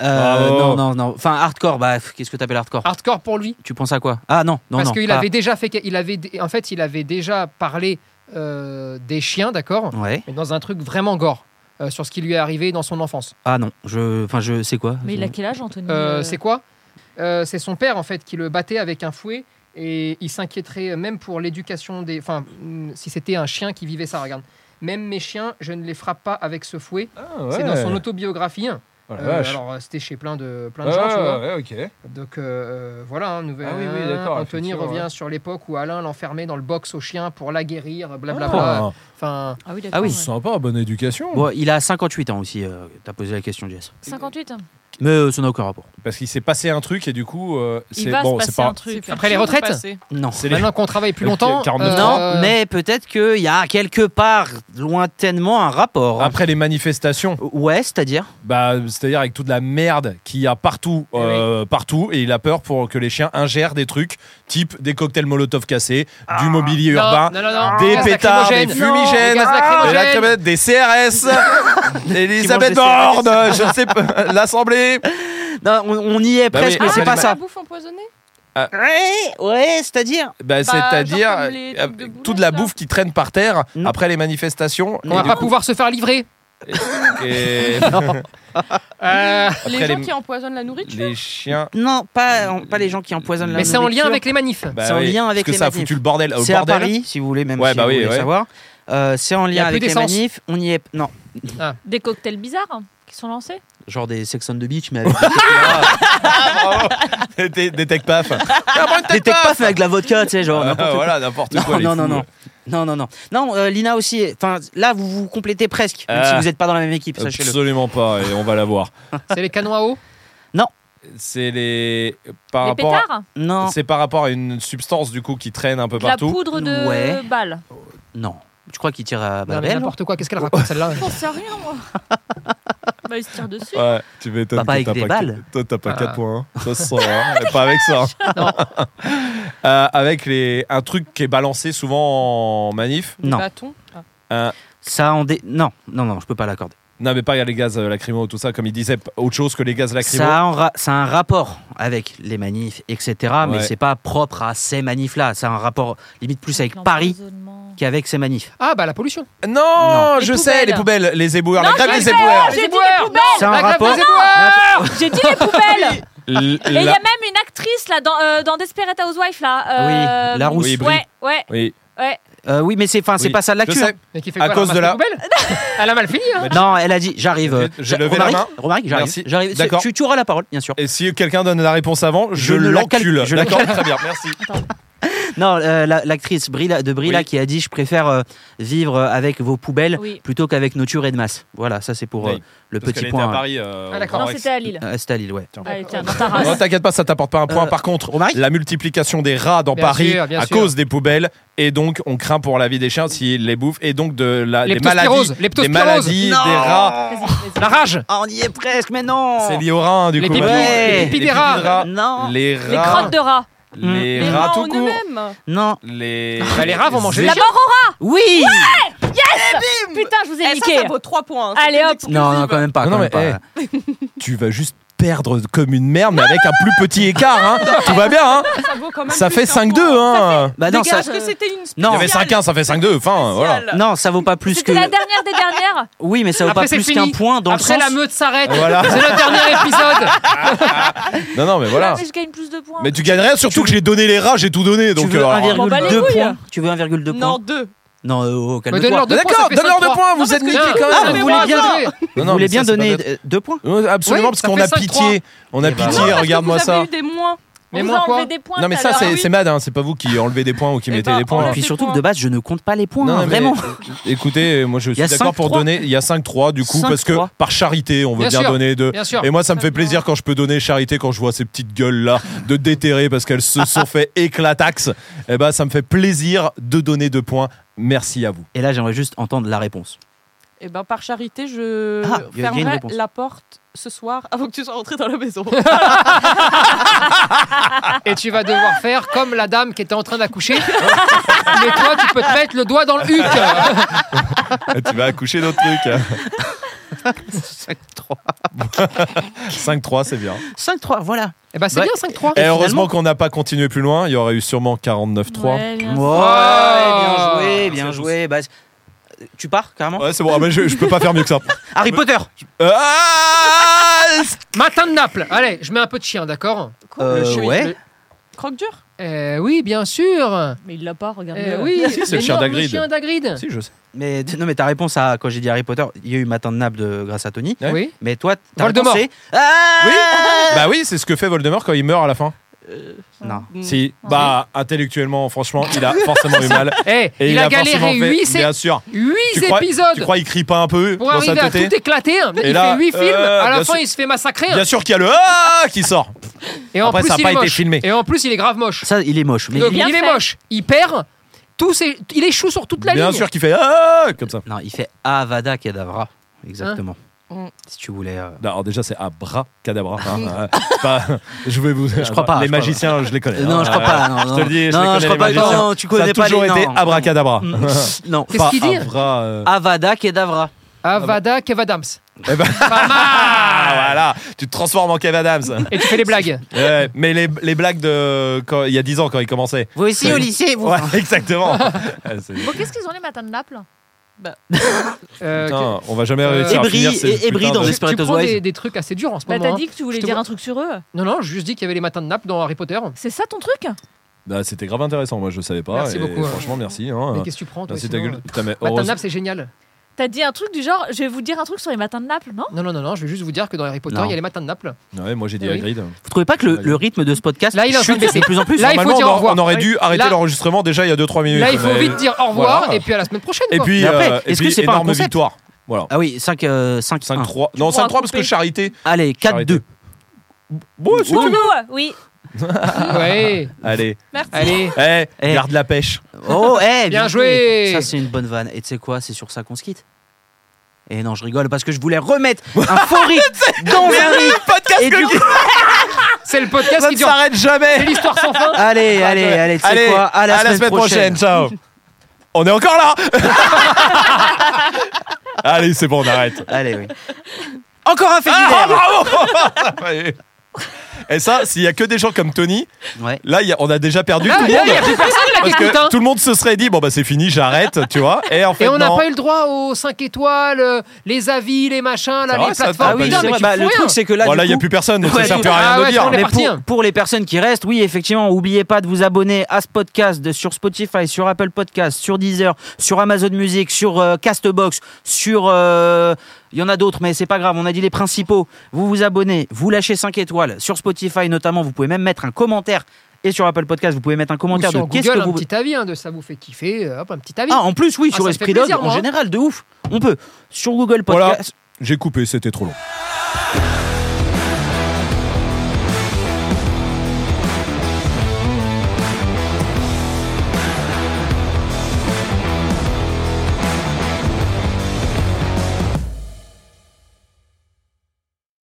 C: Bravo.
E: Non, non, non. Enfin, hardcore, bah, pff, qu'est-ce que t'appelles hardcore
H: Hardcore pour lui,
E: Tu penses à quoi Ah non, non,
H: parce
E: non.
H: qu'il
E: pas-
H: avait déjà fait. Il avait, dé- en fait, il avait déjà parlé euh, des chiens, d'accord
E: Ouais.
H: Mais dans un truc vraiment gore, euh, sur ce qui lui est arrivé dans son enfance.
E: Ah non, je. Enfin, je. C'est quoi
D: Mais il a quel âge, Anthony
H: Euh,
D: euh,
H: C'est quoi Euh, C'est son père, en fait, qui le battait avec un fouet. Et il s'inquiéterait euh, même pour l'éducation des. Enfin, mm, si c'était un chien qui vivait ça, regarde. Même mes chiens, je ne les frappe pas avec ce fouet.
C: Ah, ouais.
H: C'est dans son autobiographie.
C: Oh la
H: Euh,
C: vache.
H: alors, euh, c'était chez plein de, plein de gens, tu vois.
C: Ah, ouais, ok.
H: Donc euh, voilà, hein, nouvelle.
C: Ah oui, oui, d'accord,
H: Anthony
C: effectivement,
H: revient
C: ouais.
H: sur l'époque où Alain l'enfermait dans le box au chien pour la guérir, blablabla.
C: Ah,
H: Enfin,
D: Ah oui,
E: Ah
D: d'accord.
E: oui.
D: ouais.
C: Sympa, bonne éducation.
E: Bon, il a 58 ans aussi. euh, T'as posé la question, Jess.
D: 58
E: Mais euh, ça n'a aucun rapport.
C: Parce qu'il s'est passé un truc et du coup, euh,
D: Il
C: c'est
D: va
C: bon,
D: se
C: c'est
D: passer
C: pas.
D: un truc.
H: Après les
A: Qui ont
H: retraites
A: passé
E: Non.
C: C'est les-
H: maintenant qu'on travaille plus
C: Ok,
H: longtemps.
C: 49
H: euh,
E: Non,
H: euh,
E: mais peut-être qu'il y a quelque part, lointainement, un rapport. hein.
C: Après les manifestations,
E: Ouais, c'est-à-dire
C: bah, c'est-à-dire avec toute la merde qu'il y a partout, euh, partout, et il a peur pour que les chiens ingèrent des trucs, type des cocktails Molotov cassés, du mobilier
H: non,
C: urbain,
H: non, non, non,
C: des
H: gaz
C: pétards, des
H: lacrymogènes,
C: fumigènes, Ah,
H: gaz
C: des,
H: lacrymogènes.
C: lacrymogènes, des CRS,
E: Qui
C: Elisabeth
E: mangent des
C: Borne, je ne sais pas, l'Assemblée.
E: Non, on, on y est
C: Bah
E: presque,
C: oui,
E: mais
C: ah,
E: c'est pas
C: mais-
E: ça.
A: La bouffe empoisonnée
E: Ouais, ouais, c'est-à-dire
C: Bah,
A: genre
C: c'est-à-dire
A: comme les trucs de
C: euh,
A: boulettes,
C: toute la
A: là.
C: bouffe qui traîne par terre
E: Non.
C: après les manifestations.
H: On va
C: et
H: pas pouvoir se faire livrer.
C: du coup- et-
H: Euh,
C: après
A: les gens
C: les-
A: qui empoisonnent la nourriture.
C: les chiens
E: Non, pas, pas les gens qui empoisonnent la
H: mais c'est en lien
E: nourriture.
H: avec les manifs.
C: Bah
E: C'est en lien
C: parce
E: avec
C: que
E: les
C: ça a
E: manifs.
C: foutu le bordel au
E: C'est à
C: bordel.
E: Paris, si vous voulez, même
C: Ouais,
E: si
C: bah
E: vous
C: oui,
E: voulez
C: ouais.
E: savoir. Euh, c'est en
H: Y a
E: lien
H: plus
E: avec les
H: d'essence.
E: manifs. On y est. Non,
D: Des cocktails bizarres hein, qui sont lancés
E: genre des Sex on the Beach,
C: *laughs*
E: mais avec
C: Ah
E: Ah
C: Des, des tech
D: *laughs*
C: paf.
D: Ah,
E: des tech paf mais avec de la vodka, tu sais, genre.
C: Ah,
E: n'importe quoi.
C: voilà, n'importe
E: Non,
C: quoi. les
E: non, non,
C: fous.
E: non, non, non, non, non. euh, Lina aussi. Enfin, là, vous vous complétez presque, même si
C: Ah.
E: vous n'êtes pas dans la même équipe, sachez-le.
C: Absolument pas, et on va la voir.
H: C'est les canons à eau.
C: C'est les. Par
D: Les
C: rapport à-
D: pétards
E: Non,
C: C'est par rapport à une substance du coup qui traîne un peu
D: De La
C: partout.
D: poudre de
E: Ouais.
D: balle.
E: non. Tu crois qu'il tire
C: Ah
E: à
C: bah
H: Non,
E: balles
C: hein.
H: mais n'importe quoi. Qu'est-ce qu'elle
C: *laughs*
H: raconte celle-là
D: J'en sais rien, moi. bah, ils se tirent dessus.
C: Ouais, tu m'étonnes.
E: Pas
C: que
E: avec
C: t'as
E: des
C: pas que-
E: balles.
C: Toi, t'as pas
H: Ah.
C: 4 points. hein.
D: *laughs*
C: Ça se sent, hein. Mais pas avec ça. hein. *laughs* Euh, avec les... un truc qui est balancé souvent en manif.
A: Des
E: Non.
A: bâtons. Ah.
E: Ça en dé... Non, non, non, je peux pas l'accorder.
C: Non, mais pas les gaz euh, lacrymo, tout ça, comme il disait, p- autre chose que les gaz lacrymo.
E: Ça a, un ra- ça a un rapport avec les manifs, etc. Mais
C: Ouais.
E: c'est pas propre à ces manifs-là. Ça a un rapport limite plus avec Paris
D: L'empoisonnement.
E: qu'avec ces manifs.
H: Ah, bah la pollution.
C: Non,
D: Les
C: je sais, les poubelles, les éboueurs, la grève des éboueurs.
D: J'ai dit
H: éboueurs.
D: les poubelles
E: C'est un
H: Oh, La grève
E: rapport.
H: des éboueurs.
D: J'ai dit les poubelles
C: L-
D: Et il y
C: la-
D: a même une actrice là dans, euh, dans Desperate Housewives là. euh,
E: Oui, la rousse.
C: Oui, Brie.
D: ouais, ouais,
C: Oui,
D: ouais.
E: Euh, oui, mais c'est enfin, c'est
C: oui.
E: pas ça de l'actu. hein.
C: Je sais.
H: Mais qui fait
C: À
H: quoi,
C: cause de
H: ramasse les
C: *laughs*
H: poubelles Elle a mal fini, hein.
E: Non, elle a dit j'arrive. euh,
C: J'ai- j'ai levé la
E: Romaric,
C: main.
E: Romaric, j'arrive.
C: Merci.
E: J'arrive. C'est-
C: D'accord.
E: Tu, tu auras la parole, bien sûr.
C: Et si quelqu'un donne la réponse avant, je,
E: Je ne la
C: l'encule.
E: calcule- je la
C: D'accord, très bien, merci.
E: Non, euh, la- l'actrice Brilla- de Brilla
C: Oui.
E: qui a dit je préfère euh, vivre euh, avec vos poubelles
D: Oui.
E: plutôt qu'avec nos tueries de masse. Voilà, ça c'est pour euh,
C: Oui,
E: le
C: Parce
E: petit
C: qu'elle
E: point.
C: était à Paris. euh,
H: Ah,
C: au
H: d'accord.
C: Grand
D: Non,
C: Rex.
D: c'était à Lille.
E: Euh, c'était à Lille, ouais.
D: Allez, tiens, dans ta race.
C: Non, t'inquiète pas, ça t'apporte pas un point.
E: Euh,
C: Par contre,
E: Romaric
C: la multiplication des rats dans
H: Bien
C: Paris
H: sûr, bien
C: à
H: sûr.
C: cause des poubelles, et donc on craint pour la vie des chiens s'ils les bouffent, et donc de la, des
H: Leptospirose,
C: maladies, des,
H: leptospirose.
C: maladies des rats.
H: La rage.
E: Ah, on y est presque, mais non
C: C'est lié aux rats, hein, du
H: Les
C: coup.
H: pipis-
E: les pipis
C: Les
H: des
C: pipis de
H: rats.
C: rats.
E: Non,
C: Les rats.
D: Les crottes de rats.
C: Les
A: Les
C: rats
A: rats
C: tout
A: en
C: court.
A: eux-mêmes.
E: non,
C: Les...
H: Bah, les rats vont manger
D: La
H: les
D: mort aux rats
E: oui
D: Putain, je vous ai
A: Eh, ça,
D: niqué
A: ça vaut 3 points. C'est
D: Allez,
A: une
D: hop.
A: exclusive.
E: Non, non, eh. quand même pas.
C: Non,
E: quand
C: non,
E: même
C: mais,
E: pas.
C: Tu vas juste perdre comme une merde, mais avec un plus petit écart. Hein. Tout va bien, hein.
A: Ça vaut quand même
C: ça
A: plus
C: fait
A: qu'un point.
C: 5-2. Hein.
E: Bah non, ça,
A: Dégage euh, que c'était une
E: Non.
C: Il y
E: fait-
C: avait 5-1, ça fait 5-2. Enfin, voilà.
E: non, ça vaut pas plus que.
D: C'était la dernière des dernières.
E: Oui, mais ça vaut
H: Après,
E: pas
H: c'est
E: plus
H: fini.
E: qu'un point dans
H: Après,
E: le
H: la
E: sens.
H: meute s'arrête.
C: Voilà.
H: C'est le dernier
C: *laughs*
H: épisode.
C: Non, non, mais *laughs* voilà.
D: Mais je gagne plus de points.
C: Mais tu gagnes rien, surtout que j'ai donné les rats, j'ai tout donné.
E: Tu
C: Donc,
E: veux
C: euh, alors-
D: Bon, bah, les
E: 1,2
D: couilles.
E: points Tu veux 1,2
A: Non,
E: points
A: deux.
E: Non, euh, oh,
H: Mais
E: calme-toi.
H: donne-leur deux points.
C: D'accord, donne-leur deux points, vous êtes niqués quand
H: Ah,
C: même.
H: vous
A: mais
H: voulez
A: moi,
H: bien
A: non.
H: donner.
C: Non,
E: Vous
C: non,
E: voulez
C: mais ça,
E: bien
C: c'est pas
E: donner
C: bête.
E: euh, deux points
C: Ouais, Absolument,
H: Oui,
C: parce
H: ça
C: qu'on
H: fait
C: a
H: 5-3.
C: pitié. On a
E: Eh ben,
A: Non,
C: pitié,
A: parce que
C: regarde-moi
A: vous
C: ça.
A: avez eu des moins.
H: Mais
D: On vous
H: moi,
D: a
H: quoi
D: enlevé des points.
C: Non, mais
D: tout à
C: ça,
D: l'heure.
C: c'est
D: Oui.
C: c'est Mad, hein, c'est pas vous qui enlevez des points ou qui
A: Eh
C: mettez
A: ben, on
E: Et
C: des points.
A: a
E: puis
A: fait
E: surtout que
A: point.
E: de base, je ne compte pas les points,
C: Non,
E: hein,
C: mais-
E: vraiment.
C: Écoutez, moi je
E: Il y
C: suis
E: a
C: d'accord pour
E: 5-3.
C: donner. Il y a 5-3 du coup, parce que
E: 5-3.
C: par charité, on veut
H: Bien
C: bien
H: sûr.
C: donner deux.
H: Bien sûr.
C: Et moi, ça me fait plaisir quand je peux donner charité, quand je vois ces petites gueules-là de déterrer parce qu'elles se sont *laughs* fait éclataxe. Eh ben, ça me fait plaisir de donner deux points. Merci à vous.
E: Et là, j'aimerais juste entendre la *laughs* réponse.
A: Et ben par charité, je
E: Ah, il y a- il y a une
A: fermerai
E: réponse.
A: la porte ce soir avant que tu sois rentré dans la
E: *laughs*
A: maison.
H: Et tu vas devoir faire comme la dame qui était en train d'accoucher. *laughs* Mais toi, tu peux te mettre le doigt dans le
C: *laughs*
H: huc.
C: tu vas accoucher d'autres trucs.
E: 5-3.
C: 5-3, c'est bien.
E: 5-3, voilà.
H: Eh ben, c'est
E: Ouais.
H: bien 5-3.
C: Et
E: finalement-
C: heureusement qu'on n'a pas continué plus loin. Il y aurait eu sûrement 49-3. Ouais.
D: Ouais, bien sûr.
E: Ouais, bien joué, bien
C: C'est
E: joué. Bah, Ah, c'est- euh, tu pars carrément
C: c'est bon, ah, mais je, je peux pas faire mieux *laughs* que ça.
E: Harry Potter
C: Euh, ah,
H: Matin de Naples. Allez, je mets un peu de chien, d'accord
E: Euh,
A: chien,
E: ouais.
A: le- Croque dur
H: Euh, Oui, bien sûr.
D: Mais il l'a pas, regarde.
H: Euh, oui,
C: *laughs* c'est le chien
H: l'énorme
C: d'Hagrid.
H: chien d'Hagrid.
C: si, je sais.
E: Mais non, mais ta réponse à quand j'ai dit Harry Potter, il y a eu Matin de Naples de- grâce à Tony.
C: Ouais.
H: Oui.
E: Mais toi, ta
H: Voldemort.
E: réponse c'est- Ah
H: *laughs*
C: Bah oui, c'est ce que fait Voldemort quand il meurt à la fin.
E: Non.
C: Si, bah intellectuellement, franchement, il *laughs* a forcément eu mal.
H: Eh,
C: Et
H: il, a, galéré
C: forcément fait-
H: 8,
C: Bien sûr. Tu crois, tu
H: épisodes
C: crois il crie pas un peu
H: pour
C: dans sa
H: arriver à
C: tête
H: tout éclater. hein.
C: Et
H: il
C: là,
H: fait 8
C: euh,
H: films. À la
C: bien
H: fin,
C: sûr.
H: il se fait massacrer. hein.
C: Bien sûr qu'il y a le ah qui sort.
H: Et en
C: Après,
H: plus,
C: ça a
H: il
C: pas
H: est
C: été
H: moche.
C: filmé.
H: Et en plus, il est grave moche.
E: Ça, il est moche. Mais
H: Donc,
E: il-
D: Bien
H: il est
D: fait.
H: moche. Il perd. Tous ses- Il échoue sur toute la
C: Bien
H: ligne.
C: sûr qu'il fait ah comme ça.
E: Non, il fait Avada Kedavra. Exactement.
H: Ah. Mm.
E: Si tu voulais. euh,
C: Non, alors déjà c'est abracadabra.
H: Ah.
C: hein. Euh, c'est pas- je vais vous.
E: Je crois pas,
C: Les
E: je crois
C: magiciens, je les connais.
E: Euh, non,
C: hein.
E: je crois pas. Non,
C: Je te le dis, je
E: non,
C: les connais,
E: je crois
C: les
E: pas.
C: magiciens.
E: Non, tu
C: Ça
E: connais
C: a
E: pas
C: toujours
E: les
C: été
E: noms. Mm.
C: abracadabra.
E: *laughs* Non.
H: Qu'est-ce qu'il dit hein
C: Avra, euh,
E: Avada Kedavra.
C: Ah bah.
H: Avada Kedavra.
C: eh ben- *laughs*
H: Pas
C: Ah,
H: mal.
C: voilà, tu te transformes en
E: *laughs*
C: Kev Adams.
H: Et tu fais des blagues.
C: Ouais, mais les, les blagues de quand- il y a 10 ans quand il commençait.
E: Vous aussi au lycée, vous.
C: Ouais, *laughs*
E: *laughs*
C: exactement. Ouais, c'est-
D: Bon, qu'est-ce qu'ils ont les matins de Naples
H: Euh,
C: Putain, on va jamais
H: Euh,
C: réussir à
E: Ébris-
C: finir ces
E: Ébris
C: putains
E: dans
C: de-
H: tu,
E: les
H: tu prends
E: Desperate
H: des,
E: Housewives.
H: des trucs assez durs en ce
D: Bah,
H: moment.
D: t'as
H: hein.
D: dit que tu voulais
H: Je te
D: dire
H: vois-
D: un truc sur eux.
H: Non, non, je juste dit qu'il y avait les matins de Naples dans Harry Potter.
D: C'est ça ton truc
C: Bah, C'était grave intéressant, moi je savais pas.
H: Merci
C: et
H: beaucoup, ouais.
C: Franchement, merci.
H: Mais
C: Hein.
H: qu'est-ce que tu prends toi,
C: Merci ta
H: sinon,
C: gueule.
H: euh,
E: Bah,
C: Putain, mais
H: Matin de
C: heureuse-
H: Naples, c'est génial.
D: T'as dit un truc du genre, je vais vous dire un truc sur les matins de Naples, non
H: Non, non, non, non, je vais juste vous dire que dans Harry Potter,
E: Non.
H: il y a les matins de Naples.
C: Ouais, moi j'ai dit
E: Ah
H: Oui.
C: Hagrid.
E: Vous trouvez pas que le, le rythme de ce podcast
H: Là, il est en
E: chute
H: train de baisser.
E: de plus en plus
H: Là, il faut
C: Normalement,
H: dire
C: on,
H: au revoir.
C: on aurait dû arrêter
H: Là-
C: l'enregistrement déjà il y a 2-3 minutes.
H: Là, il faut
C: Mais-
H: vite dire au revoir
C: Voilà.
H: et puis à la semaine prochaine.
C: Et
H: quoi.
C: puis,
E: Mais après,
C: euh, et
E: est-ce que
C: puis,
E: c'est pas un
C: énorme
E: concept
C: victoire. Voilà.
E: Ah oui, 5 euh, 5 1.
H: Ah,
C: 5-3. Non,
D: Trois
C: 5-3 parce que
D: coupés.
C: charité.
E: Allez, 4 2.
C: Bon, c'est
D: Pour
C: tout.
D: nous, oui.
H: Ah. Ouais.
C: Allez,
A: Merci.
H: Allez.
C: eh,
E: Eh.
C: garde la
H: *laughs*
C: pêche.
E: Oh, eh,
H: Bien joué.
E: Ça, c'est une bonne vanne. Et tu sais quoi, c'est sur ça qu'on se quitte. Et non, je rigole parce que je voulais
C: *laughs*
E: remettre un faux rythme dans un rythme.
C: Podcast
E: Et du
C: que-
E: coup-
H: C'est le podcast
C: ça
H: qui
C: ne
H: dure.
C: s'arrête
H: C'est
C: jamais.
H: l'histoire sans fin.
E: Allez, allez, allez, tu sais quoi,
H: *laughs*
E: à la, semaine, prochaine.
C: Ciao. On est encore là. *laughs* Allez, c'est bon, on arrête.
E: Allez, oui. Encore un fait divers
C: Ah, *laughs* bravo Et ça, s'il y a que des gens comme Tony,
E: Ouais.
C: là, il y a- on a déjà perdu tout
H: Là,
C: le
H: Ah, là,
C: monde.
H: il y a plus personne là qui
C: Parce
H: écoute, hein.
C: que tout le monde se serait dit bon bah c'est fini j'arrête tu vois et en fait
H: Et on n'a
C: non.
H: pas eu le droit aux 5 étoiles, euh, les avis, les machins, là,
C: C'est
H: les
C: vrai, ça,
H: plateformes.
C: t'as pas
H: Putain,
C: dit
H: Ah mais
C: ça.
H: tu
E: bah,
H: fous
E: le
H: rien.
E: truc, c'est que là,
C: voilà
E: du
C: il y a
E: coup-
C: plus personne donc
E: Ouais,
C: ça sert
E: du
C: plus
H: coup-
C: à rien
H: Ah
C: de
H: ouais,
C: dire
H: on est
E: Mais
H: parti,
E: pour,
H: hein.
E: pour les personnes qui restent, oui, effectivement, oubliez pas de vous abonner à ce podcast de- sur Spotify, sur Apple Podcast, sur Deezer, sur Amazon Music, sur euh, Castbox, sur. euh, Il y en a d'autres, mais c'est pas grave, on a dit les principaux. Vous vous abonnez, vous lâchez 5 étoiles sur Spotify notamment, vous pouvez même mettre un commentaire. Et sur Apple Podcast, vous pouvez mettre un
H: Ou
E: commentaire
H: sur
E: de qu'est-ce
H: Google,
E: que
H: un
E: vous.
H: petit avis, hein, de ça vous fait kiffer, euh, hop, un petit avis.
E: Ah, en plus, oui,
H: Ah,
E: sur
H: ça me fait
E: Esprit Dog,
H: plaisir,
E: en
H: moi.
E: général, de ouf. On peut. Sur Google
C: Voilà.
E: Podcast.
C: j'ai coupé c'était trop long